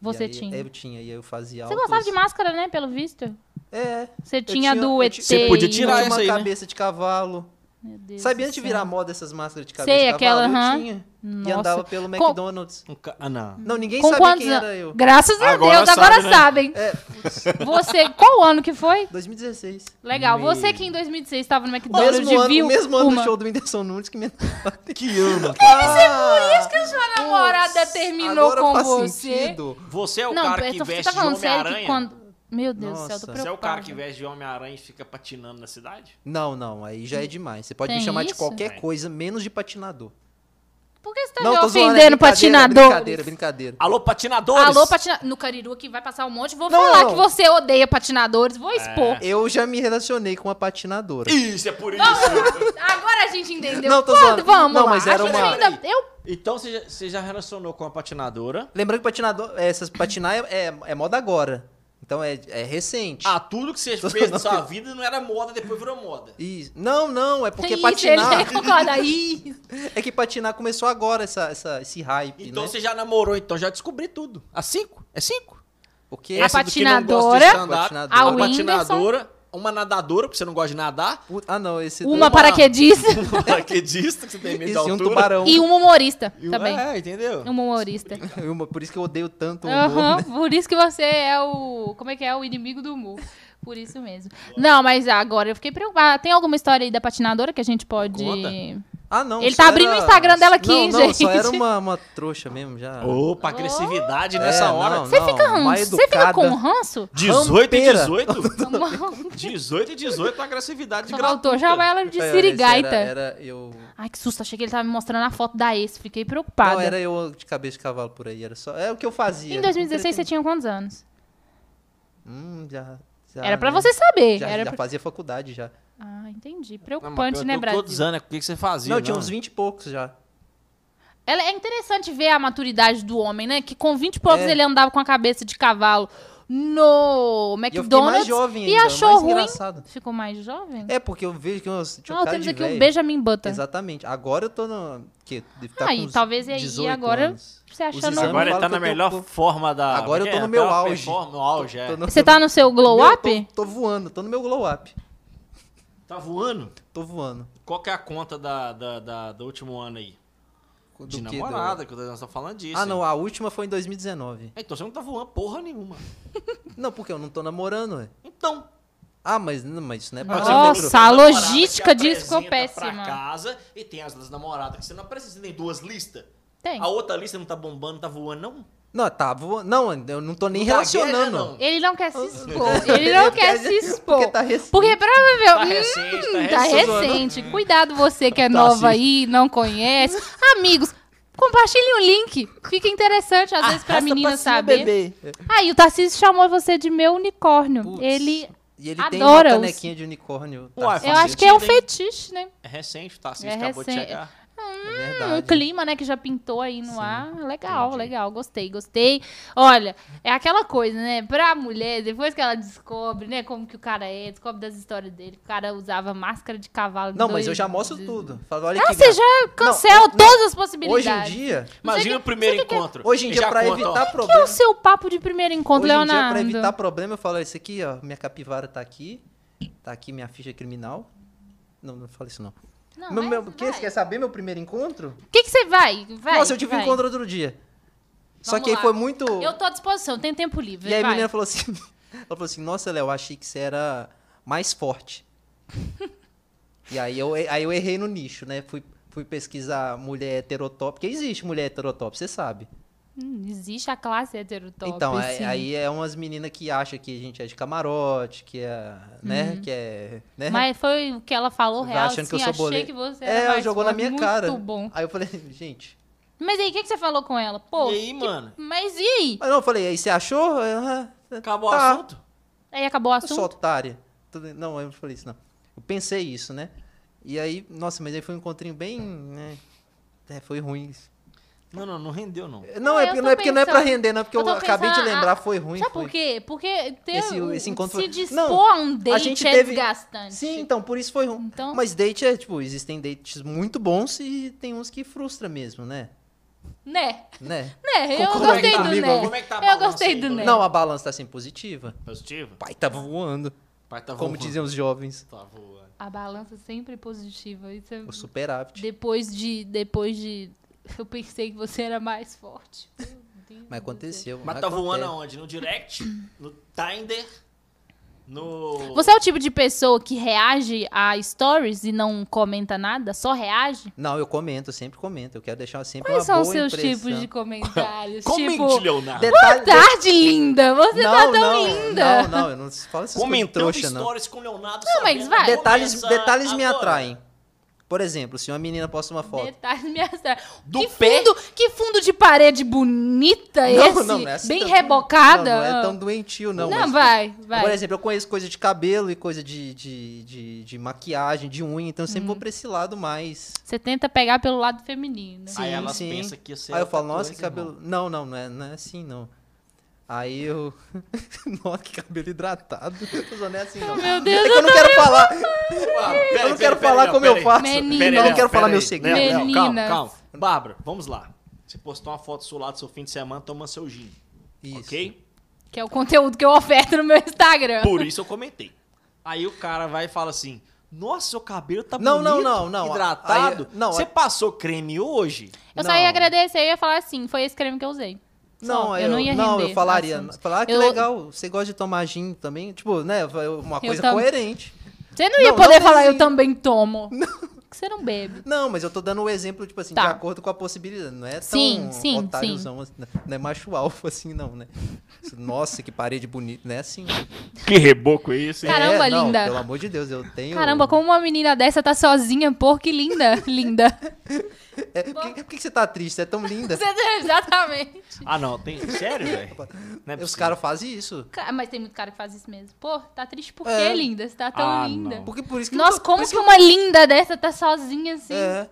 S2: Você
S1: E aí-
S2: tinha.
S1: Eu tinha, e aí eu fazia
S2: Você
S1: altos-
S2: gostava de máscara, né, pelo visto?
S1: É.
S2: Você
S1: Eu
S2: tinha,
S1: tinha-
S2: do
S1: eu
S2: ET.
S1: tinha-
S3: Você podia
S2: e-
S1: Tinha
S3: tirar
S1: uma
S3: essa aí, né?
S1: cabeça de cavalo.
S2: Meu Deus
S1: Sabia
S2: do
S1: antes de
S2: céu.
S1: virar moda essas máscaras de cabeça
S2: Sei,
S1: de cavalo?
S2: aquela, aham.
S1: Eu tinha. E
S2: Nossa.
S1: andava pelo
S2: Com-
S1: McDonald's.
S3: Um ca- Ah, não.
S2: Hum.
S1: Não, ninguém
S2: Com
S1: sabia
S2: quantos
S1: quem era
S2: anos?
S1: eu.
S2: Graças a
S3: Agora
S2: Deus,
S3: sabe,
S2: agora
S3: né?
S2: sabem.
S1: É.
S2: Você, qual ano que foi?
S1: 2016.
S2: Legal.
S3: Meu.
S2: Você que em 2006 estava no
S1: O
S2: McDonald's
S1: mesmo,
S2: e
S1: ano,
S2: viu
S1: o mesmo ano
S2: uma... é
S1: do show do Whindersson Nunes que me.
S3: Que ano?
S1: Ah,
S2: que a sua namorada
S1: putz,
S2: terminou
S1: agora
S2: com
S1: faz
S2: você.
S1: sentido.
S3: Você é o
S2: Não,
S3: cara
S2: eu
S3: que
S2: tô, você
S3: veste
S2: tá
S3: de
S2: falando sério
S3: Homem-Aranha?
S2: que quando... Meu Deus do céu, eu tô preocupada.
S1: Nossa.
S3: Você é o cara que veste de Homem-Aranha e fica patinando na cidade?
S1: Não, não, aí já é demais. Você pode me
S2: Tem
S1: chamar de
S2: isso?
S1: qualquer
S3: Tem.
S1: coisa, menos de patinador.
S2: Por que você tá
S1: não,
S2: me
S1: tô zoando,
S2: ofendendo,
S1: é brincadeira,
S2: patinador?
S1: Brincadeira, brincadeira.
S3: Alô, patinadores!
S2: Alô, patinador. No Cariru aqui vai passar um monte. Vou
S1: Não,
S2: falar
S1: não.
S2: que você odeia patinadores.
S3: É.
S2: Vou expor.
S1: Eu já me relacionei com uma patinadora.
S3: Isso, é por isso!
S2: Agora a gente entendeu.
S1: Não, tô
S2: Quando-
S1: zoando.
S2: Vamos
S1: Não,
S2: lá.
S1: mas era
S2: A gente
S1: uma-
S2: ainda- um Eu...
S3: então você já, você já relacionou com a patinadora?
S1: Lembrando que patinador, essas patinar é, é- é moda agora. Então é, é recente.
S3: Ah, tudo que você fez na sua vida não era moda, depois virou moda.
S1: E- não, não, é porque
S2: Isso,
S1: patinar.
S2: ele concorda aí.
S1: É que patinar começou agora essa, essa- esse hype,
S3: Então
S1: né?
S3: você já namorou, então já descobri tudo. A cinco? É cinco?
S1: Porque
S2: A
S3: Essa do que não
S2: patinadora,
S3: gosta de stand-up,
S1: a
S3: a
S2: Whindersson.
S3: patinadora, uma nadadora, porque você não gosta de nadar,
S1: O- Ah, não, esse
S2: Uma
S1: do... Então-
S2: paraquedista
S3: um paraquedista, que você tem medo
S1: esse
S3: da
S1: é um
S3: altura.
S1: tubarão.
S2: e um humorista
S3: E um-
S2: também.
S3: É, entendeu?
S2: Um humorista.
S1: E uma- por isso que eu odeio tanto o humor.
S2: Aham,
S1: né?
S2: por isso que você é o. Como é que é? O inimigo do humor. Por isso mesmo. Não, mas agora eu fiquei preocupada. Tem alguma história aí da patinadora que a gente pode.
S3: Conta.
S1: Ah, não.
S2: Ele
S1: só
S2: tá abrindo o
S1: era-
S2: Instagram dela aqui,
S1: não, não, Só
S2: gente.
S1: era uma, uma trouxa mesmo, já.
S2: Um
S3: Opa,
S2: Oh.
S3: agressividade
S1: É,
S3: nessa hora.
S1: não,
S2: Você
S1: não,
S2: fica
S1: mal
S2: ranço? Você fica
S1: educada.
S2: com ranço?
S3: 18 e
S1: Rampeira.
S3: 18?
S2: Só
S3: 18 e 18, agressividade
S2: faltou
S3: gratuita.
S2: um. já vai ela de
S1: Foi, olha,
S2: sirigaita.
S1: esse Era, era eu.
S2: Ai, que susto. Achei que ele tava me mostrando a foto da ex. Fiquei preocupada.
S1: Não, era eu de cabeça de cavalo por aí. Era só. É o que eu fazia.
S2: Em 2016 você tinha quantos anos?
S1: Hum, já. já,
S2: era pra
S1: né?
S2: você saber.
S1: Já,
S2: era
S1: já
S2: pra-
S1: fazia faculdade já.
S2: Ah, entendi.
S3: Não,
S2: Preocupante,
S3: mas
S2: né,
S3: eu tô
S2: Brasil?
S3: dizendo, é o que que você fazia.
S1: não, eu tinha uns 20 e poucos já.
S2: Ela, é interessante ver a maturidade do homem, né? Que com 20 e poucos
S1: É.
S2: ele andava com a cabeça de cavalo no
S1: E eu fiquei mais
S2: McDonald's.
S1: jovem
S2: É e
S1: ainda,
S2: achou
S1: mais
S2: ruim.
S1: engraçado.
S2: Ficou mais jovem? Ah,
S1: É, porque eu vejo que eu tinha
S2: Não,
S1: cara
S2: temos
S1: de
S2: aqui um o
S1: velho.
S2: Benjamin Button.
S1: Exatamente. Agora eu tô no. Que, deve tá
S2: Ah,
S1: com
S2: e
S1: uns
S2: talvez aí
S1: 18
S2: agora
S1: anos.
S2: Você
S1: Os
S2: achando.
S1: exames-
S3: Agora ele
S1: fala
S3: tá
S1: que
S3: na
S1: eu tô-
S3: melhor forma da.
S1: Agora eu tô
S3: É,
S1: no meu
S3: tá
S1: auge.
S3: perform- No auge, é.
S1: Tô no-
S2: Você tá no seu glow
S1: Meu,
S2: up?
S1: Tô, tô voando, tô no meu glow up.
S3: Tá voando?
S1: Tô voando.
S3: Qual que é a conta da, da, da- do último ano aí?
S1: Do
S3: de
S1: que, do-
S3: namorada, é que nós estamos tá falando disso.
S1: Ah, não,
S3: hein?
S1: a última foi em 2019.
S3: É, Então você não tá voando porra nenhuma.
S1: Não, porque eu não tô namorando, ué.
S3: Então.
S1: Ah, mas, não, mas isso não é
S2: Nossa,
S1: possível.
S3: você tem duas
S2: a
S3: namoradas
S2: logística
S3: que
S2: disso ficou
S3: apresenta pra
S2: péssima.
S3: casa e tem as das namoradas que você não apresenta, você tem duas listas.
S2: Tem.
S3: A outra lista não tá bombando, não tá voando, não?
S1: Não, tá voando. Não, eu não tô nem
S3: Não gagueja,
S1: relacionando.
S3: não.
S2: Ele não quer se expor. Ele não quer se expor.
S1: Porque tá recente.
S2: Porque
S3: Tá
S2: provavelmente.
S3: recente,
S2: Hum,
S3: tá
S2: tá
S3: recente.
S2: recente. Cuidado você que é
S1: Tá
S2: nova
S1: assim.
S2: aí, não conhece. Amigos, compartilhem o link. Fica interessante, às vezes, pra
S1: Arrasta
S2: menina
S1: Ah, cima,
S2: saber.
S1: bebê.
S2: Aí, o Tarcísio chamou você de meu unicórnio.
S1: Putz.
S2: Ele.
S1: E ele tem uma
S2: Adora os-
S1: canequinha de unicórnio. tá
S3: Ué,
S1: Tarcísio.
S2: Eu
S3: faz
S2: acho que é um
S3: sentido, hein?
S2: fetiche, né?
S3: É recente, tá? Assim,
S2: É
S3: acabou de
S2: recente.
S3: chegar.
S1: É
S2: Hum, um
S1: verdade.
S2: clima, né, que já pintou aí no
S1: Sim,
S2: ar. Legal,
S1: entendi.
S2: legal. Gostei, gostei. Olha, é aquela coisa, né? Pra mulher, depois que ela descobre, né, como que o cara é, descobre das histórias dele, que o cara usava máscara de cavalo.
S1: Não,
S2: dois-
S1: mas eu já mostro tudo. Falo, olha
S2: Ah,
S1: que
S2: você
S1: gato.
S2: já cancela
S1: não,
S2: todas as
S1: Hoje em
S2: possibilidades.
S1: dia,
S3: Imagina o primeiro
S2: é.
S3: encontro.
S1: hoje em
S3: Ele
S1: dia,
S3: já
S1: pra
S3: conta, ó.
S1: evitar
S2: Que é o
S1: problemas.
S2: seu papo de primeiro encontro,
S1: Hoje em dia,
S2: Leonardo?
S1: pra evitar problema, eu falo, isso aqui, ó, minha capivara tá aqui, tá aqui minha ficha criminal. Não, não fala isso não.
S2: Não,
S1: Meu-
S2: mas
S1: meu- que-
S2: vai.
S1: você quer saber meu primeiro encontro?
S2: O que, que você vai? Vai,
S1: Nossa, eu tive um
S2: vai.
S1: encontro outro dia. Só
S2: Vamos
S1: que aí
S2: lá.
S1: foi muito...
S2: Eu tô à disposição, tem tempo livre.
S1: E aí a
S2: vai.
S1: menina falou assim, ela falou assim, nossa, Léo, achei que você era mais forte. e aí eu, aí eu errei no nicho, né? Fui, fui pesquisar mulher heterotópica, porque existe mulher heterotópica, você sabe.
S2: Hum, existe a classe heterotop.
S1: então, aí-
S2: sim.
S1: aí é umas meninas que acham que a gente é de camarote, que é, né? Que é, né?
S2: Uhum. Mas foi o que ela falou real,
S1: achando
S2: assim,
S1: que eu sou
S2: achei
S1: boleiro.
S2: que você era
S1: é, ela
S2: mais
S1: jogou na
S2: forte,
S1: minha
S2: muito
S1: cara.
S2: bom.
S1: Aí eu falei, gente...
S2: Mas aí, o que, que você falou com ela? Pô,
S3: E aí, mano?
S2: mas e aí?
S1: Aí não, eu falei, aí você achou? Ela, "Ah,
S3: Acabou
S1: tá."
S3: o assunto?
S2: Aí acabou o
S1: Eu sou
S2: assunto?
S1: otária. Tudo- Não, eu não falei isso, não. Eu pensei isso, né? E aí, nossa, mas aí foi um encontrinho bem. Né? É, foi ruim.
S3: Não, não, não rendeu, não.
S1: Não, é
S2: eu
S1: porque
S2: tô
S1: não é, porque não é pra
S2: pensando-
S1: render, não, é porque eu,
S2: tô
S1: acabei de
S2: pensando,
S1: lembrar,
S2: ah,
S1: foi ruim.
S2: Sabe
S1: foi.
S2: por quê? Porque ter
S1: Esse-
S2: um-
S1: esse encontro
S2: se
S1: foi-
S2: dispor
S1: Não,
S2: a um date
S1: gente
S2: é
S1: teve-
S2: desgastante.
S1: Sim, então, por isso foi ruim.
S2: Então-
S1: Mas date é, tipo, existem dates muito bons e tem uns que frustra mesmo, né?
S2: Né?
S1: Né?
S2: Né? Eu
S1: Como
S3: é que
S2: gostei
S3: tá?
S2: do
S3: Comigo,
S2: né.
S3: como é que tá a
S2: Eu
S3: balança
S2: gostei
S3: aí,
S2: do né.
S3: Bruno?
S1: Não, a balança tá sempre positiva.
S3: Positivo?
S1: Pai tá voando,
S3: Pai tá
S1: como
S3: voando.
S1: diziam os jovens.
S3: Tá voando.
S2: A balança é sempre positiva. Isso é...
S1: O superávit.
S2: Depois de... Depois de... Eu pensei que você era mais forte. Meu Deus
S1: Mas
S2: do céu.
S1: aconteceu.
S3: Mas tá voando
S1: acontece.
S3: aonde? No direct? No Tinder? No.
S2: Você é o tipo de pessoa que reage a stories e não comenta nada? Só reage?
S1: Não, eu comento, sempre comento. Eu quero deixar sempre
S2: Quais são
S1: uma boa
S2: os seus
S1: impressão. Ah,
S2: tipos de comentários?
S3: Comente,
S2: tipo,
S3: Leonardo.
S1: Detalhe,
S2: tarde linda, você
S1: não,
S2: tá tão
S1: não,
S2: linda.
S1: Não, não, eu não falo essas coisas de
S3: Comentando
S1: trouxa, não.
S3: stories com o Leonardo.
S2: Não, mas
S3: sabendo
S2: vai.
S3: a
S1: Detalhes,
S3: conversa
S1: detalhes me
S3: agora.
S1: atraem. Por exemplo, se uma menina posta uma foto.
S2: Detalhes me atraem.
S3: Do
S2: que
S3: pé?
S2: Fundo, que fundo de parede bonita esse.
S1: essa
S2: bem
S1: tá-
S2: rebocada. Ah.
S1: Não, não é tão doentio, não.
S2: Não,
S1: mas-
S2: vai, vai.
S1: Por exemplo, eu conheço coisa de cabelo e coisa de, de, de, de maquiagem, de unha, então eu sempre
S2: Hum.
S1: vou pra esse lado mais.
S2: Você tenta pegar pelo lado feminino.
S1: Sim,
S3: Aí elas
S1: sim.
S3: pensam que você é
S1: Aí eu
S3: outra
S1: falo, nossa,
S3: coisa,
S1: que cabelo. Não, não, não é, não é assim, não. Aí eu. nossa, que cabelo hidratado. Eu não é assim, não.
S2: Meu Deus,
S1: é que eu não quero falar.
S3: Ah,
S1: Eu
S3: pera,
S1: não quero
S3: pera,
S1: falar
S3: pera,
S1: como
S3: pera
S1: eu
S3: aí.
S1: faço.
S2: Menino.
S1: Eu
S2: Pera aí,
S1: não
S2: não,
S1: quero falar
S3: pera
S1: meu
S3: aí.
S1: segredo.
S2: Léo,
S3: Não, não, calma,
S2: Meninas.
S3: calma. Bárbara, vamos lá. Você postou uma foto sua lá do seu fim de semana tomando seu gin,
S1: Isso.
S3: ok?
S2: Que é o conteúdo que eu oferto no meu Instagram.
S3: Por isso eu comentei. Aí o cara vai e fala assim, nossa, seu cabelo tá
S1: Não, não,
S3: bonito,
S1: não, não.
S3: hidratado.
S1: Aí- não,
S3: você
S1: aí-
S3: passou creme hoje?
S2: Eu só ia
S1: Não.
S2: agradecer, eu ia falar assim, foi esse creme que eu usei.
S1: Não,
S2: Só, assim.
S1: eu,
S2: eu não ia
S1: não, eu
S2: render
S1: falaria.
S2: assunto.
S1: Falar ah, que
S2: Eu-
S1: legal, você gosta de tomar gin também? Tipo, né? Uma coisa
S2: tam-
S1: coerente.
S2: Você não ia
S1: Não,
S2: poder
S1: não
S2: falar,
S1: desenho.
S2: eu também tomo. que você não bebe.
S1: Não, mas eu tô dando o exemplo, tipo assim,
S2: Tá.
S1: de acordo com a possibilidade. Não é tão
S2: Sim, sim,
S1: otáriozão, assim, não é macho alfa assim, não, né? Nossa, que parede bonita. Não é assim.
S3: Que reboco é esse, hein?
S2: Cara- Caramba,
S1: É, não,
S2: linda.
S1: Pelo amor de Deus, eu tenho.
S2: Caramba, como uma menina dessa tá sozinha, pô, que linda, linda.
S1: É, por que- por que que você tá triste? Você é tão linda.
S2: Você- Exatamente.
S3: Ah, não, tem. Sério, velho? Não é
S1: Os
S3: possível.
S1: caras fazem isso.
S2: Ca- Mas tem muito cara que faz isso mesmo. Pô, tá triste por quê,
S1: É.
S2: linda? Você tá tão
S3: Ah,
S2: linda.
S3: não.
S1: Porque por isso que eu
S2: Nossa,
S1: tô- por
S2: como
S1: isso
S2: que uma linda dessa tá sozinha assim?
S1: É.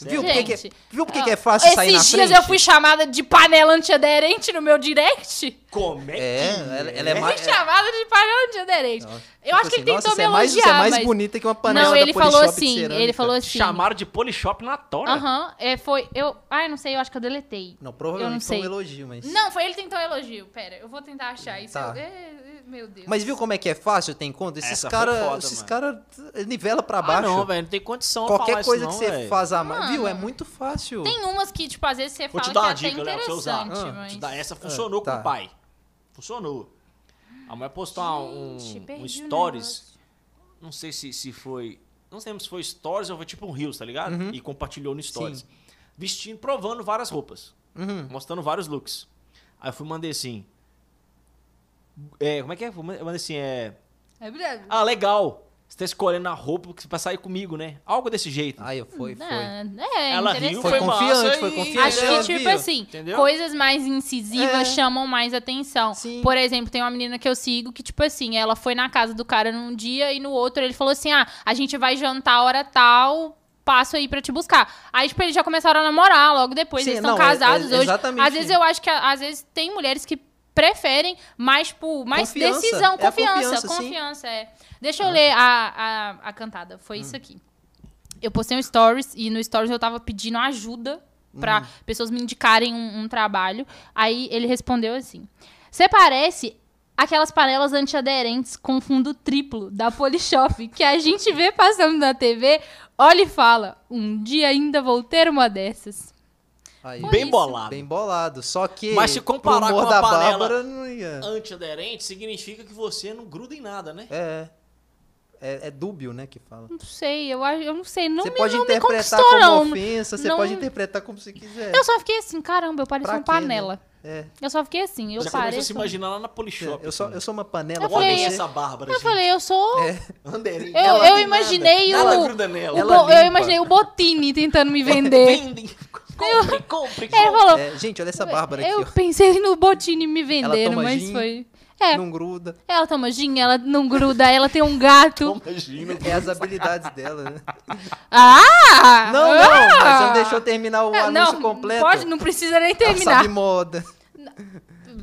S1: Viu por que
S2: Gente,
S1: que é- viu por que
S2: ó,
S1: que é fácil sair na
S2: Esses dias
S1: frente?
S2: eu fui chamada de panela antiaderente no meu direct.
S3: Como é,
S1: É,
S3: que.
S1: ela- ela é
S2: Eu
S1: Ma-
S2: fui chamada de um panela antiaderente.
S1: Nossa,
S2: Eu acho que ele
S1: assim,
S2: tentou
S1: nossa,
S2: me
S1: você é mais,
S2: elogiar,
S1: Você é mais
S2: mas...
S1: bonita que uma panela
S2: não,
S1: da
S2: ele
S1: Polishop
S2: falou
S1: de
S2: assim,
S1: cerâmica.
S2: ele falou assim...
S3: Chamaram de Polishop na tora.
S2: Aham, é, foi... Eu, ai, não sei, eu acho que eu deletei.
S1: Não,
S2: Eu não
S1: provavelmente foi
S2: sei.
S1: um elogio, mas...
S2: Não, foi ele que tentou elogio. Pera, eu vou tentar achar isso.
S1: Tá.
S2: eu- é, é, meu Deus.
S1: Mas viu como é que é fácil ter em conta? Esses
S3: Essa foi foda,
S1: caras, esses
S3: mano.
S1: caras nivela pra
S3: Ah,
S1: baixo.
S3: não, velho, não tem condição de falar
S1: Qualquer
S3: isso
S1: coisa
S3: não,
S1: que você
S3: velho.
S1: faz a mais, viu? É
S2: Mano.
S1: muito fácil.
S2: Tem umas que, tipo, às vezes você
S3: Vou
S2: fala
S3: te
S2: que
S3: dar
S2: é
S3: uma
S2: até
S3: dica, Léo, pra você usar.
S2: interessante,
S1: Ah,
S2: mas...
S3: Te dá- Essa funcionou
S1: Ah, tá.
S3: com o pai. Funcionou. A mulher postou um,
S2: Gente,
S3: um
S2: perdi o
S3: stories. Não sei se, se foi. Não lembro se foi stories ou foi tipo um reels, tá ligado?
S1: Uhum.
S3: E compartilhou no stories. Vestindo, provando várias roupas.
S1: Uhum.
S3: Mostrando vários looks. Aí eu fui mandei assim. É, como é que é? Eu mandei assim, é.
S2: É verdade.
S3: Ah, legal! Você tá escolhendo a roupa pra sair comigo, né? Algo desse jeito.
S1: Aí foi, foi.
S2: Ah, É,
S3: Ela riu,
S2: interessante.
S1: Foi
S3: massa
S1: confiante, foi
S3: e-
S1: confiante. né,
S2: Acho
S1: ela
S2: que, tipo
S1: viu,
S2: assim,
S3: entendeu?
S2: coisas mais incisivas
S1: É.
S2: chamam mais atenção.
S1: Sim.
S2: Por exemplo, tem uma menina que eu sigo que, tipo assim, ela foi na casa do cara num dia e no outro ele falou assim: ah, a gente vai jantar a hora tal. Passo aí pra te buscar. Aí, tipo, eles já começaram a namorar logo depois.
S1: Sim,
S2: eles estão
S1: não, é-
S2: casados
S1: é-
S2: hoje.
S1: exatamente.
S2: Às vezes eu acho que, a- às vezes, tem mulheres que preferem mais, tipo, mais
S1: Confiança.
S2: decisão,
S1: É a
S2: confiança.
S1: confiança,
S2: Confiança,
S1: sim. Ah.
S2: é. Deixa eu ler a, a, a cantada. Foi
S1: Hum.
S2: isso aqui eu postei um stories e no stories eu tava pedindo ajuda pra
S1: Hum.
S2: pessoas me indicarem um, um trabalho. Aí ele respondeu assim: Você parece aquelas panelas antiaderentes com fundo triplo da Polishop que a gente vê passando na TV, olha e fala: Um dia ainda vou ter uma dessas.
S1: Aí,
S2: Foi
S3: Bem
S2: isso.
S3: bolado.
S1: Bem bolado. Só que
S3: Mas se comparar
S1: pro humor
S3: com a
S1: da
S3: panela-
S1: Bárbara não ia.
S3: Antiaderente significa que você não gruda em nada, né?
S1: É. É, é dúbio, né, que fala.
S2: Não sei, eu, acho- eu não sei, não
S1: você
S2: me,
S1: pode
S2: não me
S1: interpretar
S2: conquistou,
S1: como
S2: não.
S1: ofensa, você
S2: não-
S1: pode interpretar como você quiser.
S2: Eu só fiquei assim, caramba, eu pareço
S1: Pra
S2: uma
S1: quê, né?
S2: panela.
S1: É.
S2: Eu só fiquei assim, eu
S3: Já começou a se
S2: pareço.
S3: imaginar lá na Polishop.
S1: Eu sou,
S3: assim.
S1: eu sou uma panela.
S2: Eu
S1: pra
S2: falei,
S1: você.
S3: Olha essa Bárbara,
S2: Eu
S3: gente.
S2: falei, eu sou
S1: É.
S3: Andarinho.
S2: Eu-
S3: Ela
S2: eu
S3: tem
S2: imaginei
S3: nada. Nada
S2: o-
S3: gruda
S2: O
S3: nela.
S1: Ela
S2: Bo- eu
S1: limpa.
S2: imaginei o Botini tentando me vender.
S3: Vendem. Compre, compre,
S2: Ele
S3: compre.
S2: falou,
S1: É, gente, olha essa Bárbara
S2: eu
S1: aqui,
S2: pensei no Botini me vendendo,
S1: toma
S2: mas
S1: gin.
S2: foi...
S1: ó.
S2: É,
S1: Não gruda.
S2: ela toma gin, ela não gruda, ela tem um gato.
S3: Imagina.
S1: É as habilidades dela, né?
S2: Ah!
S1: Não,
S2: ah!
S1: não, mas você não deixou terminar o
S2: É,
S1: anúncio
S2: não,
S1: completo.
S2: Pode, não precisa nem
S1: Ela
S2: terminar.
S1: sabe moda.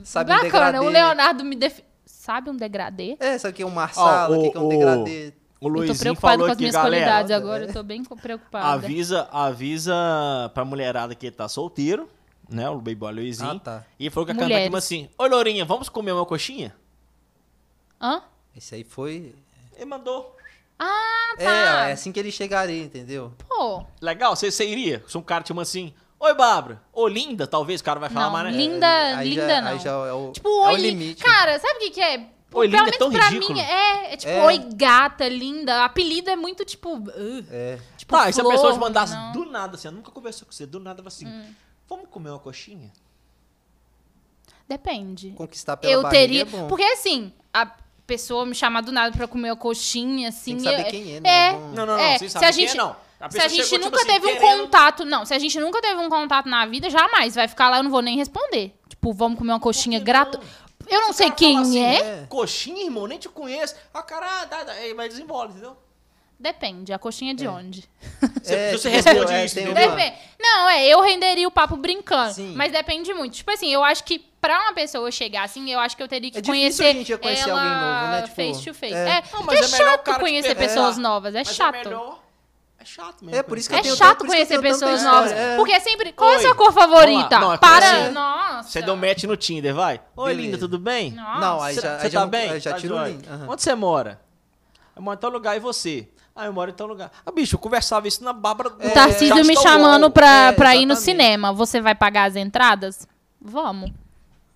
S1: Sabe um
S2: Bacana,
S1: degradê.
S2: o Leonardo me def... Sabe um degradê?
S1: É, sabe o que é um marsala,
S3: Ó,
S1: o que que é um
S3: o-
S1: degradê.
S3: O
S2: Eu tô
S3: Luizinho
S2: preocupada
S3: falou
S2: com as
S3: aqui,
S2: minhas
S3: galera.
S2: qualidades agora, eu tô bem co- preocupada.
S3: Avisa, avisa pra mulherada que ele tá solteiro, né? O Baby Boy Luizinho.
S1: Ah, tá.
S3: E falou que a
S2: Mulheres.
S3: cantante falou assim: Ô Lourinha, vamos comer uma coxinha?
S2: Hã?
S1: Esse aí foi...
S3: Ele mandou.
S2: Ah,
S1: É,
S2: tá.
S1: é assim que ele chegaria, entendeu?
S2: Pô,
S3: Legal, você, você iria? Se um cara te manda assim: Oi, Bárbara. Ô, linda, talvez o cara vai falar,
S2: Não,
S3: mas né?
S2: linda. Linda-
S1: aí
S2: Ah, linda
S1: já,
S2: não.
S1: Aí já é o,
S2: Tipo,
S1: é
S2: oi,
S1: o limite.
S2: Cara, sabe o que, que é?
S3: Oi,
S2: Pelo
S3: linda é
S2: menos
S3: tão
S2: pra
S3: ridículo.
S2: mim é, é tipo,
S1: É.
S2: oi, gata, linda. Apelido é muito tipo. uh,
S1: É.
S2: tipo
S3: Tá, e se a
S2: flor,
S3: pessoa te mandasse
S2: não. Hum.
S3: do nada assim, eu nunca conversou com você, do nada assim, vamos comer uma coxinha?
S2: Depende.
S1: Conquistar pela
S2: Eu
S1: barriga
S2: teria.
S1: é bom.
S2: Porque assim, a pessoa me chamar do nada pra comer uma coxinha, assim.
S1: Tem que saber
S2: eu-
S1: quem é, né?
S2: é.
S1: bom.
S3: Não, não, não,
S2: É,
S3: sem
S2: se
S3: saber
S2: a
S3: quem é,
S2: gente-
S3: não.
S2: Se a
S3: pessoa
S2: gente
S3: chegou, tipo
S2: nunca
S3: assim,
S2: teve um
S3: querendo-
S2: contato. Não, se a gente nunca teve um contato na vida, jamais. Vai ficar lá, eu não vou nem responder. Tipo, vamos comer uma coxinha
S3: não?
S2: grata. Eu não
S3: Se o
S2: sei
S3: cara
S2: quem
S3: falar assim,
S2: é.
S1: é.
S3: Coxinha, irmão, nem te conheço. Ah, cara, ah, dá, dá, aí vai desembola, entendeu?
S2: É Depende, a coxinha de onde?
S1: É,
S3: se você
S1: entendeu?
S3: responde
S1: É,
S3: isso,
S1: tem
S3: entendeu?
S1: uma-
S2: Depende. Não, é, eu renderia o papo brincando.
S1: Sim.
S2: Mas depende muito. Tipo assim, eu acho que pra uma pessoa chegar assim, eu acho que eu teria que
S1: É difícil
S2: conhecer.
S1: a gente conhecer
S2: ela
S1: alguém novo, né? Tipo,
S2: face to face.
S1: é.
S2: É,
S3: Não,
S2: porque é,
S3: mas é melhor o
S2: chato
S3: cara te
S2: conhecer
S3: pegar.
S2: pessoas novas, é
S3: Mas
S2: chato.
S3: É, melhor, é chato mesmo.
S1: É, por isso que
S2: É
S1: eu tenho-
S2: chato
S1: por isso que eu
S2: conhecer
S1: tenho tanta
S2: pessoas
S1: história,
S2: novas.
S1: é.
S2: Porque é sempre. Qual é a
S3: Oi.
S2: sua cor favorita?
S3: Vamos lá, não, é
S2: Para.
S3: conhecer.
S2: Nossa.
S3: Você é deu match no Tinder, vai. Oi,
S1: Beleza.
S3: linda, tudo bem?
S2: Nossa.
S1: Não, aí já,
S3: Você
S1: aí
S3: tá
S1: já, não-
S3: bem?
S1: aí já
S3: Tá
S1: tira o
S3: joia.
S1: link. Aham.
S3: Onde você mora? Eu moro em tal lugar e você? Ah, eu moro em tal lugar. Ah, bicho, eu conversava isso na Bárbara.
S2: O Tarcísio me chamando pra,
S1: É,
S2: pra ir no
S1: exatamente.
S2: cinema. Você vai pagar as entradas? Vamos.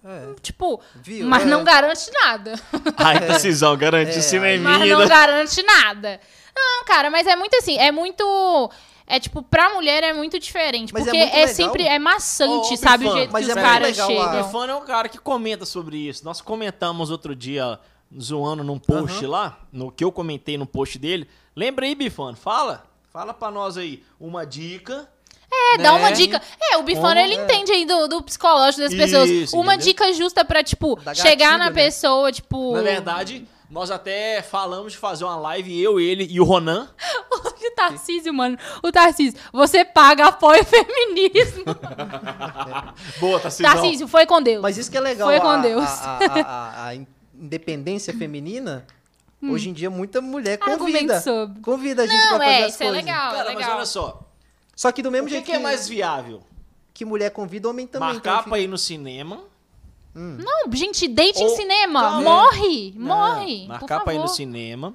S1: É,
S2: Tipo,
S1: Viu?
S2: mas
S1: É.
S2: não garante nada.
S3: Ai, Tarcísio, garante
S1: É,
S3: o
S1: aí-
S2: Mas
S3: cineminha.
S2: não
S3: né?
S2: garante nada. Não, cara, mas é muito assim, é muito. É tipo, pra mulher é muito diferente.
S1: Mas é
S2: porque é,
S1: muito legal.
S2: sempre. É maçante,
S3: Ô, ô,
S2: sabe? O
S3: Bifan,
S2: jeito
S1: mas
S2: que
S1: é
S2: os
S1: muito
S2: caras
S1: legal a-
S3: O
S2: chegam.
S3: Stefano é um cara que comenta sobre isso. Nós comentamos outro dia, zoando num post lá, no que eu comentei no post dele. Lembra aí, Bifano? Fala. Fala pra nós aí. Uma dica.
S2: É, dá
S3: né?
S2: uma dica. É, o Bifano,
S3: Como
S2: ele
S1: é?
S2: entende aí do, do psicológico das pessoas.
S3: Isso,
S2: uma
S3: entendeu?
S2: dica justa pra, tipo,
S1: Dá
S2: chegar
S1: gatilho,
S2: na
S1: né?
S2: pessoa, tipo.
S3: Na verdade, nós até falamos de fazer uma live, eu, ele e o Ronan.
S2: o Tarcísio, mano. O Tarcísio, você paga apoio ao feminismo.
S1: É.
S3: Boa,
S1: tá
S3: Tarcísio.
S2: Tarcísio, foi com Deus.
S1: Mas isso que é legal.
S2: Foi com
S1: a,
S2: Deus.
S1: A, a- a- a in- independência feminina, hoje em dia muita mulher
S2: Argumente
S1: convida.
S2: Hum. sobre.
S1: Convida a gente
S2: Não,
S1: pra fazer
S2: é,
S1: as
S2: isso é
S1: coisas.
S2: legal,
S3: Cara,
S2: é
S3: mas
S2: legal.
S3: olha só.
S1: Só que do
S3: O
S1: mesmo
S3: que,
S1: jeito
S3: que é mais viável?
S1: que mulher convida, homem também.
S3: Marcar
S1: então
S3: pra ir no cinema.
S2: Não, gente, date em
S3: Ou-
S2: cinema.
S3: Calma.
S2: Morre,
S3: Não,
S2: morre. por
S3: Marcar
S2: favor.
S3: pra ir no cinema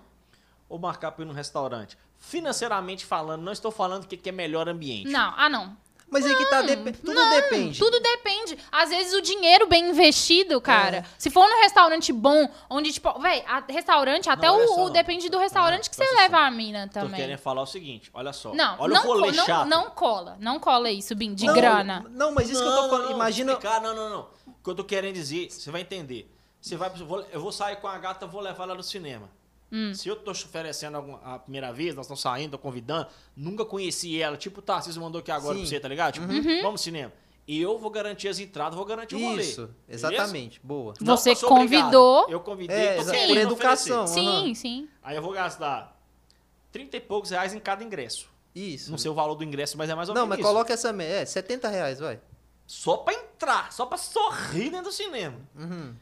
S3: ou marcar pra ir num restaurante. Financeiramente falando, não estou falando o que, que é melhor ambiente.
S2: Não, ah não.
S1: fica- Mas é que tá. depe- Tudo depende.
S2: Tudo depende. Às vezes o dinheiro bem investido, cara.
S3: É.
S2: Se for num restaurante bom, onde, tipo, véi, a- restaurante, até
S3: olha
S2: o,
S3: só,
S2: o-
S3: não.
S2: depende do
S3: Ah,
S2: restaurante que você
S3: presta
S2: leva a mina
S3: Tô
S2: também.
S3: querendo falar o seguinte, olha só.
S2: Não,
S3: olha
S2: não,
S3: o rolê
S2: co- não-
S3: chato.
S2: não cola. Não cola isso, Bim, de
S1: Não,
S2: grana.
S1: Não, mas isso que eu
S3: Não,
S1: tô
S3: não,
S1: falando.
S3: não,
S1: Imagina.
S3: vou explicar, não, não, não. O que eu tô querendo dizer, você vai entender. Você vai, eu vou- eu vou sair com a gata, eu vou levar ela no cinema.
S2: Hum.
S3: Se eu tô oferecendo alguma- a primeira vez, nós estamos saindo, tô convidando, nunca conheci ela. Tipo, tá, vocês mandou aqui agora
S1: Sim. Uhum.
S3: pra você, tá ligado? Tipo,
S2: Uhum.
S3: vamos ao cinema. Eu vou garantir as entradas, vou garantir o um rolê.
S1: Isso,
S3: beleza?
S1: exatamente. Boa.
S3: Não,
S2: Você
S3: eu sou obrigado.
S2: convidou.
S3: Eu convidei,
S1: É,
S3: tô
S1: exa-
S3: querendo
S2: por
S1: educação.
S3: oferecer.
S2: Sim,
S1: Aham.
S2: sim.
S3: Aí eu vou gastar 30 e poucos reais em cada ingresso.
S1: Isso.
S3: Não sei o valor do ingresso, mas é mais ou
S1: Não,
S3: menos
S1: mas
S3: isso.
S1: coloca essa. me- É, 70 reais, vai.
S3: Só pra entrar, só pra sorrir dentro do cinema.
S1: Uhum.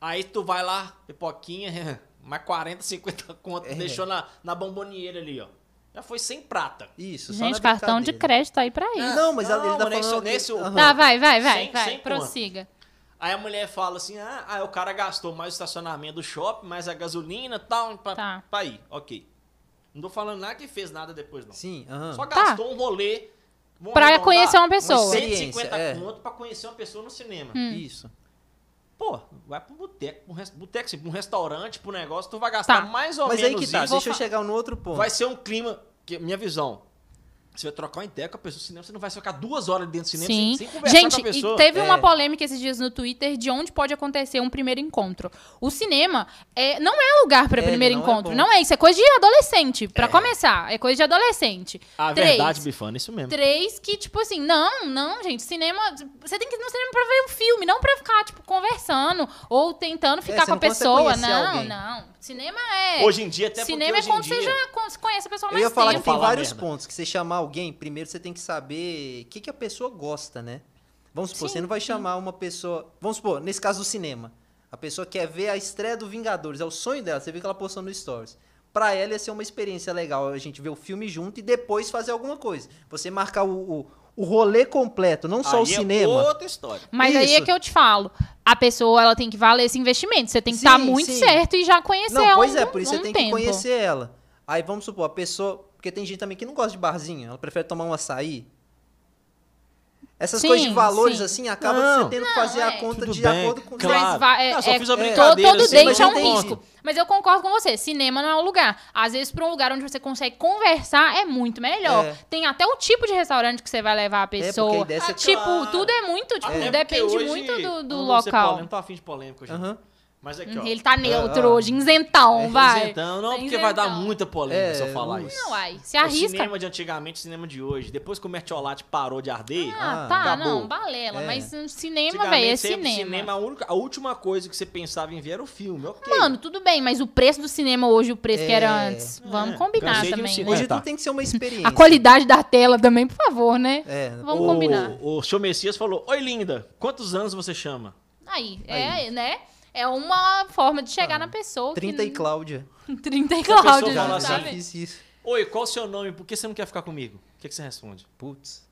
S3: Aí tu vai lá, pipoquinha, mais 40, 50 conto,
S1: É.
S3: deixou na, na bombonieira ali, ó. Já foi sem prata.
S1: Isso, só
S2: Gente,
S1: na
S2: cartão de
S1: brincadeira.
S2: crédito tá aí pra isso.
S1: Não, mas ele tá
S3: mano, esse-
S1: falando que-
S3: esse-
S1: Aham.
S2: Tá, vai, vai, vai,
S3: Sem-
S2: vai.
S3: sem conta.
S2: prossiga.
S3: Aí a mulher fala assim: ah, ah, o cara gastou mais o estacionamento do shopping, mais a gasolina tal, pra,
S2: Tá.
S3: pra ir. Ok. Não tô falando nada que fez nada depois, não.
S1: Sim, aham.
S3: Só gastou um rolê. vamos
S2: Tá. Pra
S3: arredondar,
S2: conhecer uma
S3: uns
S2: pessoa. Hum.
S3: 150
S1: Experiência, é.
S3: conto pra conhecer uma pessoa no cinema.
S1: Isso.
S3: Pô, vai pro boteco, pro res- boteco, sim, pra um restaurante, pro negócio, tu vai gastar
S2: Tá.
S3: mais ou
S1: Mas aí
S3: menos
S1: que tá,
S3: isso.
S1: deixa eu chegar no outro ponto.
S3: Vai ser um clima, que, minha visão. Você vai trocar uma ideia com a pessoa no cinema, você não vai ficar duas horas dentro do cinema sem,
S2: Sim.
S3: sem conversar
S2: Gente,
S3: com a pessoa.
S2: e teve
S1: É.
S2: uma polêmica esses dias no Twitter de onde pode acontecer um primeiro encontro. O cinema é, não é lugar pra
S1: É,
S2: primeiro
S1: não é
S2: encontro.
S1: bom.
S2: não é isso, é coisa de adolescente. Pra começar, é coisa de adolescente.
S3: A
S2: Três.
S3: verdade, Bifana, é isso mesmo.
S2: Três que, tipo assim, não, não, gente, cinema. Você tem que ir no cinema pra ver um filme, não pra ficar, tipo, conversando ou tentando ficar
S1: você
S2: com a
S1: não consegue
S2: pessoa.
S1: conhecer
S2: Não,
S1: alguém.
S2: não. Cinema é.
S3: Hoje em dia, até
S2: cinema é
S3: porque hoje em
S2: quando
S3: dia...
S2: você já con- conhece a pessoa há
S1: Eu
S2: mais
S1: ia falar
S2: tempo.
S1: que tem
S3: Falar
S1: vários
S3: merda.
S1: pontos. Que você chamar alguém, primeiro você tem que saber o que, que a pessoa gosta, né? Vamos supor,
S2: Sim,
S1: você não vai chamar uma pessoa. Vamos supor, nesse caso do cinema. A pessoa quer ver a estreia do Vingadores, é o sonho dela, você viu que ela postou no Stories. Pra ela ia ser uma experiência legal a gente ver o filme junto e depois fazer alguma coisa. Você marcar o, o, o rolê completo, não só
S3: Aí
S1: o cinema.
S3: É outra história.
S2: Mas aí é
S1: Isso.
S2: que eu te falo. A pessoa, ela tem que valer esse investimento. Você tem que
S1: Sim,
S2: estar muito
S1: sim.
S2: certo e já conhecer
S1: Não,
S2: ela
S1: pois
S2: há
S1: é,
S2: um-
S1: por isso
S2: um
S1: você tem que
S2: tempo.
S1: conhecer ela. Aí vamos supor, a pessoa. Porque tem gente também que não gosta de barzinho, ela prefere tomar um açaí. Essas
S2: Sim,
S1: coisas de valores,
S2: sim.
S1: assim, acaba
S3: Não.
S1: você tendo que fazer
S2: Não,
S1: a
S2: é.
S1: conta
S3: Tudo
S1: de
S3: bem,
S1: acordo com
S3: claro.
S2: Mas va- é,
S3: Não, só
S2: é,
S3: fiz a
S2: to-
S3: brincadeira,
S2: todo
S3: assim,
S2: date
S1: mas
S2: é um
S1: entendi.
S2: risco. Mas eu concordo com você, cinema não é um lugar. Às vezes, pra um lugar onde você consegue conversar, é muito melhor.
S1: É.
S2: Tem até o tipo de restaurante que você vai levar a
S1: porque a
S2: pessoa.
S1: ideia é você-
S2: tipo,
S3: Claro.
S2: tudo é muito, tipo,
S3: Até porque
S2: depende
S3: hoje-
S2: muito do, do
S3: eu não vou ser
S2: local.
S3: polêmico, Não tô afim de polêmica hoje.
S1: Aham.
S3: Mas aqui, ó.
S2: Ele tá neutro
S1: Ah, ah.
S2: hoje, isentão, vai.
S3: Isentão, não,
S2: Tá
S3: porque vai dar
S2: isentão.
S3: muita polêmica
S1: É,
S3: se eu falar
S1: não-
S3: isso.
S2: Não, ai, se
S3: É O
S2: arrisca.
S3: cinema de antigamente, o cinema de hoje. Depois que o mertiolate parou de arder,
S2: Ah,
S1: Ah,
S2: tá,
S3: acabou.
S2: não, balela.
S1: É.
S2: Mas um cinema,
S3: antigamente,
S2: velho, é
S3: você ia pro
S2: cinema.
S3: cinema a, única- a última coisa que você pensava em ver era o filme. ok.
S2: Mano, tudo bem, mas o preço do cinema hoje, o preço que era
S1: É.
S2: antes. Vamos
S3: É,
S2: combinar
S3: cansei de ir no
S2: também.
S3: cinema.
S2: né?
S1: Hoje
S3: tá.
S1: tudo tem que ser uma experiência.
S2: A qualidade da tela também, por favor, né?
S1: É,
S2: Vamos combinar.
S3: O seu Messias falou: Oi, linda, quantos anos você chama?
S2: Aí, é, né? É uma forma de chegar na pessoa. que
S1: 30 e
S2: não-
S1: Cláudia.
S2: 30 e
S3: pessoa
S2: Cláudia,
S3: fala
S1: Já,
S2: não
S3: assim,
S1: já
S2: sabe?
S1: fiz isso.
S3: Oi, qual o seu nome? Por que você não quer ficar comigo? O que, que você responde?
S1: Putz.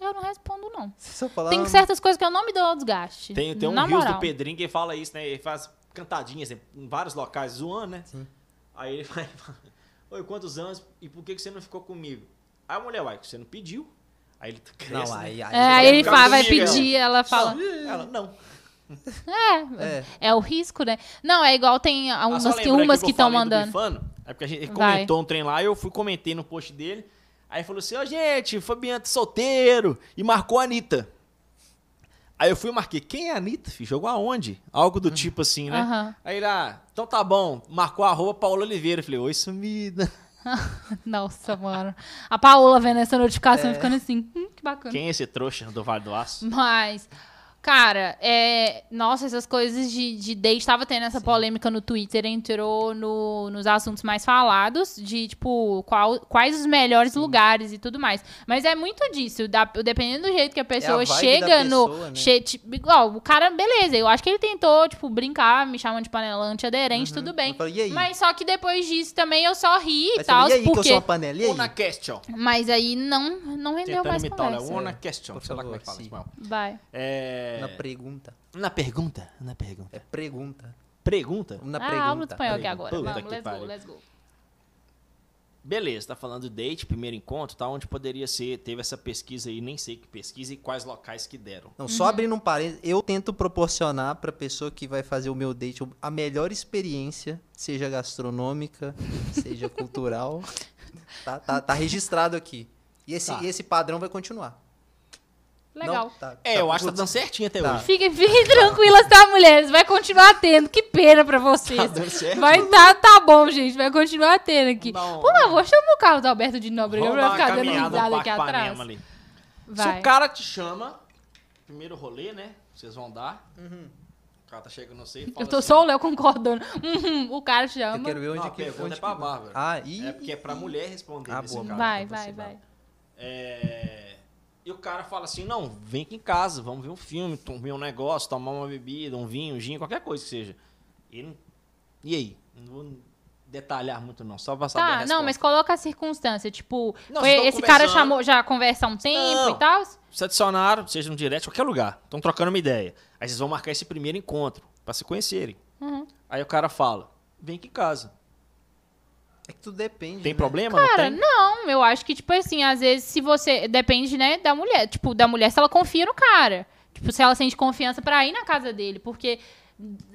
S2: Eu não respondo, não.
S1: Você só "Ah, falar.
S2: Tem certas coisas que eu não me dou ao desgaste.
S3: Tem, tem um
S2: na
S3: Rios
S2: moral.
S3: do Pedrinho que ele fala isso, né? Ele faz cantadinhas né, em vários locais, zoando, né? Aí ele vai e fala: Oi, quantos anos e por que, que você não ficou comigo? Aí a mulher, uai, que você não pediu. Aí ele cresce.
S1: Não,
S3: né?
S1: aí, aí,
S2: É, aí ele
S3: ficar
S2: fala, vai
S3: comigo,
S2: pedir, ela fala.
S3: Não. Ela, não.
S2: É, é o risco, né? Não, é igual tem
S3: Ah,
S2: umas
S3: só
S2: que,
S3: lembrando
S2: umas
S3: eu
S2: que estão
S3: falei do
S2: mandando.
S3: Bifano, É porque a gente ele
S2: Vai.
S3: comentou um trem lá, eu fui, comentei no post dele. Aí falou assim, ó, gente, Fabiano tá solteiro. E marcou a Anitta. Aí eu fui e marquei, quem é a Anitta? filho? Jogou aonde? Algo do tipo assim, né?
S2: Uhum. Aham.
S3: Aí lá, então tá bom. Marcou a arroba Paula Oliveira. Eu Falei, oi, sumida.
S2: Nossa, mano. A Paola vendo essa notificação e ficando assim. Hum, que bacana.
S3: Quem é esse trouxa do Vale do Aço?
S2: Mas, cara, é, nossa, essas coisas de, de date. Tava tendo essa polêmica no Twitter, entrou no- nos assuntos mais falados, de tipo, qual- quais os melhores lugares e tudo mais. Mas é muito disso, da- dependendo do jeito que a pessoa
S1: É vibe da
S2: chega no.
S1: pessoa, né?
S2: che- tipo, igual, o cara, beleza, eu acho que ele tentou, tipo, brincar, me chamando de panela antiaderente, tudo bem.
S1: Eu falei, Uhum. e aí?
S2: Mas só que depois disso também eu só ri e
S1: Aí você
S2: tal,
S1: fala, e aí que eu
S2: porque.
S1: sou uma panela? E aí?
S3: Una question.
S2: Mas aí não, não rendeu
S3: Tentando
S2: é mais
S3: imitar,
S1: né?
S3: olha,
S2: conversa.
S3: una question.
S1: Por
S3: Sei lá como é que
S1: favor,
S3: fala
S1: sim.
S3: em espanhol.
S2: Vai.
S3: É...
S1: Na pergunta.
S3: Na pergunta, na pergunta.
S1: É pergunta.
S3: Pergunta?
S1: Na
S2: ah, aula de
S1: pergunta.
S2: espanhol aqui
S3: Pergunta.
S2: agora.
S3: Puta
S2: Vamos,
S3: que
S2: let's go,
S3: pariu.
S2: let's go.
S3: Beleza, tá falando de date, primeiro encontro, tá? Onde poderia ser, teve essa pesquisa aí, nem sei que pesquisa e quais locais que deram.
S1: Não,
S2: Uhum.
S1: só abrindo um parênteses, eu tento proporcionar pra pessoa que vai fazer o meu date a melhor experiência, seja gastronômica, seja cultural. Tá, tá- tá registrado aqui. E esse,
S3: Tá.
S1: e esse padrão vai continuar.
S2: Legal.
S1: Não, tá-
S3: É,
S1: tá-
S3: eu acho que tá
S1: putz,
S3: dando certinho até
S1: Tá.
S3: hoje.
S2: Fiquem, fiquem tranquilas, tá, mulheres? Vai continuar tendo. Que pena pra vocês.
S3: Tá dando certo.
S2: Vai tá, tá bom, gente. Vai continuar tendo aqui.
S3: Não.
S2: Por favor, chama o carro do Alberto de Nobre pra
S3: Vamos um- dar
S2: eu
S3: uma
S2: ficar dando
S3: caminhada
S2: risada
S3: no
S2: aqui
S3: Parque Ipanema
S2: atrás.
S3: ali. Se
S2: Vai.
S3: o cara te chama, primeiro rolê, né? Vocês vão dar. O cara tá chegando, não sei.
S2: Eu tô só o Léo concordando. Uhum, o cara
S1: Eu
S2: chama.
S1: quero ver
S3: Não,
S1: onde
S3: a
S1: que
S3: pergunta
S1: onde
S3: é pra
S1: que-
S3: Bárbara.
S1: Ah, e
S3: É porque é pra mulher responder
S1: Ah,
S3: nesse
S1: boa,
S3: caso.
S2: Vai,
S1: Cara,
S2: vai,
S1: você
S2: vai.
S3: É, E o cara fala assim: não, vem aqui em casa, vamos ver um filme, comer um negócio, tomar uma bebida, um vinho, um gin, qualquer coisa que seja. E, não- e aí? Não vou detalhar muito, não, só pra saber. a
S2: Tá, não,
S3: resposta.
S2: mas coloca a circunstância. Tipo,
S3: Não,
S2: foi-
S3: vocês
S2: esse
S3: tão
S2: cara
S3: conversando.
S2: chamou já conversa há um tempo
S3: Não.
S2: e tal?
S3: Se adicionaram, seja no direct, qualquer lugar, estão trocando uma ideia. Aí vocês vão marcar esse primeiro encontro, pra se conhecerem.
S2: Uhum.
S3: Aí o cara fala: vem aqui em casa.
S1: é que tudo depende.
S3: Tem
S1: né?
S3: problema?
S2: Uhum. Cara,
S3: não tem?
S2: não, eu acho que, tipo assim, às vezes, se você. Depende, né, da mulher. Tipo, da mulher se ela confia no cara. Tipo, se ela sente confiança pra ir na casa dele. Porque,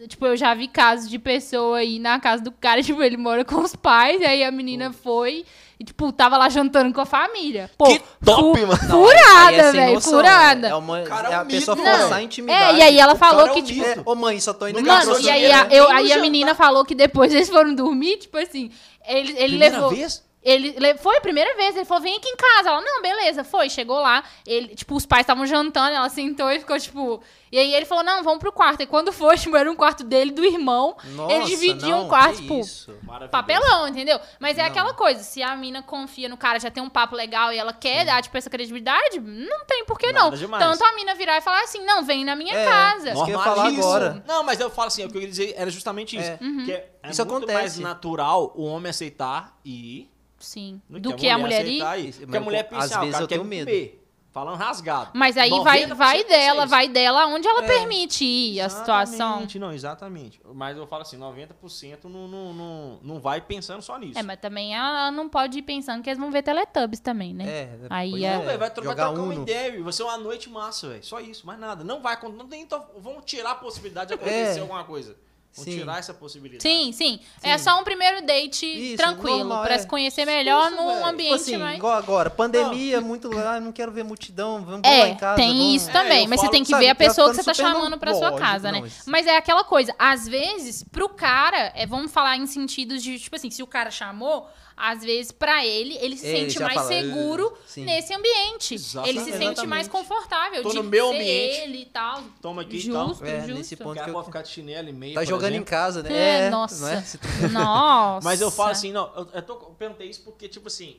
S2: tipo, eu já vi casos de pessoa ir na casa do cara, tipo, ele mora com os pais, e aí a menina foi e, tipo, tava lá jantando com a família. Pô, é,
S3: Que top, mano!
S1: Não, isso aí é
S2: Furada,
S1: sem
S2: velho,
S1: noção,
S2: furada.
S1: É, uma,
S3: Cara,
S1: é
S3: é
S1: a
S3: um
S1: pessoa
S3: mito,
S1: forçar
S3: mano.
S1: a
S2: é,
S1: intimidade.
S2: e aí ela falou
S3: cara é
S2: que,
S3: um
S2: tipo.
S1: É, Ô mãe, só tô indo na
S2: Mano, e aí, a,
S1: gasolina.
S2: eu,
S3: Nem
S2: aí a
S3: jantar.
S2: menina falou que depois eles foram dormir, tipo assim, ele, ele
S3: Primeira
S2: levou.
S3: vez?
S2: Ele le- foi a primeira vez, ele falou: vem aqui em casa. Ela, não, beleza, foi, chegou lá. Ele, tipo, os pais estavam jantando, ela sentou e ficou, tipo. E aí ele falou: não, vamos pro quarto. E quando foi, tipo, era um quarto dele, do irmão.
S1: Nossa,
S2: ele dividia
S1: não,
S2: um quarto,
S1: que
S2: tipo,
S1: isso.
S3: Maravilhoso.
S2: papelão, entendeu? Mas é
S1: Não.
S2: aquela coisa: se a mina confia no cara, já tem um papo legal e ela quer dar, tipo, essa credibilidade, não tem por que não.
S3: Nada demais.
S2: Tanto a mina virar e falar assim: não, vem na minha
S1: É,
S2: casa.
S1: Isso que eu ia falar
S3: Normaliza.
S1: agora.
S3: Não, mas eu falo assim, o que eu queria dizer era justamente isso.
S1: É.
S2: Uhum.
S3: Que é, é
S1: Isso
S3: muito
S1: acontece.
S3: mais natural o homem aceitar e ir
S2: Sim.
S3: do,
S2: Do que a mulher ir.
S3: aceitar ir.
S1: Isso,
S3: Porque
S1: mas
S3: a mulher
S1: eu- às
S3: pensa, ah, o
S1: vezes
S3: cara
S1: eu
S3: quer
S1: tenho medo.
S3: comer. Falando rasgado.
S2: Mas aí vai,
S3: 90%
S2: vai dela,
S3: é isso.
S2: vai dela onde ela
S1: É.
S2: permite ir a situação.
S3: Exatamente, não, exatamente. Mas eu falo assim, 90% não, não, não, não vai pensando só nisso.
S2: É, mas também ela não pode ir pensando que eles vão ver Teletubbies também, né?
S1: É,
S2: Aí
S1: pois
S2: é.
S3: Não, velho, vai, tro- vai
S1: jogar
S3: trocar uma
S1: Uno.
S3: ideia, velho. vai ser uma noite massa, velho. Só isso, mais nada. Não vai acon- não tem, então, vão tirar a possibilidade de acontecer
S1: É.
S3: alguma coisa. Vão
S1: Sim.
S3: tirar essa possibilidade.
S2: Sim, sim, É só um primeiro date
S1: Isso,
S2: tranquilo,
S1: normal,
S2: pra
S1: é.
S2: se conhecer melhor
S3: Isso,
S2: num
S3: velho.
S2: ambiente
S1: Tipo assim,
S2: mais.
S1: igual agora, pandemia, muito lá, não quero ver multidão, vamos lá
S2: É,
S1: em casa.
S2: tem
S1: vamos-
S2: isso
S3: É,
S2: também,
S3: eu
S2: mas você
S3: falo,
S2: tem que
S1: sabe,
S2: ver a
S1: tá
S2: pessoa que você
S1: ficando
S2: tá
S1: super
S2: chamando pra sua
S1: lógico,
S2: casa, né?
S1: não, isso-
S2: Mas é aquela coisa, às vezes, pro cara, é, vamos falar em sentidos de, tipo assim, se o cara chamou, às vezes pra ele, ele se
S1: Ele
S2: sente
S1: já
S2: mais
S1: fala, "Eh,
S2: seguro
S1: sim."
S2: nesse ambiente. Ele se
S3: Exatamente.
S2: sente mais confortável
S3: Tô
S2: de
S3: no meu
S2: ser
S3: ambiente.
S2: ele e tal.
S3: Toma aqui, então.
S2: justo,
S1: É,
S2: justo.
S1: nesse
S3: O
S1: ponto
S3: cara
S1: que eu-
S3: pode ficar de chinelo e meio.
S1: Tá
S3: por
S1: jogando em
S3: exemplo.
S1: casa, né?
S2: É,
S1: não
S2: nossa.
S1: é? Se tu-
S2: Nossa.
S3: Mas eu falo assim, não, eu, eu tô, eu perguntei isso porque, tipo assim,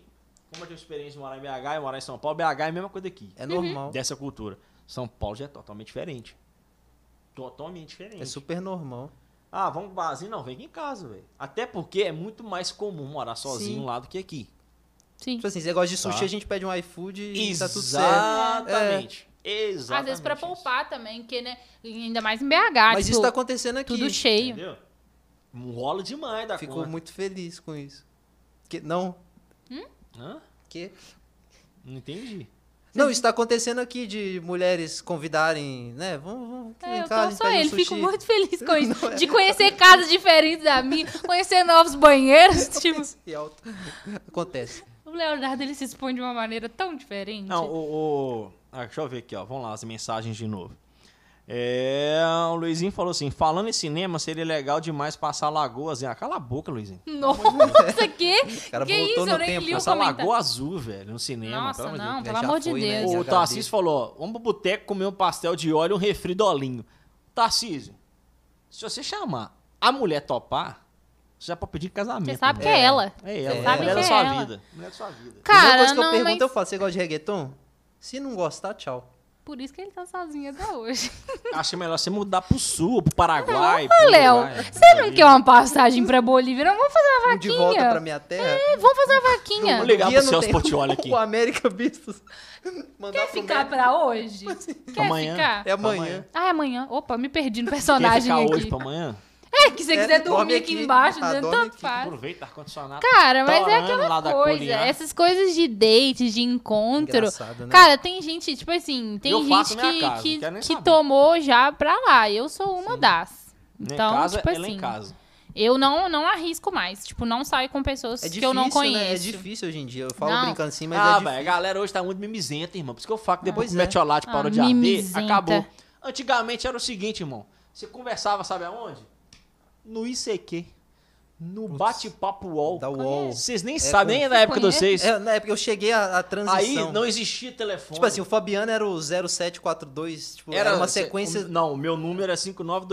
S3: como eu tenho experiência de morar em BH e morar em São Paulo, BH é a mesma coisa aqui.
S1: É normal.
S3: Dessa cultura. São Paulo já é totalmente diferente. Totalmente diferente.
S1: É super normal.
S3: Ah, vamos pro barzinho? Não, vem aqui em casa, velho. Até porque é muito mais comum morar sozinho
S1: Sim.
S3: lá do que aqui.
S2: Sim.
S1: Tipo assim, você gosta de sushi,
S3: Tá.
S1: a gente pede um iFood e tá tudo certo. É.
S3: Exatamente. Exatamente.
S2: Às vezes pra
S3: isso.
S2: poupar também, porque, né? Ainda mais em BH.
S1: Mas
S2: tipo,
S1: isso tá acontecendo aqui.
S2: tudo cheio.
S3: Entendeu? Rola demais da
S1: Ficou
S3: conta.
S1: muito feliz com isso. Que, não,
S3: Hã?
S1: que...
S3: Não entendi.
S1: Não, isso tá acontecendo aqui de mulheres convidarem, né? Vamos, vamos aqui
S2: É,
S1: em
S2: eu
S1: casa, a
S2: tô
S1: gente
S2: só
S1: pede um
S2: ele, fico
S1: sushi. é.
S2: muito feliz com isso. De conhecer casas diferentes da minha, conhecer novos banheiros. Tipo,
S1: E é alto. Acontece.
S2: o Leonardo ele se expõe de uma maneira tão diferente.
S3: Não, o. o- ah, deixa eu ver aqui, ó. Vamos lá, as mensagens de novo. É, o Luizinho falou assim: falando em cinema, seria legal demais passar Lagoas. Ah, cala a boca, Luizinho.
S2: Nossa, que?
S1: cara
S2: que
S1: voltou
S2: isso?
S1: no
S2: Eu nem
S1: tempo.
S2: li o
S3: Passar
S2: comentário.
S3: Lagoa Azul, velho, no cinema. pelo
S2: Nossa,
S3: amor de
S2: não,
S1: Deus.
S2: pelo
S1: Já
S2: amor de
S1: foi, né?
S2: Deus.
S1: Já-
S3: O
S1: HD.
S3: Tarcísio falou: vamos pro boteco comer um pastel de óleo e um refri dolinho. Tarcísio, se você chamar a mulher topar, você já pode pedir em casamento.
S2: Você sabe
S3: né?
S2: que é ela.
S3: É ela,
S1: Você
S3: é
S1: sabe
S3: mulher
S1: que
S3: da
S2: é
S3: sua
S2: ela.
S3: vida. Mulher da sua vida.
S1: Primeira coisa
S2: Cara,
S1: que eu
S2: não,
S1: pergunto, eu
S2: mas
S1: falo, você gosta de reggaeton? Se não gostar, tchau.
S2: por isso que ele tá sozinho até hoje.
S3: Achei melhor você mudar pro sul, pro Paraguai.
S2: Ô,
S3: pro
S2: Léo,
S3: Uruguai,
S2: você
S3: Bolívia.
S2: não quer uma passagem pra Bolívia? Não, vamos fazer uma
S1: Um de volta pra
S2: vaquinha.
S1: minha terra.
S2: É, vamos fazer uma vaquinha.
S3: Vou ligar
S1: Guia
S3: pro
S1: não
S3: Celso
S1: tem
S3: Portiolli aqui.
S1: O América Bistos. Mandar
S2: Quer
S1: pro
S2: ficar
S1: América.
S2: pra hoje? Quer
S3: Amanhã.
S2: ficar?
S1: É amanhã.
S3: Amanhã.
S2: Ah, é amanhã. Opa, me perdi no
S3: Quer
S2: personagem
S3: ficar hoje
S2: aqui.
S3: pra amanhã?
S2: É, que se você
S1: É,
S2: quiser
S1: dorme
S2: dormir aqui,
S1: aqui,
S2: embaixo, né?
S1: tá, dorme
S2: tanto
S1: aqui.
S2: faz.
S3: Aproveita, ar-condicionado.
S2: Cara, mas é
S3: Torando lá né? da
S2: aquela coisa. é assim,
S3: Colinhar.
S2: Essas coisas de dates, de encontro.
S1: Engraçado, né?
S2: Cara, tem gente, tipo assim, tem
S3: Eu faço
S2: gente
S3: minha
S2: que,
S3: casa,
S2: que,
S3: não quero nem
S2: que
S3: saber.
S2: tomou já pra lá. Eu sou uma das.
S3: Minha
S2: Então,
S3: casa,
S2: tipo
S3: ela
S2: assim,
S3: em casa.
S2: eu não, não arrisco mais. Tipo, não saio com pessoas
S1: É difícil,
S2: que eu não conheço.
S1: Né? É difícil hoje em dia. Eu falo
S2: Não.
S1: brincando assim, mas
S3: ah,
S1: é
S3: velho, a
S1: difícil.
S3: galera hoje tá muito mimizenta, irmão. Por isso que eu falo que depois
S1: Pois
S3: que o
S1: é.
S3: metiolate
S2: Ah,
S3: parou de arder,
S2: mimizenta.
S3: acabou. Antigamente era o seguinte, irmão. Você conversava, sabe aonde? No ICQ. No bate-papo UOL.
S1: Da UOL.
S3: Vocês nem
S1: É,
S3: sabem, nem é da
S2: Você
S3: época de
S2: conhece?
S3: vocês.
S1: Tá É, na época eu cheguei à, à
S3: Aí
S1: transição.
S3: não existia telefone.
S1: Tipo assim, o Fabiano era o 0742, tipo, era, uma sequência...
S3: o- Não, o meu número é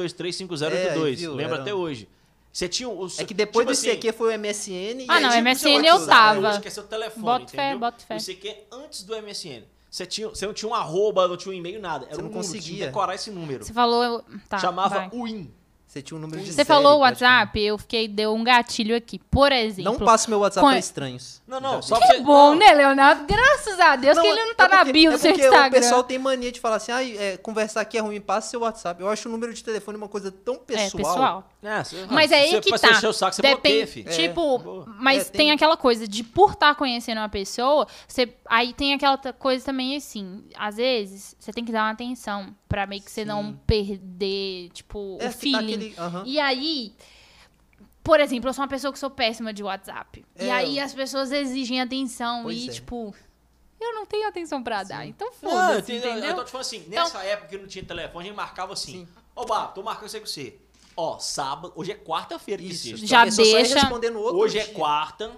S3: 59235082.
S1: É, viu,
S3: Lembra
S1: era-
S3: até hoje. Você tinha o.
S1: É que depois
S3: tipo
S1: do ICQ foi o MSN...
S2: Ah,
S1: e
S2: não,
S1: aí, tipo,
S2: MSN
S1: seu
S2: eu
S1: WhatsApp.
S2: tava.
S3: Hoje que é seu telefone,
S2: Bota fé,
S3: entendeu?
S2: bota fé.
S3: O ICQ antes do MSN. Você, tinha, você não tinha um arroba, não tinha um e-mail, nada. Era
S1: Você
S3: um
S1: não
S3: número, tinha que
S1: conseguia.
S3: decorar esse número.
S2: Você falou. eu- Tá,
S3: Chamava
S2: vai.
S3: UIN.
S1: Você tinha um número de
S2: Você
S1: série,
S2: falou o
S1: praticamente.
S2: WhatsApp, eu fiquei, deu um gatilho aqui. Por exemplo.
S1: Não passo meu WhatsApp
S2: Con-
S1: pra estranhos.
S3: Não, não,
S1: Já
S3: só
S1: vi.
S3: pra
S2: Que
S3: você.
S2: bom,
S3: não,
S2: né, Leonardo? Graças a Deus que ele não tá
S1: é
S2: na
S1: porque-
S2: bio do
S1: é
S2: seu
S1: porque
S2: Instagram.
S1: O pessoal tem mania de falar assim, ah, é, conversar aqui é ruim, passa seu WhatsApp. Eu acho o número de telefone uma coisa tão pessoal.
S2: É, pessoal.
S3: É, você-
S2: Mas
S3: se
S2: aí
S3: você-
S2: que
S3: pra
S2: tá.
S3: você encher o saco, você bloqueia,
S2: Depende,
S3: filho.
S1: É,
S2: tipo,
S3: boa.
S2: mas
S1: É,
S2: tem...
S1: tem-
S2: aquela coisa de por estar conhecendo uma pessoa, você aí tem aquela outra coisa também assim, às vezes você tem que dar uma atenção pra meio que você não perder, tipo,
S1: É,
S2: o
S1: fica
S2: feeling.
S1: aquele- aham.
S2: E aí, por exemplo, eu sou uma pessoa que sou péssima de WhatsApp. E
S1: É,
S2: aí
S1: eu-
S2: as pessoas exigem atenção
S1: Pois
S2: e
S1: é.
S2: tipo, eu não tenho atenção pra dar. Então
S3: Não, eu
S2: foda-se,
S3: entendo, eu tô
S2: entendeu? Então
S3: te falando assim, nessa época que não tinha telefone, a gente marcava assim. Ô, Bá, tô marcando isso aí com você. Ó, sábado, hoje é quarta-feira que
S1: Isso.
S3: seja.
S1: então
S2: Já
S1: a pessoa sai
S2: deixa-
S1: respondendo outro
S3: Hoje é
S1: dia.
S3: quarta.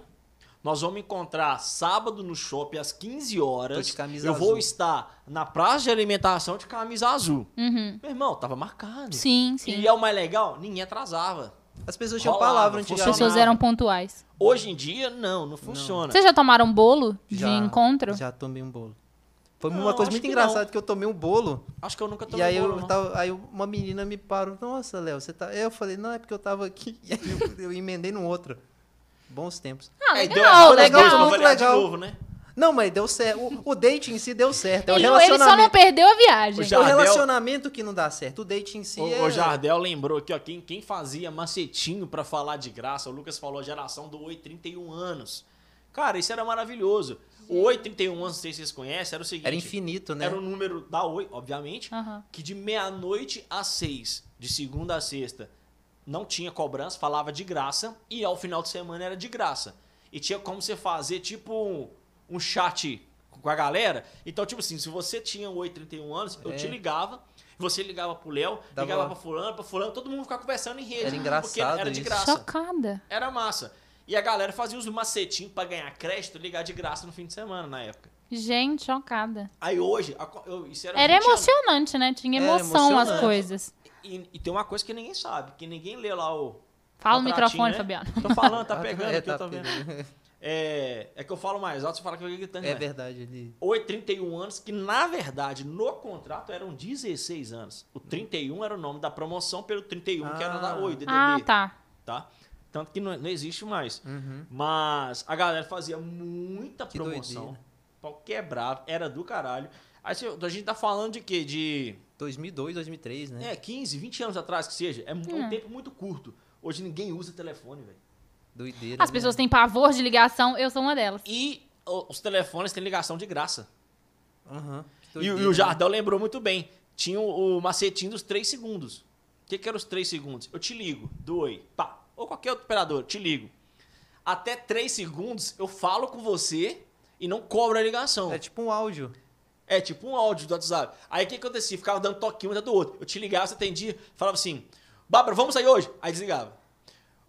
S3: Nós vamos encontrar sábado no shopping às 15
S1: Tô
S3: horas.
S1: de camisa
S3: eu vou
S1: azul.
S3: estar na praça de alimentação de camisa azul.
S2: Uhum.
S3: Meu irmão, tava marcado.
S2: Sim, sim.
S3: E é o mais legal, ninguém atrasava.
S1: As pessoas tinham
S3: Rolava,
S1: palavra
S2: As
S3: fosse-
S1: antigamente.
S2: pessoas
S3: não.
S2: eram pontuais.
S1: Né.
S3: Hoje em dia, não, não funciona.
S2: Vocês já tomaram bolo de
S1: Já-
S2: encontro?
S1: Já tomei um bolo. Foi
S3: Não,
S1: uma coisa
S3: acho
S1: muito
S3: que
S1: engraçada que eu tomei um bolo
S3: Acho que eu nunca
S1: e
S3: tomei
S1: aí,
S3: bolo,
S1: eu
S3: não.
S1: tava, aí uma menina me parou. Nossa, Léo, você tá. Eu falei, não, é porque eu tava aqui. E aí eu, eu emendei no outro. Bons tempos.
S2: Ah,
S3: Aí
S2: legal,
S3: É, deu errado,
S1: legal,
S3: mas vamos
S1: muito
S3: avaliar de
S1: legal.
S3: novo, né?
S1: Não, mas deu certo. O, o date em si deu certo. É o
S2: Ele, não- ele só não
S1: relacionamento.
S2: perdeu a viagem.
S3: O Jardel-
S1: o relacionamento que não dá certo. O date em si.
S3: O,
S1: é...
S3: o Jardel lembrou aqui, ó, quem, quem fazia macetinho pra falar de graça, o Lucas falou, a geração do Oi 31 anos. Cara, isso era maravilhoso. O Oi 31 anos, não sei se vocês conhecem, era o seguinte.
S1: Era infinito, né?
S3: Era o número da Oi, obviamente,
S2: Aham.
S3: que de meia-noite às seis, de segunda a sexta, não tinha cobrança, falava de graça, e ao final de semana era de graça. E tinha como você fazer, tipo, um, um chat com a galera. Então, tipo assim, se você tinha 8, 31 anos, eu te ligava, você ligava pro Léo,
S1: É. Dava
S3: ligava
S1: lá.
S3: pra fulano, pra fulano, todo mundo ficava conversando em rede.
S1: Era engraçado
S3: Porque era de
S1: isso.
S3: graça.
S2: Chocada.
S3: Era massa. E a galera fazia os macetinhos pra ganhar crédito, ligar de graça no fim de semana, na época.
S2: Gente, chocada.
S3: Aí hoje, a co- eu- isso era
S2: Era
S3: 20 anos.
S2: emocionante, né? Tinha
S1: É,
S2: emoção as
S1: emocionante.
S2: coisas.
S3: E, e tem uma coisa que ninguém sabe, que ninguém lê lá o.
S2: Fala no
S3: contratinho,
S2: microfone,
S3: né?
S2: Fabiano.
S3: Tô falando, tá
S1: Ah,
S3: pegando
S1: é,
S3: aqui, eu
S1: tá
S3: tô vendo.
S1: pegando.
S3: É, é que eu falo mais alto, você fala que eu fico gritando.
S1: É
S3: né?
S1: verdade. Ele...
S3: Oi, 31 anos, que na verdade no contrato eram 16 anos. O 31 era o nome da promoção pelo 31, que era da
S1: Ah.
S3: Oi, DDD.
S2: Ah, tá.
S3: tá? Tanto que não, não existe mais.
S1: Uhum.
S3: Mas a galera fazia muita
S1: Que
S3: promoção.
S1: doideira.
S3: Pau quebrava, era do caralho. Aí você- a gente tá falando de quê? De
S1: 2002, 2003, né?
S3: é, 15, 20 anos atrás que seja. É mu- um tempo muito curto. Hoje ninguém usa telefone, velho.
S1: Doideira.
S2: As
S1: né?
S2: pessoas têm pavor de ligação, eu sou uma delas.
S3: E o- os telefones têm ligação de graça.
S1: Aham. que
S3: E, o- e
S1: doideira,
S3: o
S1: né?
S3: Jardel lembrou muito bem. Tinha o, o macetinho dos 3 segundos. O que, que eram os 3 segundos? Eu te ligo, do oi, pá. Ou qualquer outro operador, te ligo. Até 3 segundos eu falo com você e não cobro a ligação.
S1: É tipo um áudio.
S3: É tipo um áudio do WhatsApp. Aí o que que acontecia? Ficava dando toquinho um atrás do outro. Eu te ligava, você atendia, falava assim: Bárbara, vamos sair hoje? Aí desligava.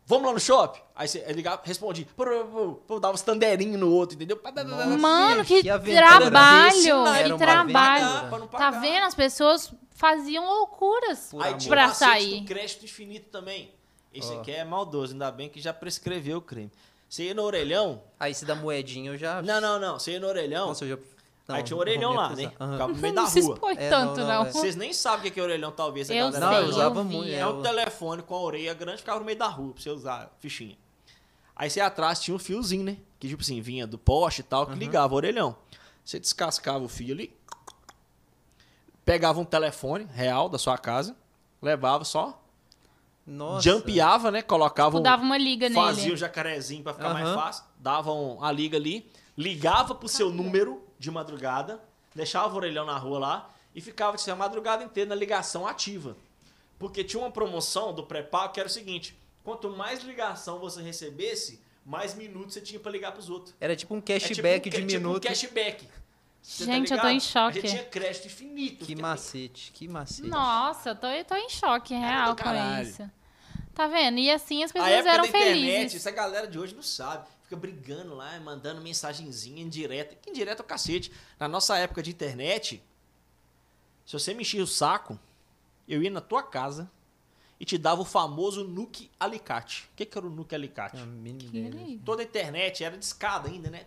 S3: Vamos lá no shopping? Aí você aí ligava, respondia. Pô, pô, pô, pô, dava uns tandeirinhos no outro, entendeu? Pá, dá, dá, dá, dá.
S2: Mano, que,
S1: que aventura.
S2: trabalho!
S1: Era
S2: Que
S1: uma
S2: trabalho!
S1: aventura.
S3: Ah, pra não
S2: Tá
S3: pagar.
S2: vendo? As pessoas faziam loucuras
S1: Por
S3: Aí
S1: amor. é
S3: tinha
S2: pra
S3: o macete
S2: sair.
S3: do crédito infinito também. Esse
S1: Ó.
S3: aqui é maldoso, ainda bem que já prescreveu o crime. Você ia no orelhão?
S1: Aí se dá moedinha eu já.
S3: Não, não, não. Você ia no orelhão?
S1: Nossa, eu já. não,
S3: aí tinha um
S1: não
S3: orelhão
S1: me
S3: lá, né?
S1: acusar. Aham.
S3: Ficava no meio da
S2: Não se
S3: rua.
S2: expõe
S1: É,
S2: tanto,
S1: não,
S2: não.
S1: não,
S3: Vocês nem sabem o que que é orelhão, talvez. essa
S2: Eu sei,
S3: galera
S1: Não, eu
S3: não.
S1: usava
S2: eu
S1: muito,
S2: via.
S1: é.
S3: É
S1: Eu-
S3: um telefone com a orelha grande, ficava no meio da rua pra você usar a fichinha. Aí você atrás tinha um fiozinho, né? Que tipo assim, vinha do poste e tal, que ligava o orelhão. Você descascava o fio ali, pegava um telefone real da sua casa, levava só,
S1: Nossa.
S3: jumpeava, né? Colocava
S2: Tipo,
S3: um,
S2: dava uma liga
S3: fazia o
S2: nele.
S3: jacarezinho pra ficar mais
S1: Aham.
S3: fácil, dava um- a liga ali, ligava pro seu número de madrugada, deixava o orelhão na rua lá e ficava assim, a madrugada inteira na ligação ativa. Porque tinha uma promoção do pré-pago que era o seguinte: quanto mais ligação você recebesse, mais minutos você tinha pra ligar pros outros.
S1: Era tipo um
S3: É
S1: cashback
S3: tipo um ca-
S1: de
S3: tipo um
S1: minuto.
S3: cashback. Você tá
S2: Gente, eu tô
S3: ligado?
S2: em choque.
S3: A gente tinha crédito infinito.
S1: Que
S3: Porque-
S1: macete, que macete.
S2: Nossa, eu tô, eu tô em choque real com
S3: caralho.
S2: isso. Tá vendo? E assim as
S3: A
S2: pessoas
S3: época
S2: eram
S3: da internet,
S2: felizes.
S3: essa galera de hoje não sabe. Fica brigando lá, mandando mensagenzinha indireta. Que indireta é o cacete. Na nossa época de internet, se você me enchia o saco, eu ia na tua casa e te dava o famoso nuke alicate. O que, que era o nuke alicate?
S1: Não, mínima
S2: Que
S1: ideia.
S2: delícia.
S3: Toda a internet era de escada ainda, né?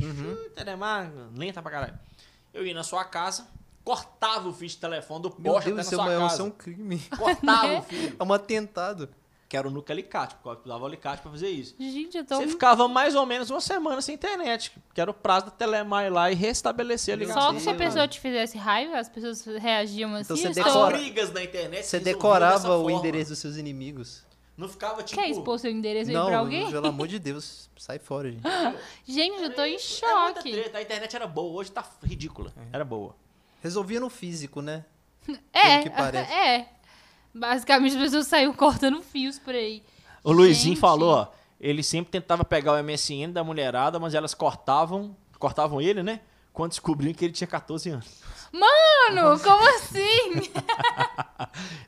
S1: Uhum.
S3: Telemar, né? Lenta pra caralho. Eu ia na sua casa, cortava o fio de telefone do
S1: Meu
S3: poste até
S1: Deus
S3: na
S1: do céu,
S3: sua
S1: maior,
S3: casa.
S1: isso é um crime.
S3: Cortava o fio.
S1: É um atentado.
S3: Que era o nuke alicate, porque eu dava o alicate pra fazer isso.
S2: Gente, eu tô.
S3: Você ficava mais ou menos uma semana sem internet, que era o prazo da Telemar ir lá e restabelecer a
S1: Meu
S3: ligação.
S2: Só
S1: Deus.
S2: se a pessoa te fizesse raiva, as pessoas reagiam assim.
S1: Então você
S2: estou-
S1: decora.
S3: brigas na internet
S1: Você
S3: se resolviam É, dessa
S1: decorava o
S3: forma.
S1: endereço dos seus inimigos.
S3: Não ficava tipo...
S2: Quer expor seu endereço aí
S1: não,
S2: pra alguém?
S1: pelo amor de Deus, sai fora, gente.
S2: Gente, eu tô em
S3: É muita
S2: choque.
S3: treta. A internet era boa, hoje tá ridícula.
S1: É.
S3: Era boa.
S1: Resolvia no físico, né?
S2: É,
S1: Pelo que parece.
S2: é. Basicamente as pessoas saíam cortando fios por aí.
S3: O Luizinho
S2: Gente.
S3: falou, ó, ele sempre tentava pegar o MSN da mulherada, mas elas cortavam, cortavam ele, né? Quando descobriam que ele tinha 14 anos.
S2: Mano, como assim?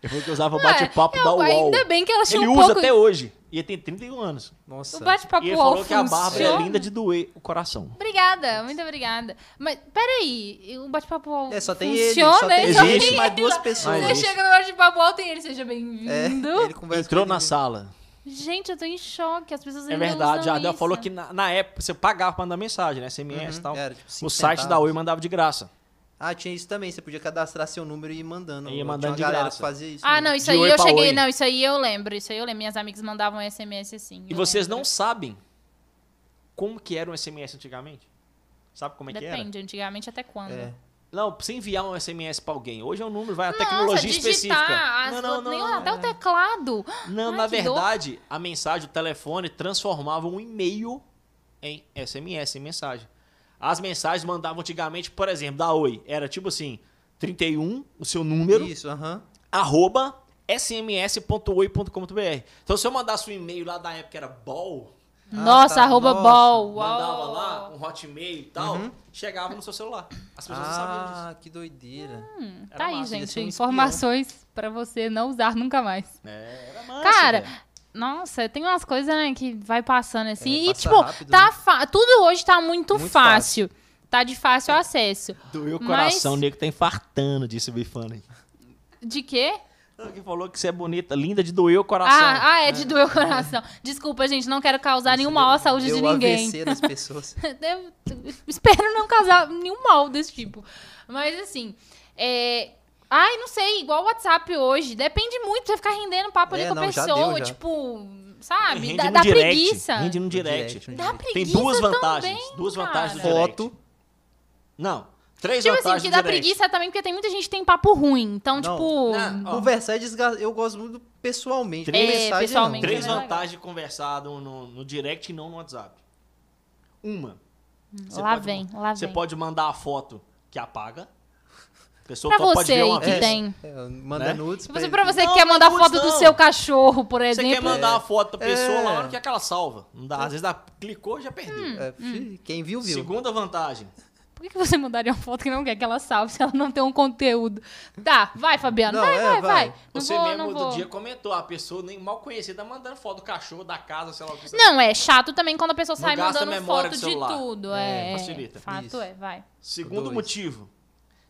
S3: Ele falou que usava o
S2: Ué,
S3: bate-papo da
S2: eu-
S3: UOL.
S2: Ainda bem que ela tinha
S3: ele
S2: um
S3: usa
S2: pouco...
S3: até hoje. E ele tem 31 anos.
S1: Nossa.
S2: O bate-papo
S3: E ele
S2: UOL
S3: falou que a Bárbara é
S2: funciona?
S3: linda de doer o coração.
S2: Obrigada, muito obrigada. Mas, peraí, o bate-papo UOL
S1: É, só tem ele,
S2: funciona?
S1: só tem,
S3: ele,
S1: só tem
S3: Existe.
S1: mais duas
S3: Ah,
S1: pessoas.
S2: Você
S3: existe.
S2: chega no bate-papo UOL, tem ele, seja
S1: É,
S2: bem-vindo.
S1: ele conversa
S3: Entrou
S1: com
S3: na
S1: ele.
S3: sala.
S2: Gente, eu tô em choque, as pessoas
S3: É
S2: ainda
S3: verdade,
S2: usam
S3: a Adel
S2: isso.
S3: falou que na, na época você pagava pra mandar mensagem, né? SMS e
S1: Uhum,
S3: tal.
S1: era, tipo, cinco
S3: o site da
S1: centavos.
S3: Oi mandava de graça.
S1: Ah, tinha isso também. Você podia cadastrar seu número e ir mandando.
S3: E ia mandando de
S1: tinha uma galera
S3: graça.
S1: que fazia isso.
S2: Ah,
S1: né?
S2: não, isso
S3: De
S2: aí
S3: oi
S2: eu
S3: pra
S2: cheguei.
S3: oi.
S2: Não, isso aí eu lembro. Isso aí eu lembro. Minhas amigas mandavam SMS assim.
S3: E
S2: eu
S3: vocês
S2: lembro.
S3: não sabem como que era um SMS antigamente? Sabe como é que era?
S2: Depende, antigamente até quando.
S1: É.
S3: Não, pra você enviar um SMS pra alguém. Hoje é um número, vai a
S2: Nossa,
S3: tecnologia
S2: digitar
S3: específica.
S2: as
S3: Não, não,
S2: outras- nem
S3: não.
S2: até o
S1: Ah,
S2: teclado.
S1: tá.
S3: Não,
S2: Ai,
S3: na
S2: que dor.
S3: verdade, a mensagem, o telefone transformava um e-mail em SMS, em mensagem. As mensagens mandavam antigamente, por exemplo, da Oi, era tipo assim, 31, o seu número,
S1: Isso, aham.
S3: arroba sms.oi.com.br. Então, se eu mandasse um e-mail lá da época que era ball,
S1: Ah,
S2: nossa,
S1: tá.
S2: arroba
S1: Nossa,
S2: ball. uau.
S3: mandava lá um hotmail e tal, chegava no seu celular. As pessoas não sabiam disso.
S1: Ah, que doideira.
S3: Era
S2: Tá aí,
S3: massa,
S1: ia
S2: gente.
S1: ser um
S2: Informações pra você não usar nunca mais.
S3: É, era massa,
S2: Cara,
S3: velho.
S2: nossa, tem umas coisas, né, que vai passando assim.
S1: É,
S2: e,
S1: passa
S2: tipo,
S1: rápido,
S2: tá
S1: né?
S2: fa- tudo hoje tá muito,
S1: Muito É.
S2: fácil. Tá de fácil acesso.
S3: Doeu o
S2: mas-
S3: coração, o nego tá infartando disso, bifando aí.
S2: De quê?
S3: Não, Quem falou que você é bonita, linda de doer o coração.
S2: Ah, ah, é de doer o coração. Desculpa, gente, não quero causar nenhum mal à saúde
S1: Deu
S2: de ninguém.
S1: AVC nas pessoas.
S2: Eu espero não causar nenhum mal desse tipo. Mas assim, é. Ai, não sei, igual o WhatsApp hoje. Depende muito, você ficar rendendo papo ali
S1: É,
S2: com a
S1: não, já
S2: pessoa,
S1: deu, já.
S2: tipo, sabe?
S3: Rende
S2: Dá,
S3: no
S2: dá
S3: direct,
S2: preguiça.
S3: Rende no
S1: No
S3: Um direct.
S1: Um direct, no
S2: Dá
S1: direct.
S2: preguiça.
S3: Tem duas
S2: também,
S3: vantagens. duas
S2: cara.
S3: vantagens do direct.
S1: Foto.
S3: Não, três
S2: Tipo assim,
S3: vantagens
S2: que
S3: do
S2: dá
S3: direct.
S2: preguiça também, porque tem muita gente que tem papo ruim. Então,
S1: Não.
S2: tipo.
S3: Não, ó,
S1: Conversar é desgastante. Eu gosto muito pessoalmente.
S3: Três- né?
S1: por mensagem,
S2: É, pessoalmente.
S1: não.
S3: Três
S2: Entendeu?
S3: vantagens de conversar no, no- no direct e não no WhatsApp. Uma. você
S2: lá
S3: pode-
S2: vem, lá
S3: Você
S2: vem.
S3: pode mandar a foto que apaga. A pessoa
S2: Pra
S3: só pode
S2: você
S3: ver
S2: aí
S3: uma
S2: que
S3: vez.
S2: tem.
S1: É, manda
S3: Né?
S1: nudes.
S2: Se você,
S1: ele.
S2: pra você que
S3: Não,
S2: quer mandar
S3: não,
S2: foto do
S3: não.
S2: seu cachorro, por
S3: Você quer
S2: exemplo.
S3: mandar um- a foto da pessoa
S1: É.
S3: lá na hora que aquela salva. Não dá. Às vezes dá, clicou já perdeu.
S2: Hum.
S1: É, fi, Quem viu, viu.
S3: Segunda vantagem.
S2: Por que que você mandaria uma foto que não quer que ela salve se ela não tem um conteúdo? Tá, vai, Fabiano.
S1: Não,
S2: vai,
S1: é,
S2: vai,
S1: vai.
S2: vai, Não
S3: Você
S2: vou,
S3: mesmo
S2: não
S3: outro
S2: vou.
S3: dia comentou, a pessoa nem mal conhecida tá mandando foto do cachorro, da casa, sei lá o que. você-
S2: Não, é chato também quando a pessoa sai
S3: gasta
S2: mandando
S3: memória
S2: foto
S3: do
S2: de
S3: celular.
S2: tudo.
S3: É,
S2: É,
S3: facilita.
S2: Fato
S1: Isso.
S2: é, vai.
S3: Segundo
S1: Dois.
S3: motivo.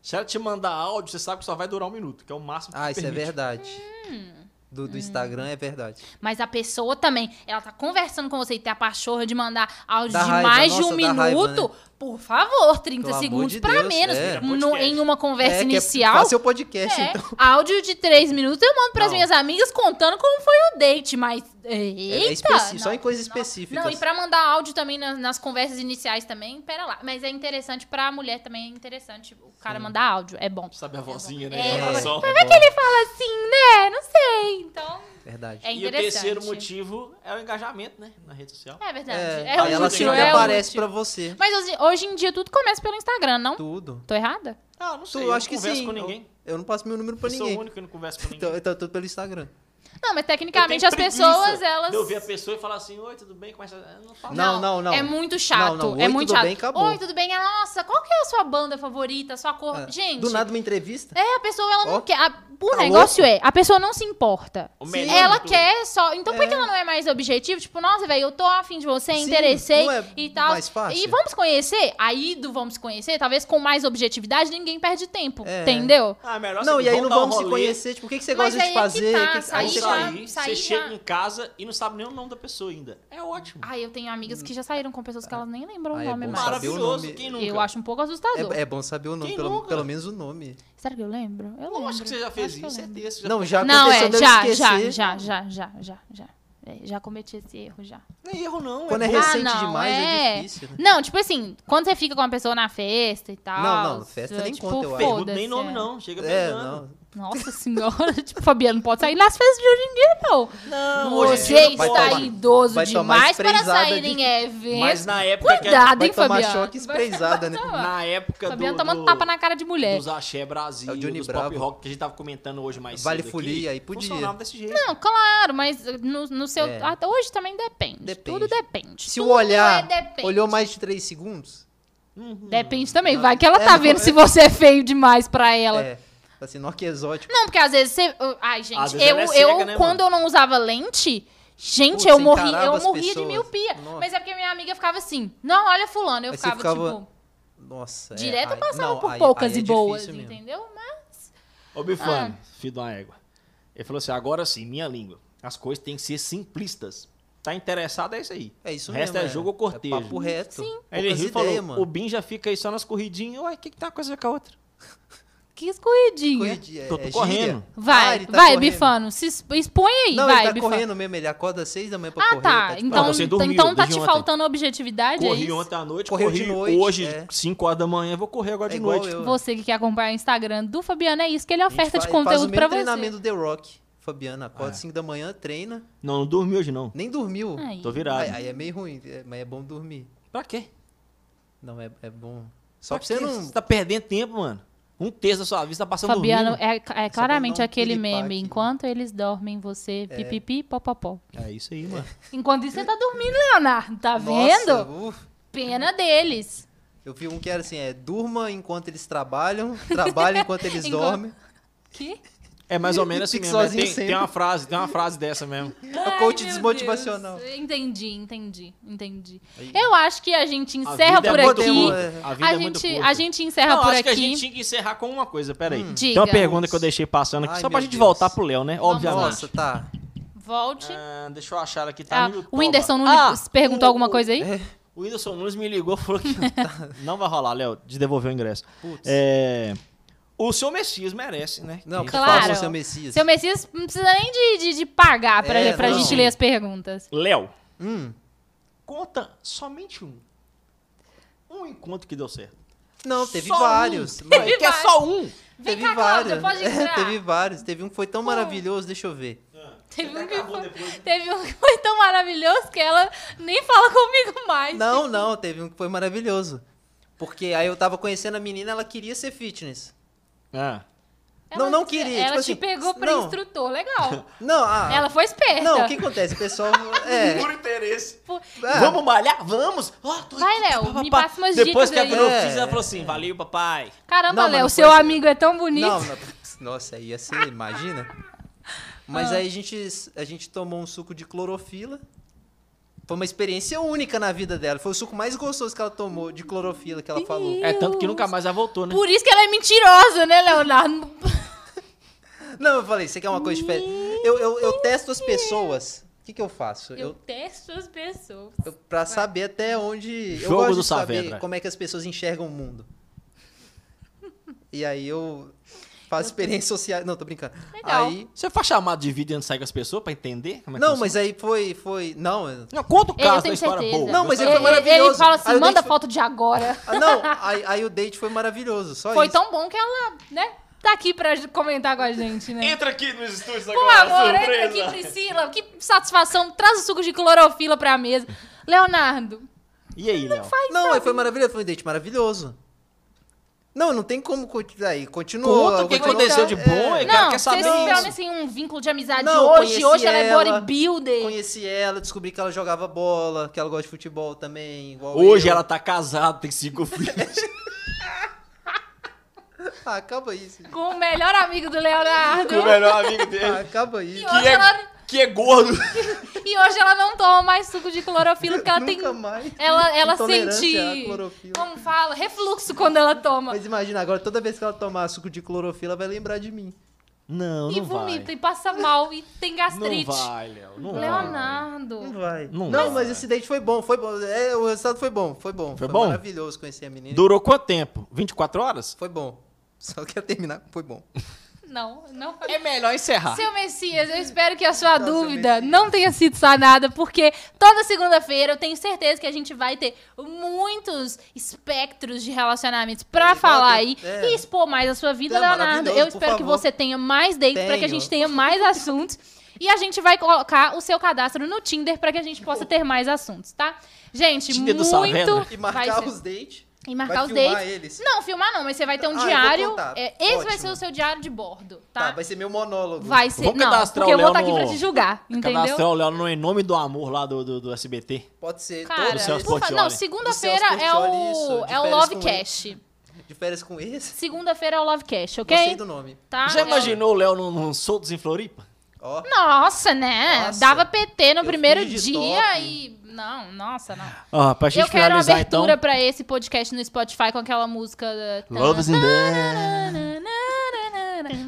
S3: Se ela te mandar áudio, você sabe que só vai durar um minuto, que é o máximo que
S1: Ah, isso é
S3: permite.
S1: verdade.
S2: Hum.
S1: Do, do Instagram é verdade.
S2: Mas a pessoa também, ela tá conversando com você e tem a pachorra de mandar áudio
S1: Dá
S2: de
S1: raiva,
S2: mais de
S1: nossa,
S2: um
S1: dá raiva, né?
S2: minuto, por favor, 30
S1: Pelo amor
S2: segundos
S1: de
S2: pra
S1: Deus,
S2: menos.
S1: é.
S2: No- em uma conversa
S1: que é
S2: inicial.
S1: Faça seu podcast,
S2: É,
S1: então.
S2: áudio de três minutos eu mando pras
S3: Não.
S2: minhas amigas contando como foi o date, mas. Eita!
S1: especi- É, só
S2: não,
S1: em coisas
S2: não.
S1: específicas.
S2: Não, e pra mandar áudio também na- nas, conversas iniciais também, pera lá. Mas é interessante pra mulher também, é interessante o cara mandar áudio, é bom.
S3: Sabe a vozinha, né?
S2: É,
S3: em relação.
S2: Mas vai que ele fala assim, né? Não sei. Então,
S1: Verdade.
S2: é
S3: E o
S2: interessante.
S3: terceiro motivo é o engajamento, né? Na rede social.
S2: É verdade.
S1: É,
S2: É,
S1: aí ela
S2: útil,
S1: chega e
S2: é
S1: aparece
S2: útil.
S1: pra você.
S2: Mas hoje, hoje em dia tudo começa pelo Instagram, não?
S1: Tudo.
S2: Tô errada?
S3: Ah, não sei.
S1: Tu,
S3: eu
S1: acho
S3: não
S1: que
S3: converso
S1: sim.
S3: com ninguém.
S1: Eu, eu não passo meu número pra
S3: Eu sou
S1: ninguém.
S3: o único que não conversa com ninguém.
S1: Então, então tudo pelo Instagram.
S2: Não, mas
S3: Eu tenho
S2: tecnicamente ah, as
S3: preguiça
S2: pessoas, elas...
S3: de Eu ver a pessoa e falar assim, oi, tudo bem? Começa. Eu Não falo.
S1: Não, não, não.
S2: É muito chato.
S1: Não, não.
S2: é
S1: Oi,
S2: muito
S1: tudo
S2: chato.
S1: bem, acabou.
S2: Oi, tudo bem? Ah, Nossa, qual que é a sua banda favorita, a sua cor?
S1: É.
S2: Gente.
S1: Do nada uma entrevista?
S2: É, a pessoa ela
S1: Ó,
S2: não quer. a- o
S1: tá
S2: negócio é, a pessoa não se importa.
S3: O
S2: Sim.
S3: melhor
S2: Ela
S3: de tudo.
S2: quer só. Então por que ela não é mais objetiva? Tipo, nossa, velho, eu tô afim de você,
S1: Sim,
S2: interessei
S1: não é
S2: e tal.
S1: mais fácil?
S2: E vamos conhecer? Aí do vamos conhecer, talvez com mais objetividade, ninguém perde tempo.
S1: É.
S2: Entendeu?
S3: Ah, melhor
S1: Não,
S3: você-
S1: e aí
S3: vamos
S1: não
S3: dar um
S1: vamos se
S3: rolê,
S1: conhecer. Tipo, o que, que você
S2: Mas
S1: gosta de
S2: aí é que
S1: fazer?
S2: tá,
S1: O que que-
S3: Aí
S2: sair
S3: você,
S2: já-
S3: aí, você
S2: sair
S3: chega
S2: já-
S3: em casa e não sabe nem o nome da pessoa ainda. É ótimo.
S2: Ai, eu tenho amigas que já saíram com pessoas que elas nem lembram
S1: Ah,
S2: o
S1: é
S2: nome
S1: bom
S2: mais.
S1: saber o
S3: Maravilhoso.
S1: nome.
S3: Quem nunca?
S2: Eu acho um pouco assustador.
S1: É, é bom saber o nome,
S3: Quem
S1: pelo,
S3: nunca?
S1: pelo menos o nome.
S2: Será que eu lembro? Eu lembro.
S3: Eu acho que você já fez
S2: Acho que eu
S3: isso, é
S2: lembro.
S3: certeza. você já
S1: Não,
S3: fez.
S1: já
S2: Não,
S1: aconteceu
S2: é,
S1: de eu
S2: já, já,
S1: esquecer.
S2: já, já, já, já, já. É, Já cometi esse erro, já.
S3: Não é erro, não.
S2: Ah,
S1: Quando é
S3: bom.
S1: recente demais, é difícil, né?
S2: Não, tipo assim, quando você fica com uma pessoa na festa e tal.
S1: Não, não, festa
S2: é,
S1: nem
S2: tipo,
S1: conta, eu acho.
S3: Pergunta
S2: foda-se,
S3: nem nome,
S2: é.
S3: não. Chega
S1: É,
S3: pegando.
S1: não.
S2: Nossa senhora, tipo, Fabiano, pode sair nas festas de hoje em dia, não.
S3: Não,
S2: Você
S1: hoje em dia
S2: está
S1: não pode.
S2: idoso
S1: Vai tomar
S2: demais para
S1: esprezada
S2: sair
S1: de-
S2: em eventos.
S3: Mas na época que a-
S2: Cuidado,
S1: Vai
S2: hein,
S1: tomar
S2: Fabiano.
S1: choque esprezada, né?
S2: Tomar.
S3: Na época
S2: Fabiano
S3: do,
S2: tomando
S3: do-
S2: tapa na cara de mulher.
S3: dos axé Brasil,
S1: É o Johnny
S3: dos pop
S1: Bravo.
S3: rock que a gente tava comentando hoje mais
S1: Vale
S3: cedo
S1: folia,
S3: aqui,
S1: aí podia.
S3: Funcionava desse jeito.
S2: Não, claro, mas no, no seu.
S1: É.
S2: até Hoje também depende.
S1: Depende.
S2: Tudo depende.
S1: Se o
S2: Tudo
S1: olhar
S2: é depende.
S1: olhou mais de 3 segundos,
S3: Uhum.
S2: Depende também. Vai que ela
S1: É,
S2: tá
S1: não,
S2: vendo
S1: é.
S2: se você é feio demais pra ela.
S1: é. Assim, nó que exótico.
S2: Não, porque às vezes você. Ai, gente,
S3: Às vezes
S2: eu,
S3: ela é cega,
S2: eu
S3: né,
S2: quando eu não usava lente, gente,
S1: Putz,
S2: eu
S1: você
S2: morri,
S1: encarava
S2: eu
S1: as
S2: morria de
S1: pessoas.
S2: miopia.
S1: Nossa.
S2: Mas é porque minha amiga ficava assim, não, olha fulano. Eu
S1: Aí você
S2: ficava,
S1: ficava-
S2: tipo,
S1: Nossa, é,
S2: direto eu
S1: aí-
S2: passava
S1: não,
S2: por
S1: aí-
S2: poucas
S1: aí é
S2: e boas,
S1: difícil mesmo.
S2: entendeu? Mas
S3: Ô, Bifano,
S2: Ah.
S3: filho de uma égua. Ele falou assim, agora sim, minha língua. As coisas têm que ser simplistas. Tá interessado, é isso aí.
S1: É isso
S3: O resto
S1: mesmo,
S3: é jogo ou cortejo.
S1: É papo reto.
S2: Sim.
S3: Aí ele
S1: Poucas
S3: riu e falou,
S1: ideias,
S3: o
S1: mano.
S3: Bin já fica aí só nas corridinhas. Ué, o que, que tá uma coisa com a outra?
S2: que escorridinha.
S1: Corridi- é-
S3: Tô- tô
S1: é gíria.
S3: correndo.
S1: Ah,
S2: Vai,
S1: ele tá
S2: vai,
S1: correndo.
S2: Bifano, se es- expõe aí,
S1: Não,
S2: vai,
S1: ele tá
S2: Bifano.
S1: correndo mesmo, ele acorda às 6 da manhã pra
S2: Ah,
S1: correr.
S2: tá.
S1: de
S2: Então,
S3: Não,
S1: parada.
S3: você dormiu
S2: então tá
S3: desde
S2: te
S3: ontem.
S2: faltando objetividade, é
S3: Corri
S2: isso?
S3: ontem à noite,
S1: Correu
S3: corri
S1: de noite,
S3: hoje,
S1: é.
S3: 5 horas da manhã, vou correr agora
S1: É
S3: de
S1: igual
S3: noite.
S1: eu.
S2: Você que quer acompanhar o Instagram do Fabiano, é isso que ele
S1: A gente
S2: oferta de
S1: fa- ele faz o
S2: conteúdo
S1: mesmo
S2: pra
S1: treinamento
S2: você.
S1: do The Rock. Fabiana,
S2: É.
S1: acorda
S3: Ah.
S1: 5 da manhã, treina,
S3: Não, não dormi hoje não.
S1: nem dormiu.
S2: Ai.
S3: Tô virado.
S1: Aí, aí é meio ruim, é- mas é bom dormir.
S3: Pra quê?
S1: Não, é, é bom. Só pra
S3: Pra
S1: você
S3: quê?
S1: não...
S3: tá perdendo tempo, mano. Um terço da sua vida tá passando
S2: Fabiano, é, é
S1: pra
S2: claramente
S1: não
S2: aquele
S1: pilipar
S2: meme.
S1: aqui.
S2: Enquanto eles dormem, você pipipi, popopó.
S3: dormindo. É isso aí, mano.
S2: Enquanto isso, você tá dormindo, Leonardo. Tá
S1: Nossa,
S2: vendo?
S1: uf.
S2: Pena deles.
S1: Eu vi um que era assim, é durma enquanto eles trabalham, trabalha enquanto eles
S2: Enquanto-
S1: dormem.
S2: Que?
S3: É mais ou menos assim
S1: Fique
S3: mesmo. é,
S1: sozinho
S3: Tem,
S1: sempre.
S3: tem uma frase, tem uma frase dessa mesmo.
S1: É o coach desmotivacional.
S2: Entendi, entendi, entendi. Eu acho que a gente
S3: A
S2: encerra
S3: vida é
S2: por
S1: muito
S2: aqui.
S1: boa, é.
S3: A
S2: A,
S3: vida é muito
S2: gente,
S3: curta.
S2: a gente encerra
S3: Não,
S2: por
S3: acho que a
S2: aqui. Hum.
S3: gente tinha que encerrar com uma coisa, peraí. Tem
S2: Diga.
S3: uma pergunta que eu deixei passando aqui,
S1: Ai,
S3: só pra
S1: meu
S3: gente
S1: Deus.
S3: voltar pro Léo, né?
S2: Vamos
S3: Obviamente.
S1: Nossa, tá.
S2: Volte.
S3: Ah, deixa eu achar aqui, tá
S2: Ah,
S3: no YouTube.
S2: o Whindersson Nunes
S3: Ah,
S2: perguntou
S3: o-
S2: alguma coisa aí?
S1: É,
S3: O Whindersson Nunes me ligou e falou que não vai rolar, Léo, de devolver o ingresso.
S1: Putz.
S3: É, o seu Messias merece, né?
S1: Não,
S3: Que-
S1: por
S2: Claro.
S1: favor, seu Messias.
S2: Seu Messias não precisa nem de, de, de pagar pra,
S1: É,
S2: pra
S1: não.
S2: gente ler as perguntas.
S3: Léo,
S1: Hum.
S3: conta somente um. Um encontro que deu certo.
S1: Não, teve
S3: Só um.
S1: vários.
S3: É,
S1: mas-
S2: Teve
S3: que é só um.
S2: Vem
S1: teve
S2: cá, Cláudia,
S1: vários.
S2: pode
S1: É,
S2: entrar.
S1: teve vários. Teve um que foi tão maravilhoso, deixa eu ver.
S2: Teve um, que
S3: Acabou
S2: foi,
S3: depois.
S2: teve um que foi tão maravilhoso que ela nem fala comigo mais.
S1: Não, não, teve um que foi maravilhoso. Porque aí eu tava conhecendo a menina, ela queria ser fitness.
S2: É.
S3: Ah.
S1: Não, não queria,
S2: Ela
S1: tipo
S2: te
S1: assim,
S2: pegou pra
S1: não.
S2: instrutor, legal.
S1: Não, ah,
S2: Ela foi esperta.
S1: não, o que acontece? O pessoal. É,
S3: Por interesse.
S2: Pô,
S1: é,
S3: Ah. Vamos malhar? Vamos! Ó, tô
S2: Vai,
S3: aqui,
S2: Léo,
S3: pá, pá,
S2: me
S3: pá.
S2: passa umas dicas
S3: Depois que a
S2: aí.
S3: Grofis,
S1: É.
S3: ela falou assim, valeu, papai.
S1: Não,
S2: Caramba,
S1: mas
S2: Léo,
S1: não
S2: seu
S1: foi assim.
S2: amigo é tão bonito.
S1: Não, não, nossa, aí ia ser, imagina. Mas
S2: Ah.
S1: aí a gente, a gente tomou um suco de clorofila. Foi uma experiência única na vida dela. Foi o suco mais gostoso que ela tomou de clorofila que ela falou.
S3: É tanto que nunca mais ela voltou, né?
S2: Por isso que ela é mentirosa, né, Leonardo?
S1: Não, eu falei, você quer uma coisa diferente? Eu, eu, eu testo as pessoas. O que, que eu faço?
S2: Eu
S1: Eu,
S2: testo as pessoas.
S1: eu, pra saber até onde. eu
S3: Jogo
S1: gosto
S3: do
S1: de saber
S3: Saavedra.
S1: como é que as pessoas enxergam o mundo. E aí eu faço experiência social. Não, tô brincando.
S2: Legal.
S1: Aí.
S3: Você faz chamado de vídeo e não sai com as pessoas pra entender? Como é que
S1: Não,
S3: funciona?
S1: mas aí foi. foi não, eu-
S3: é- Não, conta o
S2: Ele, eu
S3: caso da
S2: tenho
S3: história
S2: certeza.
S3: boa.
S1: é Não, mas
S3: Você-
S1: ele foi maravilhoso.
S2: Ele fala assim,
S1: Aí eu dei
S2: manda
S1: que-
S2: foto de agora.
S1: Ah, não, aí, aí o date foi maravilhoso, só
S2: Foi
S1: isso.
S2: tão bom que ela, né, tá aqui pra comentar com a gente, né?
S3: Entra aqui nos estúdios
S2: Pô, amor, entra aqui, Priscila. Que satisfação. Traz o suco de clorofila pra mesa. Leonardo,
S3: E aí, Léo?
S1: Não, aí foi maravilhoso, foi um date maravilhoso. Não, não tem como continuar aí, continuou.
S3: Conta o que
S1: continuou,
S3: aconteceu de
S1: é,
S3: bom, eu quero
S2: não,
S3: quer
S2: vocês
S3: saber
S2: tiveram
S3: isso.
S2: assim, um vínculo de amizade
S1: Não,
S2: hoje.
S1: conheci
S2: Hoje ela, é
S1: ela.
S2: bodybuilder.
S1: Conheci ela, descobri que ela jogava bola, que ela gosta de futebol também, igual
S3: Hoje
S1: eu.
S3: ela tá casada, tem cinco filhos.
S1: Ah, acaba isso. gente.
S2: Com o melhor amigo do Leonardo.
S3: com o melhor amigo
S1: Ah,
S3: dele.
S1: acaba isso.
S2: hoje
S3: é Que é,
S2: ela-
S3: que é gordo.
S2: E hoje ela não toma mais suco de clorofila, porque ela tem.
S1: Nunca mais.
S2: Ela, ela
S1: Intolerância
S2: sente.
S1: à clorofila.
S2: Como fala? Refluxo quando ela toma.
S1: Mas imagina, agora toda vez que ela tomar suco de clorofila, ela vai lembrar de mim.
S3: Não,
S2: e vomita, e passa mal, e tem gastrite.
S3: Não vai, Léo. Não vai.
S2: Leonardo.
S1: Não vai.
S3: Não
S1: Não,
S3: vai.
S1: mas esse date foi bom, foi bom. É, o resultado foi bom, foi bom.
S3: Foi bom?
S1: maravilhoso conhecer a menina.
S3: Durou quanto tempo? 24 horas?
S1: Foi bom. Só quero terminar com foi bom.
S2: Não, não vai.
S3: É melhor encerrar.
S2: Seu Messias, eu espero que a sua
S1: Não, Tá, seu
S2: dúvida
S1: Messias.
S2: não tenha sido sanada, porque toda segunda-feira eu tenho certeza que a gente vai ter muitos espectros de relacionamentos pra
S1: É,
S2: falar
S1: é,
S2: aí
S1: é.
S2: e expor mais a sua vida,
S1: É
S2: Leonardo.
S1: maravilhoso,
S2: Eu
S1: por
S2: espero que
S1: favor.
S2: você tenha mais dates pra que a
S1: Tenho.
S2: gente tenha mais assuntos. E a gente vai colocar o seu cadastro no Tinder pra que a gente possa ter mais assuntos, tá? Gente,
S3: Tinder do Saavedra.
S2: muito.
S1: E
S2: vai
S1: marcar
S2: ser-
S1: os dates.
S2: E marcar
S1: vai
S2: os
S1: filmar
S2: dates.
S1: eles.
S2: Não, filmar não, mas você vai ter um
S1: Ah, eu vou
S2: diário.
S1: contar.
S2: É, esse vai
S1: Ótimo.
S2: ser o seu diário de bordo,
S1: Tá, vai ser meu monólogo.
S2: Vai ser.
S3: Vamos
S2: não,
S3: cadastrar
S2: porque
S3: o
S2: eu vou estar
S3: Léo
S2: aqui pra
S3: no-
S2: te julgar, entendeu?
S3: Cadastrar o Léo no Em Nome do Amor lá do, do, do SBT.
S1: Pode ser.
S2: Cara,
S1: todos
S3: Celso
S1: eles.
S2: por fa-
S3: Portiolli.
S2: não, segunda-feira
S1: Do Celso
S2: é
S1: Portiolli,
S2: o
S1: isso, de
S2: é o
S1: férias com
S2: Lovecast.
S1: De férias com esse.
S2: Segunda-feira é o Lovecast,
S1: Gostei
S2: ok?
S1: do nome.
S2: Tá?
S3: Já
S2: É o-
S3: imaginou o Léo num, num Soltos em Floripa?
S1: Ó.
S2: Nossa, né?
S1: Nossa.
S2: Dava PT no
S1: Eu
S2: primeiro
S1: fiz de
S2: dia
S1: top.
S2: e não, nossa, não.
S3: Ó, pra gente
S2: Eu quero
S3: finalizar então.
S2: abertura pra esse podcast no Spotify com aquela música uh, da-
S3: Loves in the...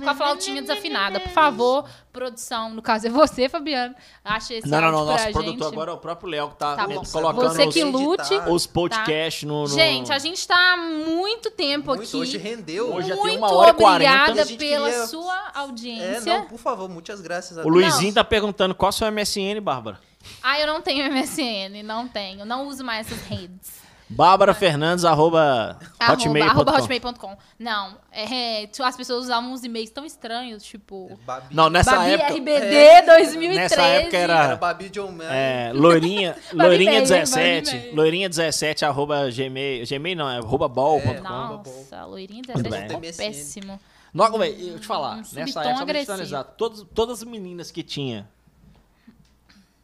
S2: com a flautinha desafinada, por favor, produção, no caso é você, Fabiano. Acha esse
S3: Não, não, não.
S2: áudio pra
S3: Nosso
S2: gente.
S3: produtor agora é o próprio Léo que tá,
S2: Tá bom.
S3: colocando
S2: Você
S3: os,
S2: que
S1: os-
S2: lute. um
S1: Editar.
S3: os podcasts no, no-
S2: Gente, a gente tá há muito tempo
S1: muito,
S2: aqui.
S1: Hoje rendeu.
S3: Hoje- já tem
S2: muito
S3: uma hora e quarenta.
S2: obrigada
S1: A gente
S2: pela
S1: queria-
S2: sua
S1: É,
S2: audiência.
S1: não, por favor, muitas graças a
S3: O
S1: Deus.
S3: Luizinho
S2: Não.
S3: tá perguntando qual seu MSN, Bárbara.
S2: Ah, eu não tenho MSN, não tenho. Não uso mais essas redes.
S3: Bárbara Fernandes, arroba
S2: Arroba-
S3: hotmail.com.
S2: arroba hotmail.com. Não, é, é, as pessoas usavam uns e-mails tão estranhos, tipo...
S1: Babi.
S3: Não, nessa
S2: Babi
S3: época.
S2: RBD
S1: É,
S2: 2013.
S3: nessa época era-
S1: Era Babi John Man.
S3: É, loirinha, loirinha
S2: Babi Meia,
S3: 17,
S2: Babi
S3: loirinha 17, arroba gmail, gmail não, é arroba ball.com.
S2: Nossa, loirinha
S3: bem.
S2: 17 ficou
S1: MSN.
S2: péssimo.
S3: Nossa, velho, é? eu te falar,
S2: Um
S3: nessa
S2: subtom
S3: época, só pra gente
S2: agressivo.
S3: analisar, todas, todas as meninas que tinha,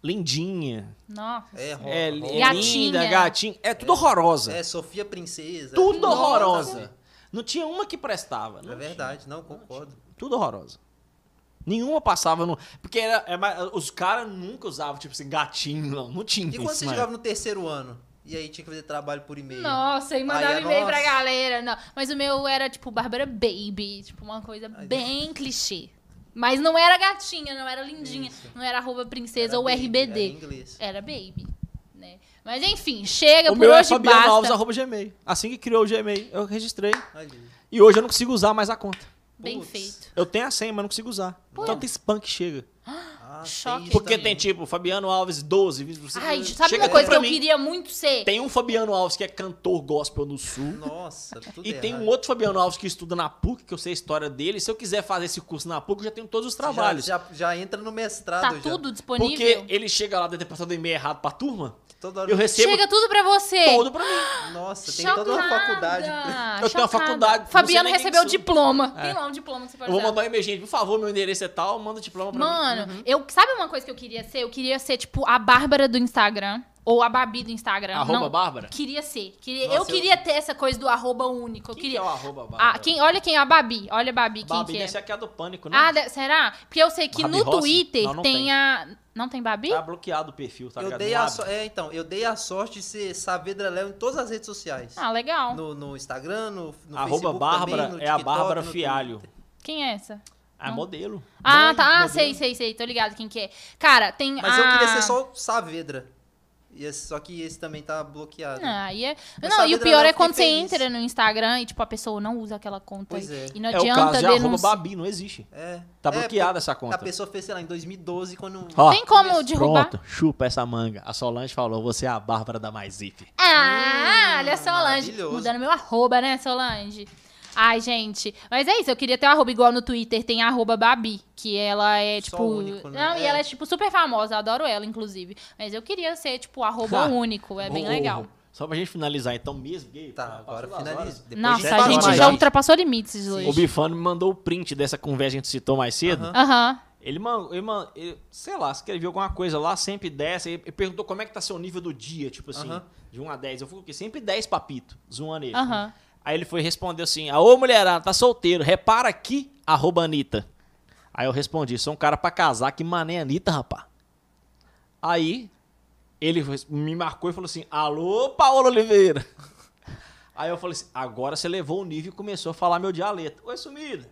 S3: lindinha,
S2: Nossa.
S1: É, ro-
S3: é,
S1: ro-
S3: é
S2: Gatinha.
S3: linda, gatinha, é tudo horrorosa,
S1: é, Sofia Princesa.
S3: tudo
S1: Nossa.
S3: horrorosa. Não tinha uma que prestava. não
S1: É
S3: tinha.
S1: verdade, não, concordo.
S3: Tudo horrorosa. Nenhuma passava no. Porque era, é mais- os caras nunca usavam, tipo assim, gatinho, não. Não tinha
S1: E
S3: isso.
S1: quando você
S3: mano.
S1: jogava no terceiro ano? E aí tinha que fazer trabalho por e-mail.
S2: Nossa, e
S1: Aí
S2: mandava
S1: é
S2: e-mail pra
S1: nossa.
S2: galera. Não. Mas o meu era, tipo, Bárbara Baby. Tipo, uma coisa
S1: Ai,
S2: bem clichê. Mas não era gatinha, não era lindinha, não era arroba princesa
S1: Era
S2: ou
S1: baby,
S2: RBD.
S1: era em inglês.
S2: Era baby, né? Mas enfim, chega
S3: O
S2: por
S3: meu é
S2: hoje
S3: Fabiano Alves,
S2: basta.
S3: arroba Gmail. Assim que criou o Gmail, eu registrei.
S1: Ali.
S3: E hoje eu não consigo usar mais a conta.
S2: Bem
S1: Putz.
S2: feito.
S3: Eu tenho a senha, mas não consigo usar. Tanta spam que chega.
S1: Ah,
S2: Choque.
S1: tem isso
S3: Porque
S1: também.
S3: tem tipo, Fabiano Alves 12. você-
S2: Ai, sabe
S3: chega
S2: uma coisa
S3: pra
S2: que eu
S3: mim.
S2: queria muito ser?
S3: Tem um Fabiano Alves que é cantor gospel no sul.
S1: Nossa, tudo
S3: E tem
S1: errado.
S3: um outro Fabiano Alves que estuda na PUC, que eu sei a história dele. Se eu quiser fazer esse curso na PUC, eu já tenho todos os
S1: Já-
S3: trabalhos.
S1: Já, já, entra no mestrado.
S2: tá
S1: já.
S2: tudo disponível?
S3: Porque ele chega lá da interpretação do e-mail errado pra turma,
S1: Toda hora.
S3: eu recebo
S2: Chega tudo pra você.
S3: todo pra mim.
S1: Nossa, Nossa, tem toda uma faculdade.
S3: Eu tenho uma
S2: chocada.
S3: faculdade, não
S2: Fabiano
S3: sei nem quem
S2: recebeu o
S3: sou.
S2: diploma. Tem lá um diploma que você pode
S3: Eu vou
S2: usar.
S3: mandar um e-mail, gente. Por favor, meu endereço é tal, manda o diploma pra mim.
S2: Mano, eu, sabe uma coisa que eu queria ser? Eu queria ser, tipo, a Bárbara do Instagram. Ou a Babi do Instagram.
S3: Arroba
S2: Não,
S3: Bárbara?
S2: Queria ser. Queria-
S3: Nossa,
S2: eu
S3: eu-
S2: queria ter essa coisa do arroba único. Eu
S3: Quem que
S2: queria.
S3: é o arroba Bárbara?
S2: Ah, quem, olha quem é a Babi. Olha a Babi, quem
S3: Babi,
S2: que é.
S3: essa é aqui a do Pânico, né?
S2: Ah, de- será? Porque eu sei que
S3: Babi
S2: no
S3: Rossi?
S2: Twitter
S3: Não, não
S2: tem,
S3: tem.
S2: a. Não tem Babi?
S3: Tá bloqueado o perfil, tá
S1: Eu
S3: ligado?
S1: dei
S3: Não
S1: a
S3: abre.
S1: so- é, então, eu dei a sorte de ser Saavedra Léo em todas as redes sociais.
S2: Ah, legal.
S1: No, no Instagram, no, no
S3: Arroba
S1: Facebook
S3: Bárbara
S1: também, no
S3: é a
S1: TikTok,
S3: Bárbara
S1: no
S3: Fialho.
S2: Quem é essa?
S3: Ah, modelo.
S2: Ah,
S3: Mãe,
S2: tá. Ah,
S3: modelo.
S2: sei, sei, sei. Tô ligado quem que é. Cara, tem
S1: Mas
S2: a...
S1: eu queria ser só o Saavedra. E esse- só que esse também tá bloqueado.
S2: Não, aí é-
S1: Mas
S2: não, e
S1: sabe,
S2: o pior
S1: Adriana,
S2: é
S1: eu
S2: quando você
S1: fiquei feliz.
S2: entra no Instagram e, tipo, a pessoa não usa aquela conta.
S1: Pois
S2: e-
S1: é.
S2: E não
S3: É o caso
S2: adianta
S3: de arroba
S2: denunciar.
S3: Babi, não existe.
S1: É.
S3: Tá
S1: É,
S3: bloqueada
S1: porque
S3: essa conta.
S1: A pessoa fez, sei lá, em 2012, quando.
S3: Ó,
S2: Tem como derrubar?
S3: Pronto, chupa essa manga. A Solange falou, você é a Bárbara da Maisif.
S2: Ah, olha a Solange.
S1: maravilhoso.
S2: Mudando meu arroba, né, Solange? Ai, gente. Mas é isso, eu queria ter um arroba igual no Twitter, tem a arroba Babi, que ela é,
S1: Só
S2: tipo.
S1: único, né?
S2: Não, e
S1: É.
S2: ela é, tipo, super famosa, eu adoro ela, inclusive. Mas eu queria ser, tipo, arroba
S3: Ah,
S2: único, é bem
S3: Ô,
S2: legal.
S3: Só pra gente finalizar, então, mesmo gay.
S1: Tá,
S3: passou
S1: agora
S3: das horas.
S1: finaliza. Depois
S2: Nossa,
S3: gente
S2: a
S1: fala
S2: gente
S1: mais.
S2: já ultrapassou limites
S3: O
S2: hoje.
S3: Bifano me mandou o print dessa conversa que a gente citou mais cedo.
S1: Aham.
S2: Aham.
S3: Ele, man, ele, man, ele, sei lá, escreveu alguma coisa lá, sempre 10. Ele perguntou como é que tá seu nível do dia, tipo assim,
S1: Aham.
S3: de 1 a 10. Eu falei o quê? Sempre 10 papito, zoando ele.
S2: Aham.
S3: Aí ele foi e respondeu assim: Ô mulherada, tá solteiro, repara aqui, arroba Anitta. Aí eu respondi: sou um cara pra casar, que mané é Anitta, rapá. Aí ele foi- me marcou e falou assim: alô, Paulo Oliveira. Aí eu falei assim: agora você levou o nível e começou a falar meu dialeto. Oi, sumida.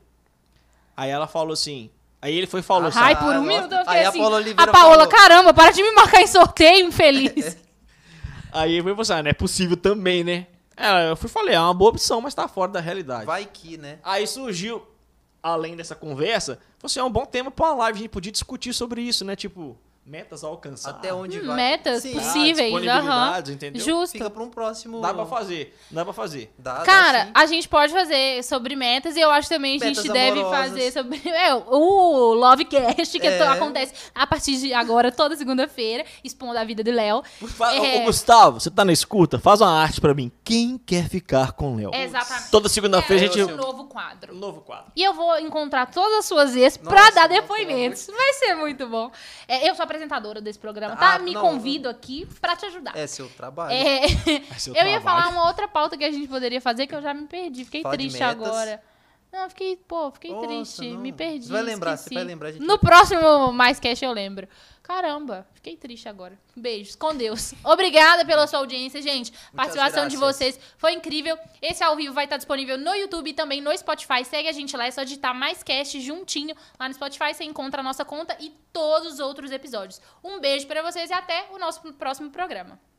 S3: Aí ela falou assim. Aí ele foi e falou assim:
S2: Ai, por um
S1: nossa.
S2: minuto eu fiquei
S1: Aí a
S2: assim.
S1: Paula
S2: A
S1: Oliveira
S2: Paola,
S1: falou.
S2: caramba, para de me marcar em sorteio, infeliz.
S3: Aí eu fui pensar, ah, não é possível também, né? É, eu fui e falei, é uma boa opção, mas tá fora da realidade.
S1: Vai que, né?
S3: Aí surgiu, além dessa conversa, você é um bom tema pra uma live, a gente podia discutir sobre isso, né? Tipo, metas a alcançar.
S1: Até onde vai.
S2: Hum, Metas
S1: Sim,
S3: possíveis,
S2: possíveis, aham.
S3: disponibilidades, entendeu?
S2: Justo.
S1: Fica pra um próximo.
S3: Dá pra fazer, dá pra fazer.
S1: Dá- dá
S2: Cara,
S1: sim.
S2: a gente pode fazer sobre metas e eu acho também que a gente
S1: Metas
S2: deve
S1: amorosas.
S2: fazer sobre é, o Lovecast, que
S1: É.
S2: to- acontece a partir de agora, toda segunda-feira, expondo a vida do Léo.
S3: Fa-
S2: É.
S3: Ô, ô, Gustavo, você tá na escuta? Faz uma arte pra mim. Quem quer ficar com o Léo?
S2: Exatamente.
S3: Toda segunda-feira a
S2: É, um
S3: gente...
S2: novo quadro.
S3: Novo quadro.
S2: E eu vou encontrar todas as suas ex
S1: Nossa,
S2: pra dar
S1: não, pelo
S2: depoimentos. Vai ser muito bom. É, eu sou apresentadora desse programa, tá?
S1: Ah,
S2: Me
S1: não,
S2: convido aqui pra te ajudar.
S1: É seu trabalho.
S2: É,
S3: seu
S2: eu ia
S3: trabalho.
S2: falar uma outra pauta que a gente poderia fazer que eu já me perdi. Fiquei
S1: Fala de
S2: triste
S1: metas.
S2: agora. Não, fiquei, pô, fiquei
S1: Nossa,
S2: triste.
S1: não.
S2: Me perdi.
S1: Você vai lembrar,
S2: esqueci.
S1: você vai lembrar, a gente
S2: No
S1: vai-
S2: próximo Mais Cash eu lembro. Caramba, fiquei triste agora. Beijos, com Deus. Obrigada pela sua audiência, gente. A participação de
S1: graças.
S2: vocês foi incrível. Esse ao vivo vai estar disponível no YouTube e também no Spotify. Segue a gente lá, é só digitar Mais Cash juntinho. Lá no Spotify você encontra a nossa conta e todos os outros episódios. Um beijo pra vocês e até o nosso próximo programa.